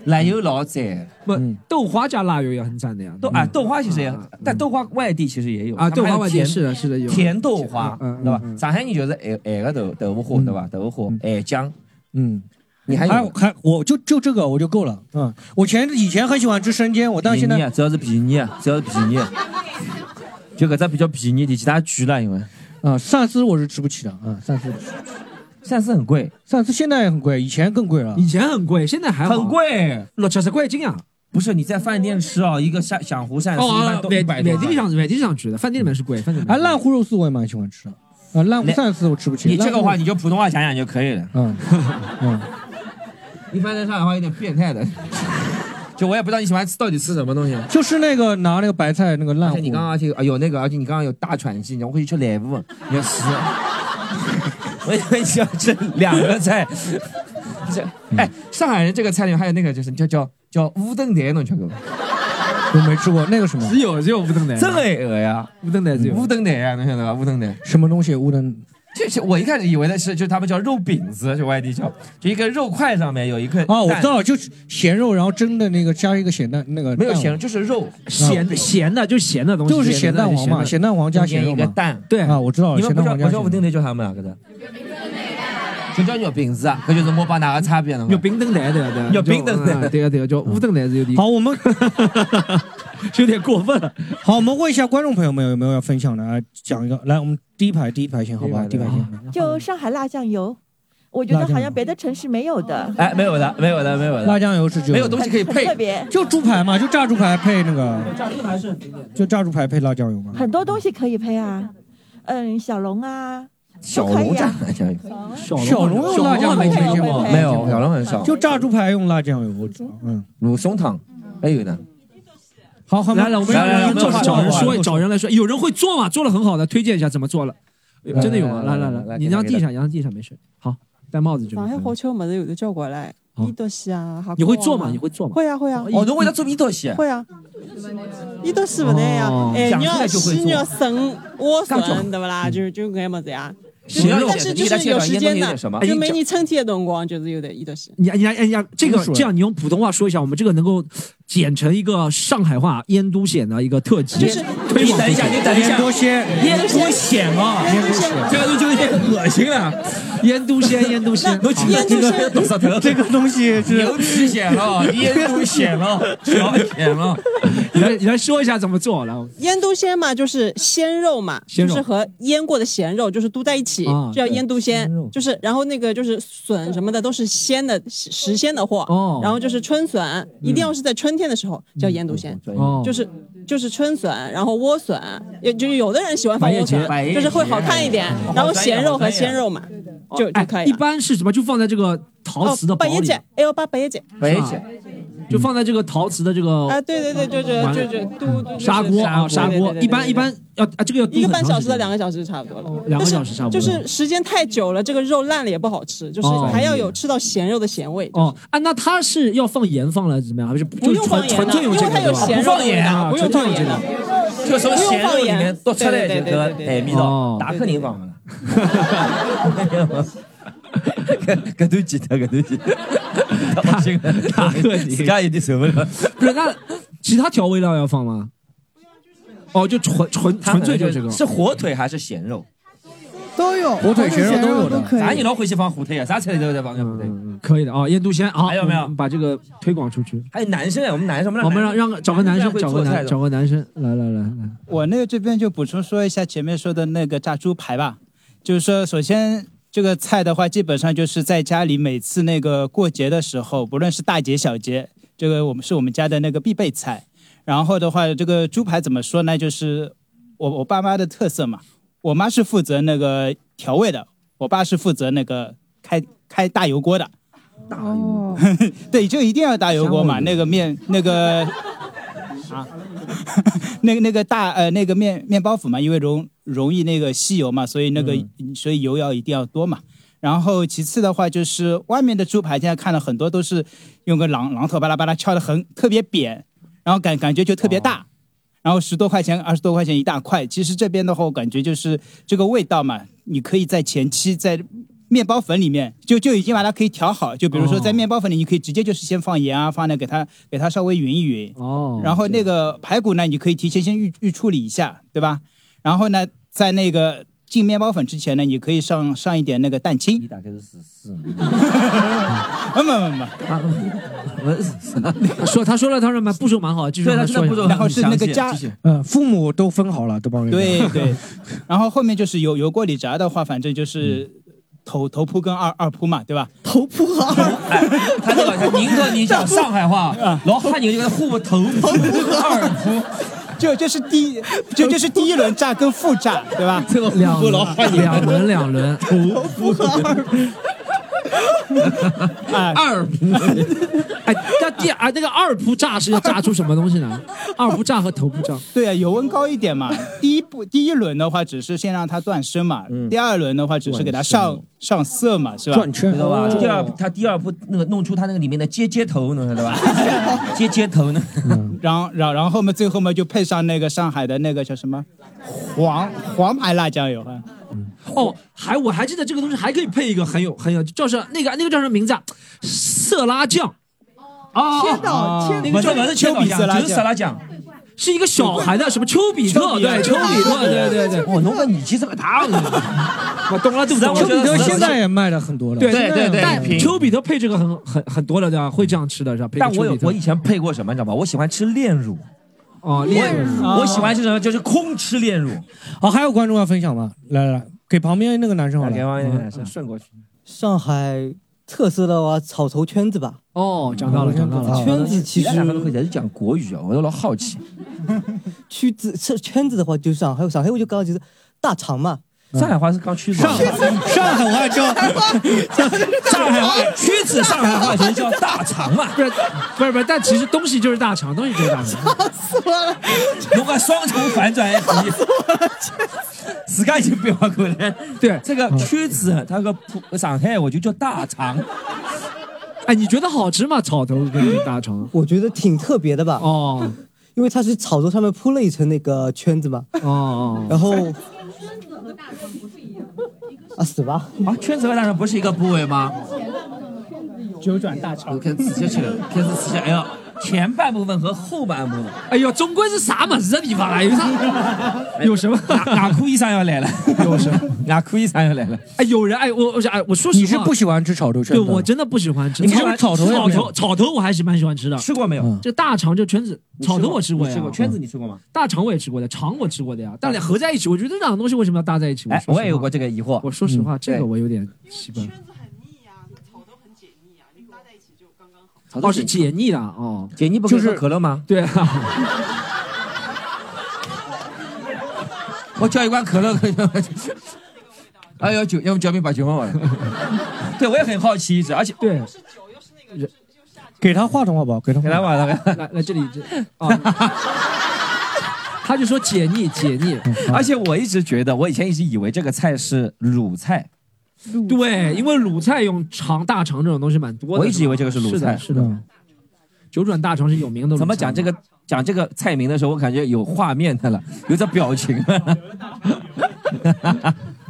奶油老仔，不豆花加辣油也很赞的呀。嗯豆啊，豆花其实也，但豆花外地其实也有啊，豆花外地是 是的，是的有甜豆花，嗯嗯对吧？上海人就是爱爱个豆豆腐花，对吧？豆腐花，爱浆，嗯，你还有还还我就就这个我就够了，嗯，我前以前很喜欢吃生煎，我但便现宜啊，在主要是便宜啊，主要是便宜啊，就搿只比较便宜点，其他贵了因为啊，鳝丝我是吃不起的啊，鳝丝，鳝丝很贵，鳝丝现在也很贵，以前更贵了，以前很贵，现在还好很贵，六七十块一斤啊。不是你在饭店吃啊，一个鳝响湖鳝丝一哦般，都外一百多外地块。上外地上去的，饭店里面是贵，饭店里面。啊，烂糊肉丝我也蛮喜欢吃的，啊，烂糊鳝丝我吃不起，你这个烂话糊你就普通话讲讲就可以了。嗯嗯， 一般在上海话有点变态的，就我也不知道你喜欢吃到底吃什么东西。就是那个拿那个白菜那个烂而糊且，你刚刚听，哎呦那个，而且你刚刚有大喘气，你我回去吃两部，你 要死。我以为你要吃两个菜，这哎，上海人这个菜里面还有那个就是叫叫叫乌冬蛋，侬吃过吗？我没吃过那个什么，只有只有乌冬蛋真爱鹅呀，乌冬蛋只有乌冬蛋呀，啊侬晓得吧？乌冬蛋。什么东西乌冬就是我一开始以为的是，就是他们叫肉饼子，就外地叫，就一个肉块上面有一个啊，我蛋知道，就是咸肉，然后蒸的那个加一个咸蛋，那个没有蛋咸黄啊肉，就是肉咸咸的就咸的东西，就是咸蛋黄嘛，咸蛋黄加咸肉中间一嘛个蛋，对啊，我知道了，你们咸不蛋黄知道不加知道咸乌冬蛋叫啥么啊？搿只就叫肉饼子啊，搿就是我帮大家差别了嘛。肉饼灯蛋对吧？对肉饼灯嗯蛋，啊对个对个叫乌冬蛋是有点。好，我们 有点过分了。好，我们问一下观众朋友们有没有要分享的啊？讲一个，来，我们第一排，第一排先，好不好？第一排先。就上海辣酱油，我觉得好像别的城市没有的。哎，没有的，没有的，没有的。辣酱油是只有没有东西可以配很特别 就猪排嘛，就炸猪排配那个，炸猪排是很经典就炸猪排配辣酱油嘛。很多东西可以配啊，嗯，小龙啊，小都可以龙蘸啊。辣酱油，小龙用辣酱油没见过，没有，小龙很少。就炸猪排用辣酱油，我知道嗯，卤松汤，还有呢。好，好来来，我们来来来要我们找换找人换说，换找人来说，有人会做吗？做的很好的，推荐一下怎么做了。来真的有吗？来来来来来，来你给他让给他地上，你让地上没事。好，戴帽子就上没海事。好吃的么子有的叫过来，哦伊多西啊，哈你会做锅吗？啊你会做吗？会啊会啊。哦侬会得做米多西啊会啊。伊多西勿难呀哦，哎讲出肉、来就会鲜做肉、笋、莴刚讲笋，对勿啦？就就搿眼么子呀。行肉但是就你给他是介绍有一下时东间西有的点什么，就哎每讲年春天的辰光就是有的伊多西。你你哎呀，这个这样你用普通话说一下，我们这个能够剪成一个上海话烟都县的一个特辑。就是推你广等一下，你等一下，烟都县，烟都鲜啊，这个就有点恶心啊了。烟都鲜，烟都 鲜，侬觉得这个多少头？这个东西是牛皮鲜 了，烟都鲜了，小哦鲜了。哦 你来你来说一下怎么做，来。腌都鲜嘛，就是鲜肉嘛，鲜肉就是和腌过的咸肉就是都在一起，啊就叫腌都鲜。就是然后那个就是笋什么的都是鲜的时鲜的货，哦嗯然后就是春笋，一定要是在春天的时候叫腌都鲜，业哦就是就是春笋，然后莴笋，也就是有的人喜欢放百叶莴结笋，就是会好看一点哦，然后好专业咸肉好和专业鲜肉嘛，就就可哎以一了。般是什么？就放在这个陶瓷的哦包百叶里，结，L 八百叶结，百叶结就放在这个陶瓷的这个嗯啊，对对对，就哦完是了就就都都砂锅啊，砂锅。一般一。对对对对对对般要啊，这个要一个半小时到的两个小时差不多了，哦两个小时差不多就是时间太久了，这个肉烂了也不好吃，就是哦还要有吃到咸肉的咸味。哦啊，那它是要放盐放了怎么样？还是不不用放纯盐纯粹的，因用为这个它有对吧咸肉的味道啊不用纯粹用放这盐个的。。这个从咸肉里面多出来对一对对个对对哎味哦道，达克宁放的。搿搿段记得，搿段 记得，我心达克宁，自家有点受不了。 不是，那其他调味料要放吗？哦，就纯纯纯粹就这个是火腿还是咸肉？都有火腿全肉都有的咱你老欢喜放火腿啊，啥菜都在放个火腿。可以的啊，腌笃鲜啊，还有没有我们把这个推广出去？还有男生啊，我们男生，我们让让找个男生，找个男找个男生，来来来来，我那个这边就补充说一下前面说的那个炸猪排吧，就是说首先。这个菜的话，基本上就是在家里每次那个过节的时候，不论是大节小节，这个我们是我们家的那个必备菜。然后的话，这个猪排怎么说呢？就是我我爸妈的特色嘛。我妈是负责那个调味的，我爸是负责那个开开大油锅的。哦， 对，就一定要大油锅嘛，那个面那个啊，那个那个大呃那个面面包粉嘛，因为容容易那个吸油嘛，所以那个、所以油要一定要多嘛。然后其次的话就是外面的猪排，现在看了很多都是用个榔榔头巴拉巴拉敲的很特别扁，然后感感觉就特别大。然后十多块钱、二十多块钱一大块，其实这边的话，我感觉就是这个味道嘛，你可以在前期在面包粉里面就就已经把它可以调好，就比如说在面包粉里，你可以直接就是先放盐啊，放那给它给它稍微匀一匀，哦然后那个排骨呢，你可以提前先预预处理一下，对吧？然后呢，在那个进面包粉之前呢，你可以上上一点那个蛋清。嗯你大概是十四。 没没没啊嗯没。说他说了，他说蛮步骤蛮好， 继续让说一下然后是那个加，呃，父母都分好了，都帮人家 对 对，然后后面就是油油锅里炸的话，反正就是头头铺跟二二铺嘛，对吧？嗯头铺和二哎他这个宁哥你讲上 海话，老汉你这个户 头头铺二铺，就就是第一就就是第一轮炸跟副炸，对吧？这个两轮两轮 两轮，头铺和二铺。二扑，哎，那第啊那个二扑炸是要炸出什么东西呢？二扑炸和头扑炸，对啊，油温高一点嘛。 第一步，第一轮的话只是先让它断生嘛，第二轮的话只是给它上上色嘛，是吧？知道哦吧？第二他第二步那个弄出他那个里面的接接头呢， 对吧？接接头呢？然后然后然后嘛，最后嘛就配上那个上海的那个叫什么黄黄牌辣酱油啊，哦，还我还记得这个东西还可以配一个很有很有，就是那个那个叫什么名字啊？色拉酱。啊，哦千岛千那个叫不是不是丘比特拉酱就是色拉酱，是一个小孩的什么丘比特，啊对，丘比特，对对对。我侬个年纪这么大了， 我懂 了，对不对？丘比特现在也卖了很多了，对对对对但对丘比特配这个很很很多了，对吧？会这样吃的，是吧？配但我有我以前前配过什么，你知道吗？我喜欢吃炼乳。哦炼乳我我喜欢吃什么？就是空吃炼乳。好，还有观众要分享吗？来来来，给旁边那个男生哦好了，嗯给旁边那个嗯男生顺过去。上海特色的话，草头圈子吧。哦，讲到了，讲到了。哦圈子其实还是讲国语啊，我都老好奇。圈子是圈子的话，就上海，上海我就刚刚就是大肠嘛。嗯上海话是刚去上海上海话 叫上海话区子上海话其实叫大肠嘛，不是不是不是，但其实东西就是大肠，东西就是大肠。 死我了！弄个双重反转 一集，自家已经不要过来。对，这个曲子，它个普上海我就叫大肠。哎，你觉得好吃吗？草头跟大肠？我觉得挺特别的吧。哦，因为它是草头上面铺了一层那个圈子嘛。哦然后啊，死吧！啊，圈子和大肠不是一个部位吗？九转大肠。开始仔细去了，开始仔细。哎呀，前半部分和后半部分。哎呦，终归是啥么子的地方啊？有啥？有什么？哎哪库医生要来了？有什么？哪库医生要来了？哎，有人哎，我我想哎，我说实话，你是不喜欢吃炒头圈对子的吗？我真的不喜欢吃。你不喜欢草炒头也草没有头草头我还是蛮喜欢吃的。吃过没有？这大肠就圈子，草头我吃过呀。嗯你吃过圈子你吃过吗？大肠我也吃过的，肠我吃过的呀。但俩合在一起，我觉得这两个东西为什么要搭在一起？哎说实我也有话过这个疑惑我说实话，嗯这个对嗯我有点奇怪。草头哦，是很解解腻的哦，解腻不就可以是喝可乐吗？对 啊，我叫一罐可乐。 哎呦，酒，要不交杯把酒问我了。 对，我也很好奇一直，而且对，给他话筒好不好？给他给他碗了，来来这里这。哦他就说解腻解腻，而且我一直觉得，我以前一直以为这个菜是鲁菜，对，因为鲁菜用肠大肠这种东西蛮多的。我一直以为这个是是鲁吧菜，嗯是的，是的。九转大肠是有名的。怎么讲这个讲这个菜名的时候，我感觉有画面的了，有点表 情了。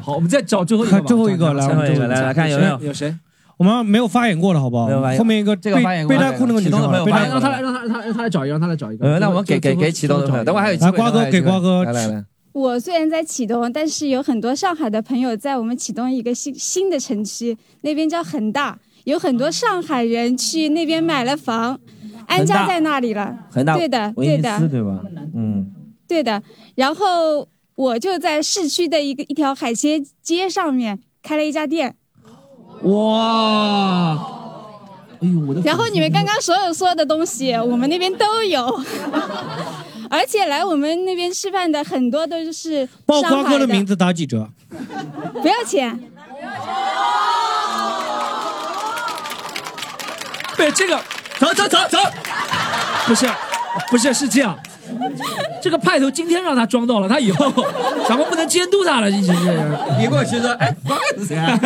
好，我们再找最后一看最后一个，来，最后一个，来来看有没有有谁？我们没有发言过的好不好没有发？言后面一个这个背发言过背带裤那个女启动生的好朋了，背友发带言裤哎让他来让他让他让他来找一个，让他来找一个。呃，那我们给给给启动的朋友，等会儿还有机会来瓜哥等会儿还有机会给瓜哥来来来，我虽然在启东，但是有很多上海的朋友在我们启东一个新新的城区，那边叫恒大，有很多上海人去那边买了房，安家在那里了。恒大对的，威尼对斯的，对吧？嗯，对的。然后我就在市区的一个一条海街街上面开了一家店。哇，哎呦我的然后你们刚刚所有说的东西，我们那边都 有，而且来我们那边吃饭的很多都是报上瓜海哥的名字打几折？不要钱，对这个，走走走走，不是，不是是这样，这个派头今天让他装到了，他以 后咱们不能监督他了，一直是。别过去说，哎，瓜哥是谁 啊？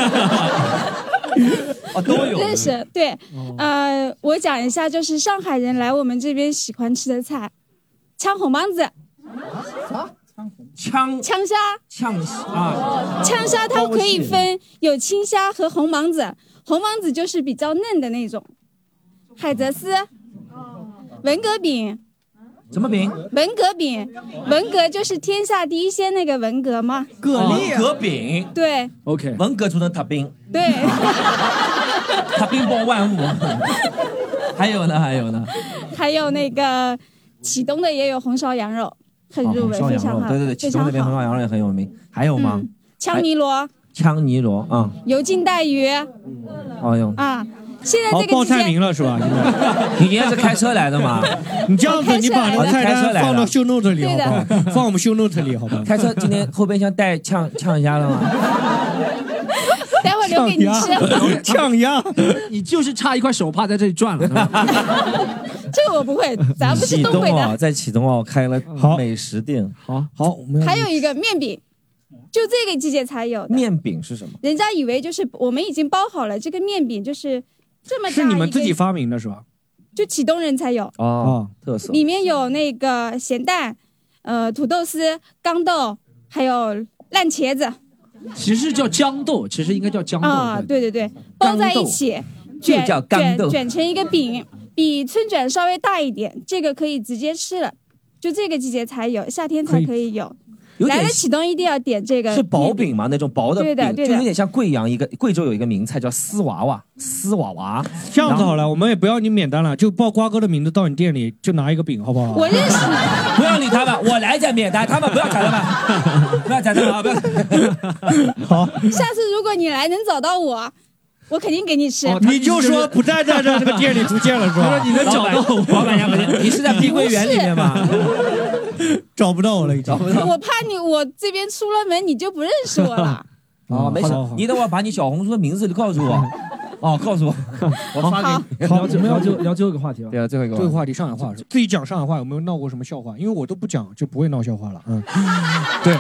哦，都有哦认识对，呃，我讲一下，就是上海人来我们这边喜欢吃的菜，炝红帮子，啊枪枪虾，呛啊，炝虾它可以分有青虾和红芒子，红芒子就是比较嫩的那种，海蜇丝，文革饼，什么饼？哦文革饼，文革就是天下第一鲜那个文革嘛，文革饼。对 OK，文革族的塔冰， 对，塔冰包万物。 还有呢，还有呢，还有那个启东的也有红烧羊肉，很入味，哦烧非羊常肉，好，对对非对，启东常那边好。嗯红烧羊肉也很有名。还有吗？枪泥螺、枪泥螺啊，油浸带鱼哎呦，啊，现在好这，个报季菜名节，了是吧？现在你也是开车来的嘛？你这样子，你把那菜我开车单来的放到 show note 里好不对好？放我们 show note 里 好吧？开车今天后备箱带呛呛一下了吗？待会儿留给你吃。呛 鸭，你就是差一块手帕在这里转了。这个我不 会，咱们是启东东北啊，的。在启东啊开了美食店，好好，还有一个面饼，就这个季节才有的。面饼是什么？人家以为就是我们已经包好了，这个面饼就是这么大是你们自己一个，发明的是吧？啊就启东人才有。哦，特色里面有那个咸蛋，呃，土豆丝、豇豆，还有烂茄子其实叫豇豆，其实应该叫豇豆。啊，对对对，包在一起就卷叫豇卷豆卷成一个饼，比春卷稍微大一点，这个可以直接吃了，就这个季节才有，夏天才可以有。有点来了启东一定要点这个是薄面饼嘛？那种薄的对饼，的对的就有点像贵阳一个贵州有一个名菜叫丝娃娃，丝娃娃。这样子好了，我们也不要你免单了，就报瓜哥的名字到你店里，就拿一个饼好不好？我认识，不要理他们，我来再免单，他们不要讲他 们，不要讲他们啊，不要。 好，下次如果你来能找到我，我肯定给你哦吃。 你就说不再在这这个店里出现了是吧？ 他说你能找到我老板娘不是你是在碧桂园里面吗？找不到我了，已经找不 我怕你，我这边出了门你就不认识我 了。 哦，没事好好好，你等会儿把你小红书的名字告诉我，哦，告诉我，我发给你。好，我们要就聊最后一个话题吧。对啊，最后一这个话题上海话是吧自己讲上海话有没有闹过什么笑话？因为我都不讲，就不会闹笑话了。 嗯，对，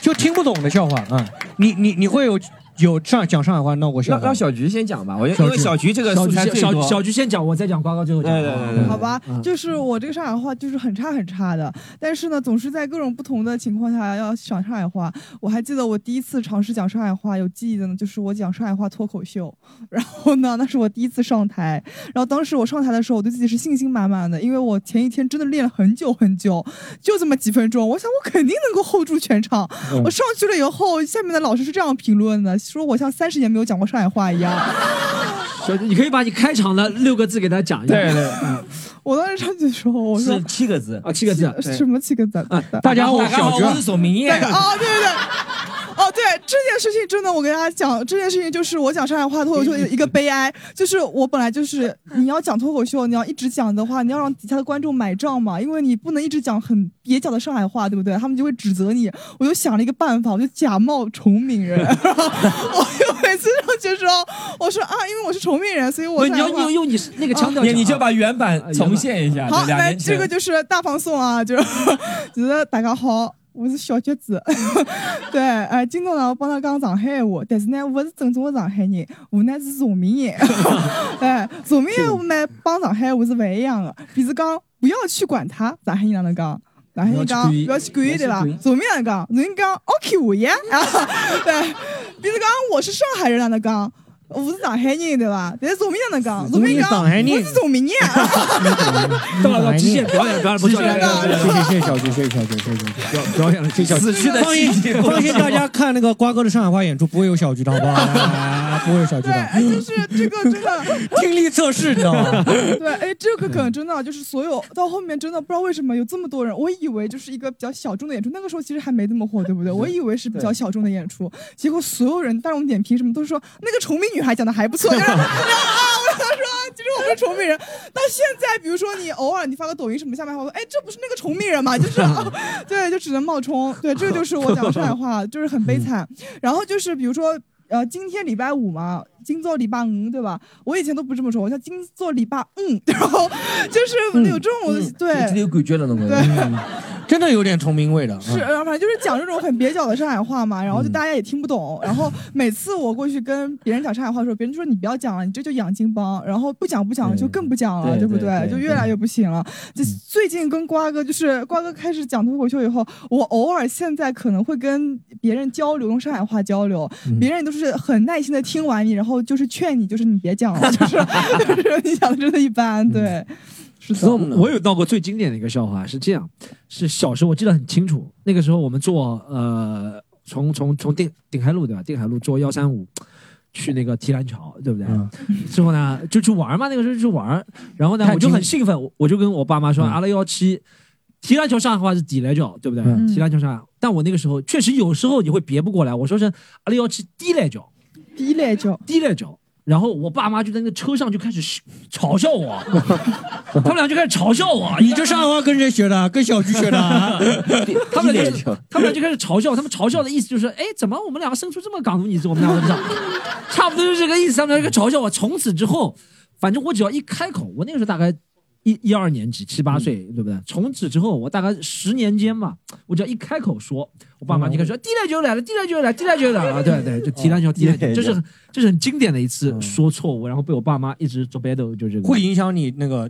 就听不懂的笑话。嗯，你你你会有有上讲上海话闹过笑让话吗让？小菊先讲吧，我觉得因为小菊这个小素菊材先最小多。小菊先讲，我再讲瓜哥最后讲。对对对嗯对对好吧，就是我这个上海话就是很差很差的，但是呢，总是在各种不同的情况下要讲上海话。我还记得我第一次尝试讲上海话，有记忆的呢，就是我讲上海话脱口秀，然后呢，那是我第一次上台，然后当时我上台的时候，我对自己是信心满满的，因为我前一天真的练了很久很久，就这么几分钟，我想我肯定能够 hold 住全场。嗯我上去了以后，下面的老师是这样评论的，说我像三十年没有讲过上海话一样。小菊，你可以把你开场的六个字给大家讲一下。对对嗯我当时上去的时候，我说是七个字啊，七个字什么七个字？大家好大家好，小菊啊我是守明业。那个哦，对对对。哦，对这件事情，真的，我跟大家讲，这件事情就是我讲上海话脱口秀的一个悲哀，就是我本来就是你要讲脱口秀，你要一直讲的话，你要让底下的观众买账嘛，因为你不能一直讲很蹩脚的上海话，对不对？他们就会指责你。我就想了一个办法，我就假冒崇明人， 然后我就每次上去说，我说啊，因为我是崇明人，所以我不你要上海话用用你那个腔调你讲啊。你就把原版重现一下，好，对两那年前这个就是大放送啊，就是 就是大家好，我是小橘子。 对，呃，今朝呢，我帮他讲上海话，但是呢，我不是正宗的上海人，我呢是崇明 人。哎，崇明人我们帮上海话是不一样的，比如讲不要去管他，上海人哪能讲？上海人讲不不要要去去管管伊，对吧不要去？管崇明人哦 讲，人讲 OK 我呀，啊，对，比如讲我是上海人哪能讲？我是上海人对吧？但是总明讲能讲，总你明是讲上海人我是总明人。到了到极限表演表演不谢表演谢谢谢小菊，谢谢小菊，谢谢小菊表演了，谢谢小菊。死去的放心记忆放心，大家看那个瓜哥的上海话演出不会有小菊的，好 不好？啊不会有小菊的，哎就是这个真的 听力测试，你知道吗？ 对，哎，这个梗真的就是所有到后面真的不知道为什么有这么多人，我以为就是一个比较小众的演出，那个时候其实还没这么火，对不对？我以为是比较小众的演出，结果所有人大众点评什么都说那个崇明女孩讲的还不错，然后然后啊，我想说其实我不是崇明人，到现在比如说你偶尔你发个抖音什么，下面还会说哎这不是那个崇明人嘛，就是、啊对，就只能冒充，对，这就是我讲上海话，就是很悲惨。然后就是比如说。呃，今天礼拜五嘛，今做礼拜五，对吧？我以前都不这么说，我叫今做礼拜嗯， 然后就是有这种、对，真嗯的有感觉了，能对嗯真的有点崇明味的，是，嗯呃然后反正就是讲这种很蹩脚的上海话嘛，然后嗯就大家也听不懂。然后每次我过去跟别人讲上海话的时候，别人就说你不要讲了，你这就养金帮，然后不讲不讲就更不讲了，对对不对对嗯就越来越不行了。就最近跟瓜哥，就是瓜哥开始讲脱口秀以后，我偶尔现在可能会跟别人交流，用上海话交流，嗯别人都是很耐心的听完你，然后就是劝你，就是你别讲 了，就是就是你讲的真的一般，对。是的我我有闹过最经典的一个笑话是这样，是小时候我记得很清楚，那个时候我们坐呃从从从定定海路对吧？定海路坐幺三五去那个提篮桥对不对？嗯之后呢就去玩嘛，那个时候就去玩，然后呢太我就经很兴奋，我我就跟我爸妈嗯说阿拉幺七。提篮球上海话是底来脚，对不对？嗯提篮球上海，但我那个时候确实有时候你会别不过来，我说是阿拉幺七低来脚，低来脚，低来脚。然后我爸妈就在那个车上就开始嘲笑 我，他们俩就开始嘲笑我，？你这上海话跟谁学的？跟小菊学的啊 他们俩低脸就球是他们俩就开始嘲笑，他们嘲笑的意思就是，哎，怎么我们两个生出这么港独意识？我们俩不 知道，差不多就是这个意思。他们俩就嘲笑我。从此之后，反正我只要一开口，我那个时候大概一一二年级，七八岁，嗯对不对？从此之后，我大概十年间吧，我只要一开口说，我爸妈就开嗯始说，地来就来了，地来就来了，地来就来了，对对，就提篮球，提篮球，这是很这是很经典的一次说错误，然后被我爸妈一直做 battle，就这嗯个会影响你那个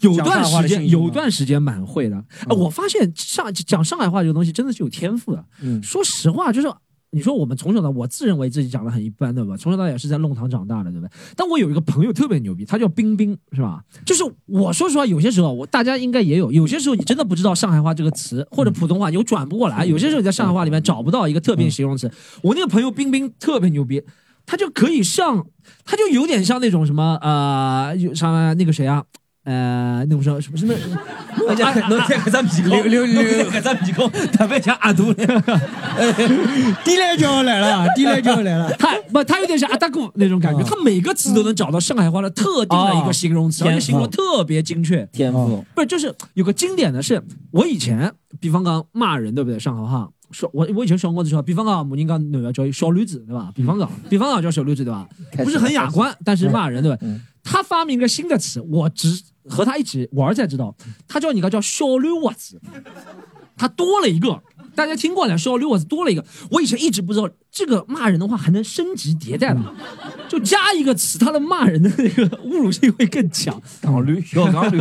有讲上段海话时的信心嗯间吗有段时间蛮会的。啊，我发现上讲上海话这个东西真的是有天赋的。嗯说实话，就是你说我们从小到我自认为自己讲的很一般，对吧？从小到大也是在弄堂长大的，对不对？但我有一个朋友特别牛逼，他叫冰冰，是吧？就是我说实话，有些时候我大家应该也有，有些时候你真的不知道上海话这个词或者嗯普通话，你又转不过来，有些时候你在上海话里面找不到一个特别形容词。我那个朋友冰冰特别牛逼。他就可以像，他就有点像那种什么呃，有什么那个谁啊，呃，那种什么什么什么，而且侬再搿只面孔，刘刘刘侬搿只面孔，特别像阿杜呢。低来就来了，低来就来了。他不，他有点像阿达古那种感觉，他每个词都能找到上海话的特定的一个形容词，哦而且形容得特别精确。天赋，不是，就是有个经典的是，我以前比方讲骂人，对不对？上海话。说我我以前小光子说，比方讲母人讲男的叫小驴子，对吧？比方讲，比方讲叫小驴子，对吧？不是很雅观，但是骂人，对吧？他发明一个新的词，我只和他一起玩儿才知道，他叫你个叫小驴娃子。他多了一个。大家听过了，说六我多了一个。我以前一直不知道这个骂人的话还能升级迭代了，就加一个词，他的骂人的那个侮辱性会更强。港驴，小港驴。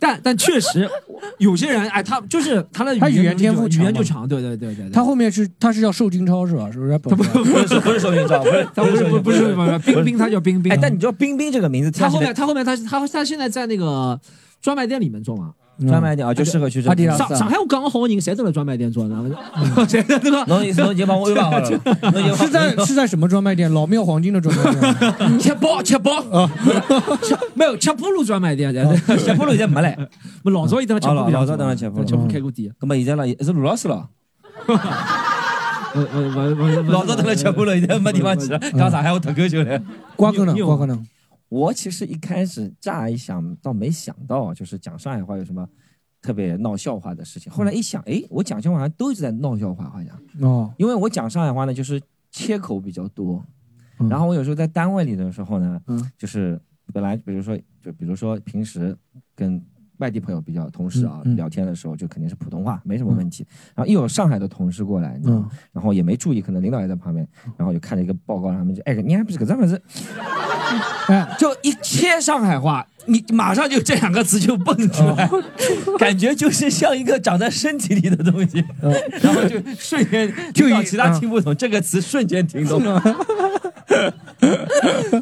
但但确实，有些人哎，他就是他的他语言能力天赋就语强言嘛就强，对对对对对。他后面是他是叫寿金超是吧？是不是？不不不是不是不是说明照，不是他不是不是不是不是冰冰，他叫冰冰。哎，但你知道冰冰这个名字，他后面他后面他他他现在在那个专卖店里面做嘛。专卖店啊，就适合去这嗯阿种迪地达方。斯啊上上海我讲好人，侪都来专卖店做的。我觉得这个，侬意思侬已经帮我安排 好了侬已经帮我是在是在什么专卖店？老庙黄金的专卖店。 吃包吃包哦啊，没有 吃铺路专卖店， 吃铺路现在哦 没来，不嗯老早一等吃哦铺老路，老早当然吃铺路吃铺开过店。那么现在了，是卢老 师了。我我我 老早等了吃铺了，现在没地方去了。刚上海我脱口秀了。嗯瓜哥呢？瓜哥呢？我其实一开始乍一想到没想到，就是讲上海话有什么特别闹笑话的事嗯情。后来一想，哎，我讲笑话好像都是在闹笑话，好像。哦，因为我讲上海话呢，就是切口比较多。嗯然后我有时候在单位里的时候呢，就是本来比如说就比如说平时跟外地朋友比较同事啊、嗯嗯聊天的时候，就肯定是普通话，没什么问题。然后一有上海的同事过来，你知道吗嗯然后也没注意，可能领导也在旁边，然后就看着一个报告，他们就哎，你还不是搿么子，哎就一切上海话，你马上就这两个词就蹦出来， 感觉就是像一个长在身体里的东西，然后就瞬间就有其他听不懂，这个词瞬间听懂。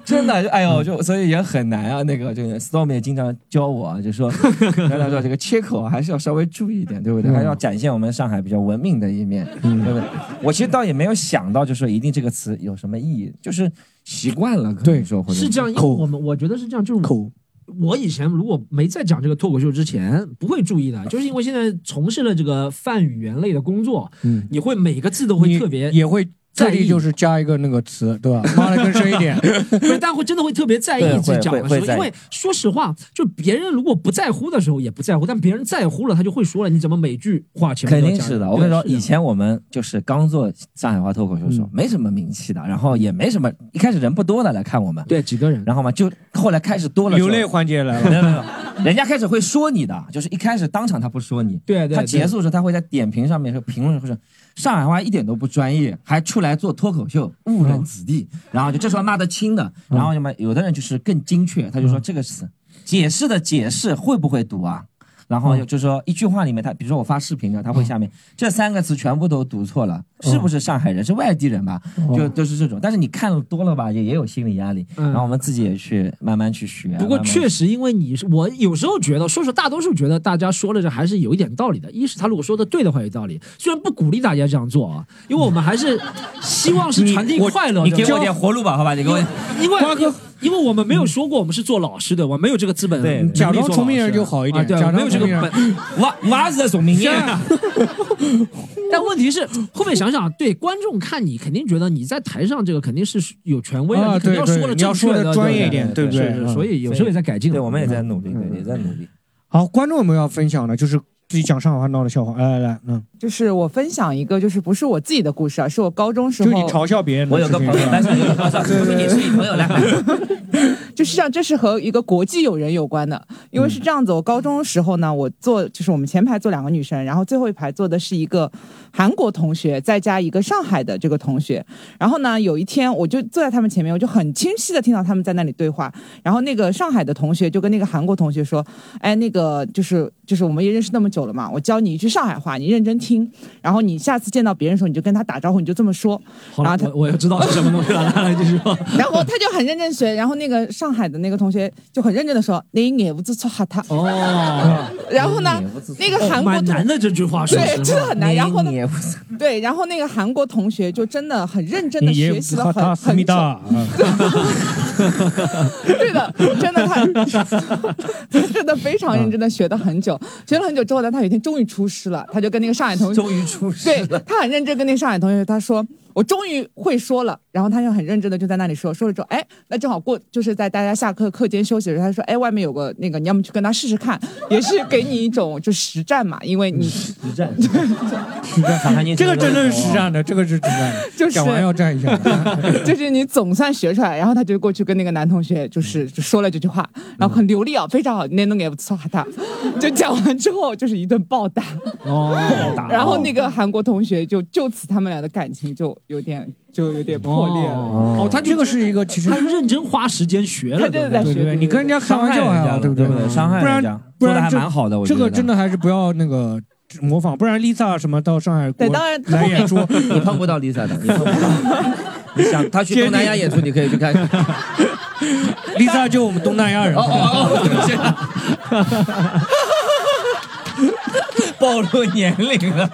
真的，哎嗯呦，就所以也很难啊。那个，这个 Storm 也经常教我啊，就说 跟他说这个切口啊还是要稍微注意一点，对不对？嗯还要展现我们上海比较文明的一面，对不对？我其实倒也没有想到，就说一定这个词有什么意义，就是习惯了，可能说或者是这样，因为我们我觉得是这样，就是口。我以前如果没在讲这个脱口秀之前，不会注意的，就是因为现在从事了这个泛语言类的工作，嗯你会每个字都会特别也会特在地意，就是加一个那个词，对吧？妈的更深一点，不是，但会真的会特别在对意自己会讲的会时会候，在意因为说实话，就别人如果不在乎的时候也不在乎，但别人在乎了，他就会说了，你怎么每句话前面肯都要定加是的。对我跟你说，是的以前我们就是刚做上海话脱口秀的时候，没什么名气的，然后也没什么，一开始人不多的来看我们，对几个人，然后嘛，就后来开始多了之后，流泪环节来 没有没了。有，人家开始会说你的，就是一开始当场他不说你， 对对他结束的时候他会在点评上面说评论会说上海话一点都不专业，还出来做脱口秀，误人子弟，嗯然后就这时候骂的轻的，然后什么有的人就是更精确，他就嗯说这个词解释的解释会不会读啊？然后就说一句话里面他，比如说我发视频了，他会下面这三个词全部都读错了，是不是上海人？是外地人吧？就都是这种，但是你看多了吧，也也有心理压力。嗯然后我们自己也去慢慢去学。不过慢慢确实，因为你是我有时候觉得，说是大多数觉得大家说的这还是有一点道理的。一是他如果说的对的话有道理，虽然不鼓励大家这样做啊，因为我们还是希望是传递你我快乐的。你给我点活路吧，好吧，你给我。因为因为我们没有说过我们是做老师的，我没有这个资本能力做老师，假装聪明人就好一点啊对，假装没有这个聪明人本，我我是在聪明人。但问题是，后面想想，对观众看你，肯定觉得你在台上这个肯定是有权威的，啊你肯定要对对 说的你要正确说得专业一点对不对是嗯是所以有时候也在改进嗯了，对，我们也在努力，对，也在努力。好，观众有没有要分享的？就是自己讲上海话闹的笑话，来来来，嗯，就是我分享一个，就是不是我自己的故事啊，是我高中时就候你嘲笑别人的事情。对对对，朋友来， 就是这样，这是和一个国际友人有关的，因为是这样子，我高中时候呢，我坐就是我们前排坐两个女生，然后最后一排坐的是一个韩国同学，再加一个上海的这个同学，然后呢，有一天我就坐在他们前面，我就很清晰的听到他们在那里对话，然后那个上海的同学就跟那个韩国同学说，哎，那个就是就是我们也认识那么久了嘛，我教你一句上海话，你认真听，然后你下次见到别人的时候，你就跟他打招呼，你就这么说，好然了后他，我我也知道是什么东西了， 来继续说。 然后他就很认真学，然后那个上海的那个同学就很认真的说：“你眼不知错哈他。”哦， 然后呢，那个哦韩国蛮难的这句话，说实对话真的很难。然后呢你也不，对，然后那个韩国同学就真的很认真的你也学习了很思密很久，达，啊嗯 对的，真的他他 真的非常认真的学的很久，学了很久之后呢，他有一天终于出师了，他就跟那个上海同学终于出师对他很认真跟那个上海同学他说。我终于会说了，然后他就很认真的就在那里说，说了之后，哎，那正好过就是在大家下课课间休息的时候，他说，哎，外面有个那个，你要么去跟他试试看，也是给你一种就实战嘛，因为你嗯实 战，这个真的是实战的，这个是实战的，就是讲完要站一 下。 就是你总算学出来，然后他就过去跟那个男同学就是嗯就说了这句话，然后很流利啊，非常好，那能给错 他，就讲完之后就是一顿暴打，哦然后那个韩国同学就就此他们俩的感情就 有点就有点破裂了。哦，他这个是一个其实他认真花时间学了，他真的在对学不对对对对你跟人家开玩笑还好，对不对对伤害不人然家不做得然还这蛮好的我这觉个得真的还是不要那个模仿，不然 Lisa 什么到上海国对当然来演出，你碰不到 Lisa 的，你碰不到。你想他去东南亚演出，你可以去看。 Lisa 就我们东南亚人。哦哦哦，这样暴露年龄了。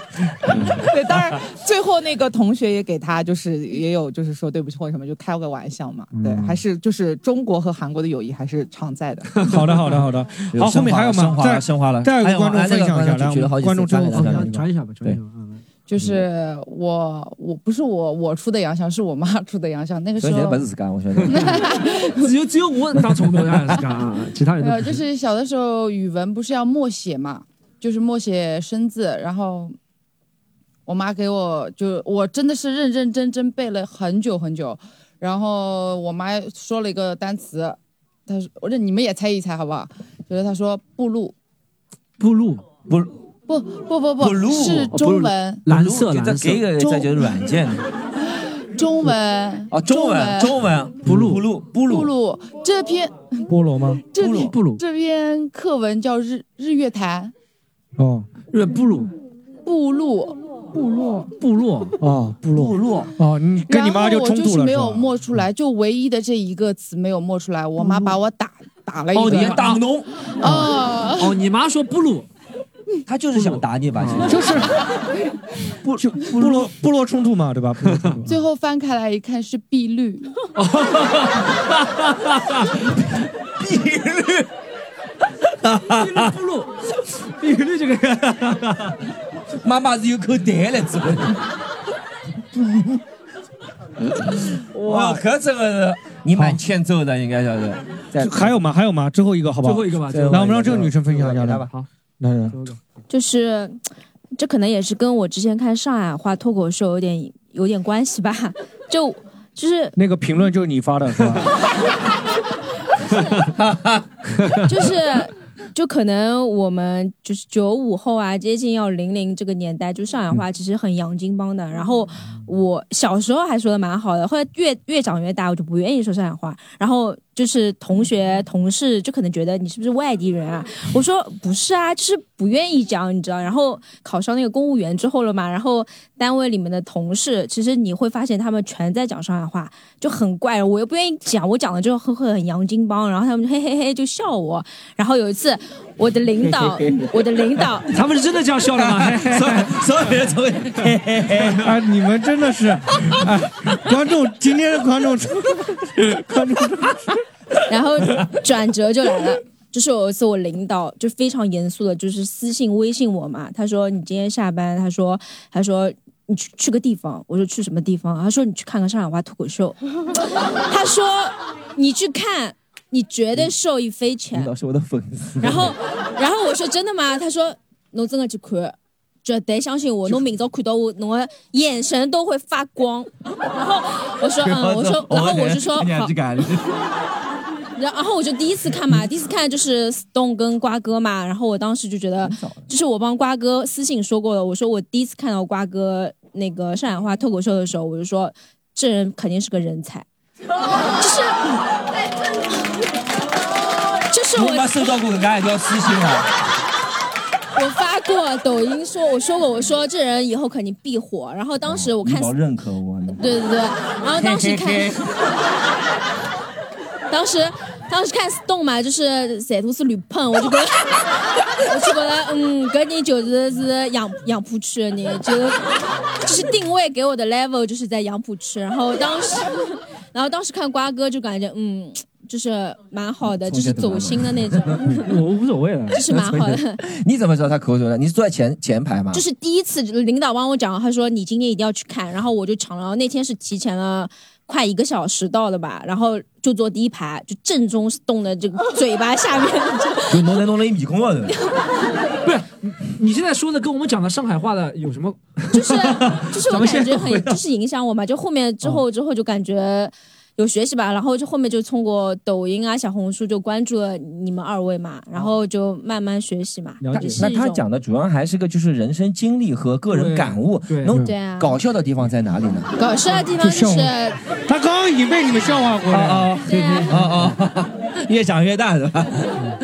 对，当然最后那个同学也给他就是也有就是说对不起或者什么，就开个玩笑嘛。嗯对，还是就是中国和韩国的友谊还是常在的。好的，好的，好的。好，后面还有升吗？华再了，升华了。再有还个观众哎那分个享一下，来，就举了好我们几次观众最传后一下传分享哦一一下传下吧，传一下。就是我，我不是我，我出的洋相是我妈出的洋相。那个所时以你候不是自家，我觉得。 只有只有我当从头开始干啊，其他人都呃，就是小的时候语文不是要默写嘛，就是默写生字，然后我妈给我就我真的是认认真真背了很久很久，然后我妈说了一个单词，她说，我这你们也猜一猜好不好？就是她说“步路不录不”，不不哦不不录是中文，蓝色蓝色，给个中再就是软件中文哦啊，中文中文不录不录不步录路这篇菠萝吗？这篇布鲁这篇课文叫日《日月潭哦，日布鲁步路部落，部落啊，部落，部落啊，你跟你妈然后冲我就突是了没是有吧？默出来，就唯一的这一个词没有默出来，我妈把我打打了一顿。哦，你啊打农哦哦，你妈说嗯布鲁，嗯她就是想打你吧？其实就是部就部落部落冲突嘛，对吧？部落冲突最后翻开来一看是碧绿，碧绿，碧绿部落，碧绿这个人，妈妈是有口痰来做的。哇，可这个是你蛮欠揍的，应该叫是。再就还有吗？还有吗？最后一个好不好？最后一个吧最后一个来，我们让这个女生分享一下来吧。好，来来，就是这可能也是跟我之前看上海话脱口秀有点有点关系吧，就就是那个评论就是你发的是 吧？就是就可能我们就是九五后啊，接近要零零这个年代，就上海嗯话其实很洋泾浜的。然后我小时候还说的蛮好的，后来越越长越大，我就不愿意说上海话。然后就是同嗯学同事就可能觉得你是不是外地人啊？我说不是啊，就是不愿意讲，你知道。然后考上那个公务员之后了嘛，然后单位里面的同事，其实你会发现他们全在讲上海话，就很怪。我又不愿意讲，我讲了之后会会很洋泾浜，然后他们就嘿嘿嘿就笑我。然后有一次，我的领导， 我的领导， 他们是真的这样笑的吗？所有人 从啊，你们真的是，哎观众今天的 观众，观众然后转折就来了。就是有一次，我领导就非常严肃的，就是私信微信我嘛，他说你今天下班，他说他说你去去个地方，我说去什么地方？他说你去看看上海话脱口秀，他说你去看，你绝对受益匪浅 领。导是我的粉丝。然后，然后我说真的吗？他说侬真的去看，绝对相信我，侬明朝看到我，侬的眼神都会发光。然后我 说嗯，我说，然后我就说好。然后我就第一次看嘛，第一次看就是 Stone 跟瓜哥嘛，然后我当时就觉得，就是我帮瓜哥私信说过了，我说我第一次看到瓜哥那个上海话脱口秀的时候，我就说这人肯定是个人才，就是就是我妈收到过人家一条私信啊，我发过抖音说我说过我说这人以后肯定必火，然后当时我看领导认可我。对对对，然后当时看，当时当时看 Stone 嘛，就是歹徒是吕碰，我就觉得， 我就觉得，嗯，搿人就是是杨杨浦区的人，就是就是定位给我的 level 就是在杨浦区，然后当时，然后当时看瓜哥就感觉，嗯，就是蛮好的，就是走心的那 种。我无所谓了，这是蛮好的。 你怎么知道他口水了？你是坐在前前排吗？就是第一次领导帮我讲，他说你今天一定要去看，然后我就抢了。然后那天是提前了快一个小时到的吧，然后就坐第一排，就正中动的这个嘴巴下面。就弄来弄了一米空了，不是，你你现在说的跟我们讲的上海话的有什么？就是 我咱们感现在觉回很到就是影响我嘛，就后面之后之后就感觉有学习吧，然后就后面就通过抖音啊、小红书就关注了你们二位嘛，然后就慢慢学习嘛。那也是那一他种讲的主要还是个就是人生经历和个人感悟，能对啊搞笑的地方在哪里呢？搞笑的地方就是他刚刚已经被你们笑话过了啊啊啊啊！ 越长越大是吧？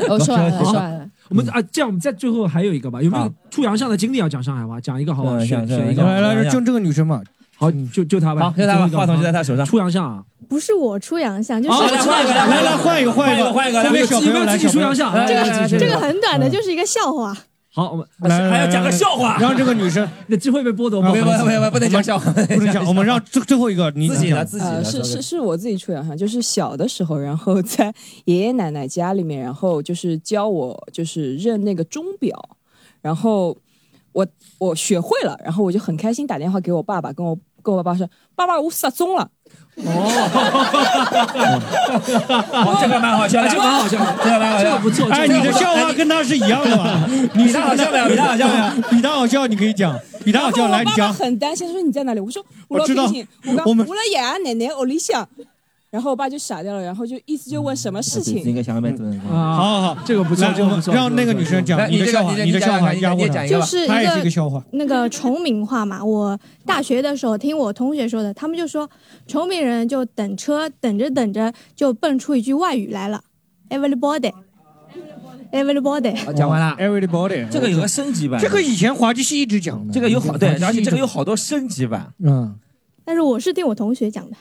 我哦说完了，说完了。我们啊，这样我们再最后还有一个吧，有没有出洋相的经历要讲上海话？讲一个好不好？啊嗯选讲选一个，讲来来来就这个女生嘛。嗯好，就就她吧。好就她最吧后一个话筒就在她手上出洋相啊！不是我出洋相，就是、好哦来换一个来来来换一个换一个换一个来来有没有自己出洋相这来来来个这来个来很短的，就是一个笑话。好，我们来还要讲个笑话，让这个女 生啊那机会被剥夺不不好意思话，不能讲。我们让最最后一个你讲呃是是是我自己出洋相，就是小的时候，然后在 爷爷奶奶家里面，然后就是教我就是认那个钟表，然后我我学会了，然后我就很开心，打电话给我爸爸，跟我跟我爸爸说，爸爸我失踪了。 哦，这个蛮好笑的，这个蛮好笑的这个蛮好笑的，哎，你的笑话跟他是一样的 吧？你比他好笑不了，比他好笑不对了。啊比他好笑，你可以讲，比他好笑，来我你爸爸讲。很担心，他说你在哪里？我说我我老知道平静，我刚我们我了爷爷啊奶奶屋里向。然后我爸就傻掉了，然后就意思就问什么事情。应该想买顿啊好好，这个不错来这个不错我们让那个这个不错女生来讲你的这笑个话，你的笑话你你讲一个压你过讲她一个吧就是一她也是一个笑话。那个崇明话嘛，我大学的时候听我同学说的，他们就说崇明人就等车等着等着就蹦出一句外语来了，everybody。好 everybody。讲完了。 Everybody，这个有个升级版，这个以前滑稽戏一直讲的，这个有好对，而且这个有好多，多升级版。嗯，但是我是听我同学讲的，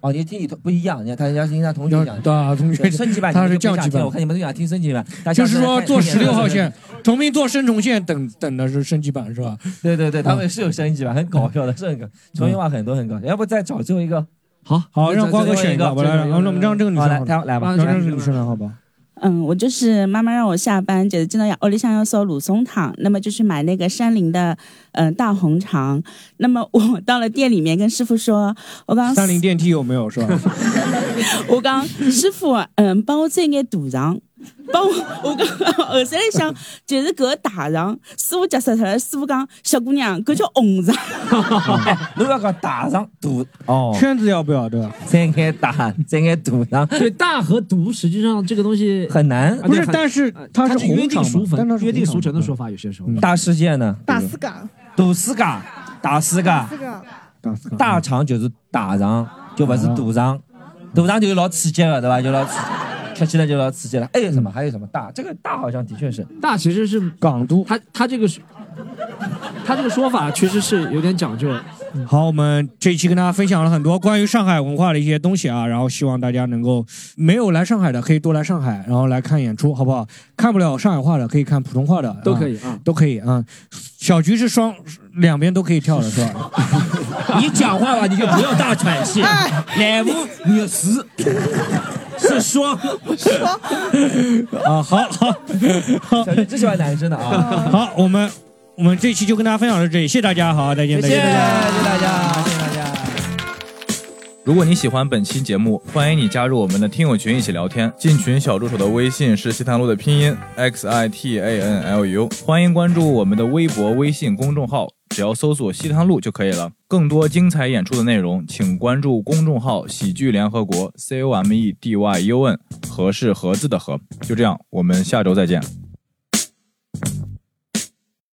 哦，你听你同不一样，你看他人家听他同学讲，对啊，同学升级版，他你们是就不降级想听了版我看你们都想听升级版，大家就是说看坐看十你六们号都是线，重庆坐深重线等等的是升级版是吧？嗯对对对，他们是有升级版，很搞笑的，是很搞，重庆话很多很搞笑。要不再找最后一个？好好，让瓜哥选一一嗯个，我来，然后我们让这个女生好好来，了他来吧，让这个女生来，好吧？嗯，我就是妈妈让我下班，觉得见到要欧丽香要搜鲁松糖，那么就是买那个山林的嗯、呃大红肠。那么我到了店里面跟师傅说，我刚三菱电梯有没有是吧？ 我讲师傅，嗯，帮我做眼大肠，帮我 我讲，后头来想就是搿个大肠，师傅夹死脱了。师傅讲，小姑娘，搿叫 红肠。如果哎讲打上赌哦，圈子要不要对吧？再爱打，再爱赌上，对大和毒，实际上这个东西很难。啊对很呃它约定俗但它粉，是约定红俗肠成的说法，有些时候大世界呢？打嗯四个，赌四噶，打四噶，四个，大肠就是打肠，就不是赌场，赌场就是老刺激的，对吧？就老刺吃起来就老刺激了。哎还有什么？还有什么大？这个大好像的确是大其实是港都，他他这个是，他这个说法确实是有点讲究。嗯好，我们这一期跟大家分享了很多关于上海文化的一些东西啊，然后希望大家能够没有来上海的可以多来上海，然后来看演出，好不好？看不了上海话的可以看普通话的，都可以啊，都可以啊。小菊是双两边都可以跳的是吧？你讲话吧，你就不要大喘气，来无你死，是说说 啊，好好，小菊只喜欢男生 的啊。好，我们我们这期就跟大家分享到这里，谢谢大家，好，再见，再见，再见。大家，谢谢大家。如果你喜欢本期节目，欢迎你加入我们的听友群一起聊天。进群小助手的微信是西塘路的拼音 x i t a n l u，欢迎关注我们的微博、微信公众号，只要搜索“西塘路”就可以了。更多精彩演出的内容，请关注公众号“喜剧联合 E 国 ”（C O M E D Y U N），和是盒子的和。就这样，我们下周再见。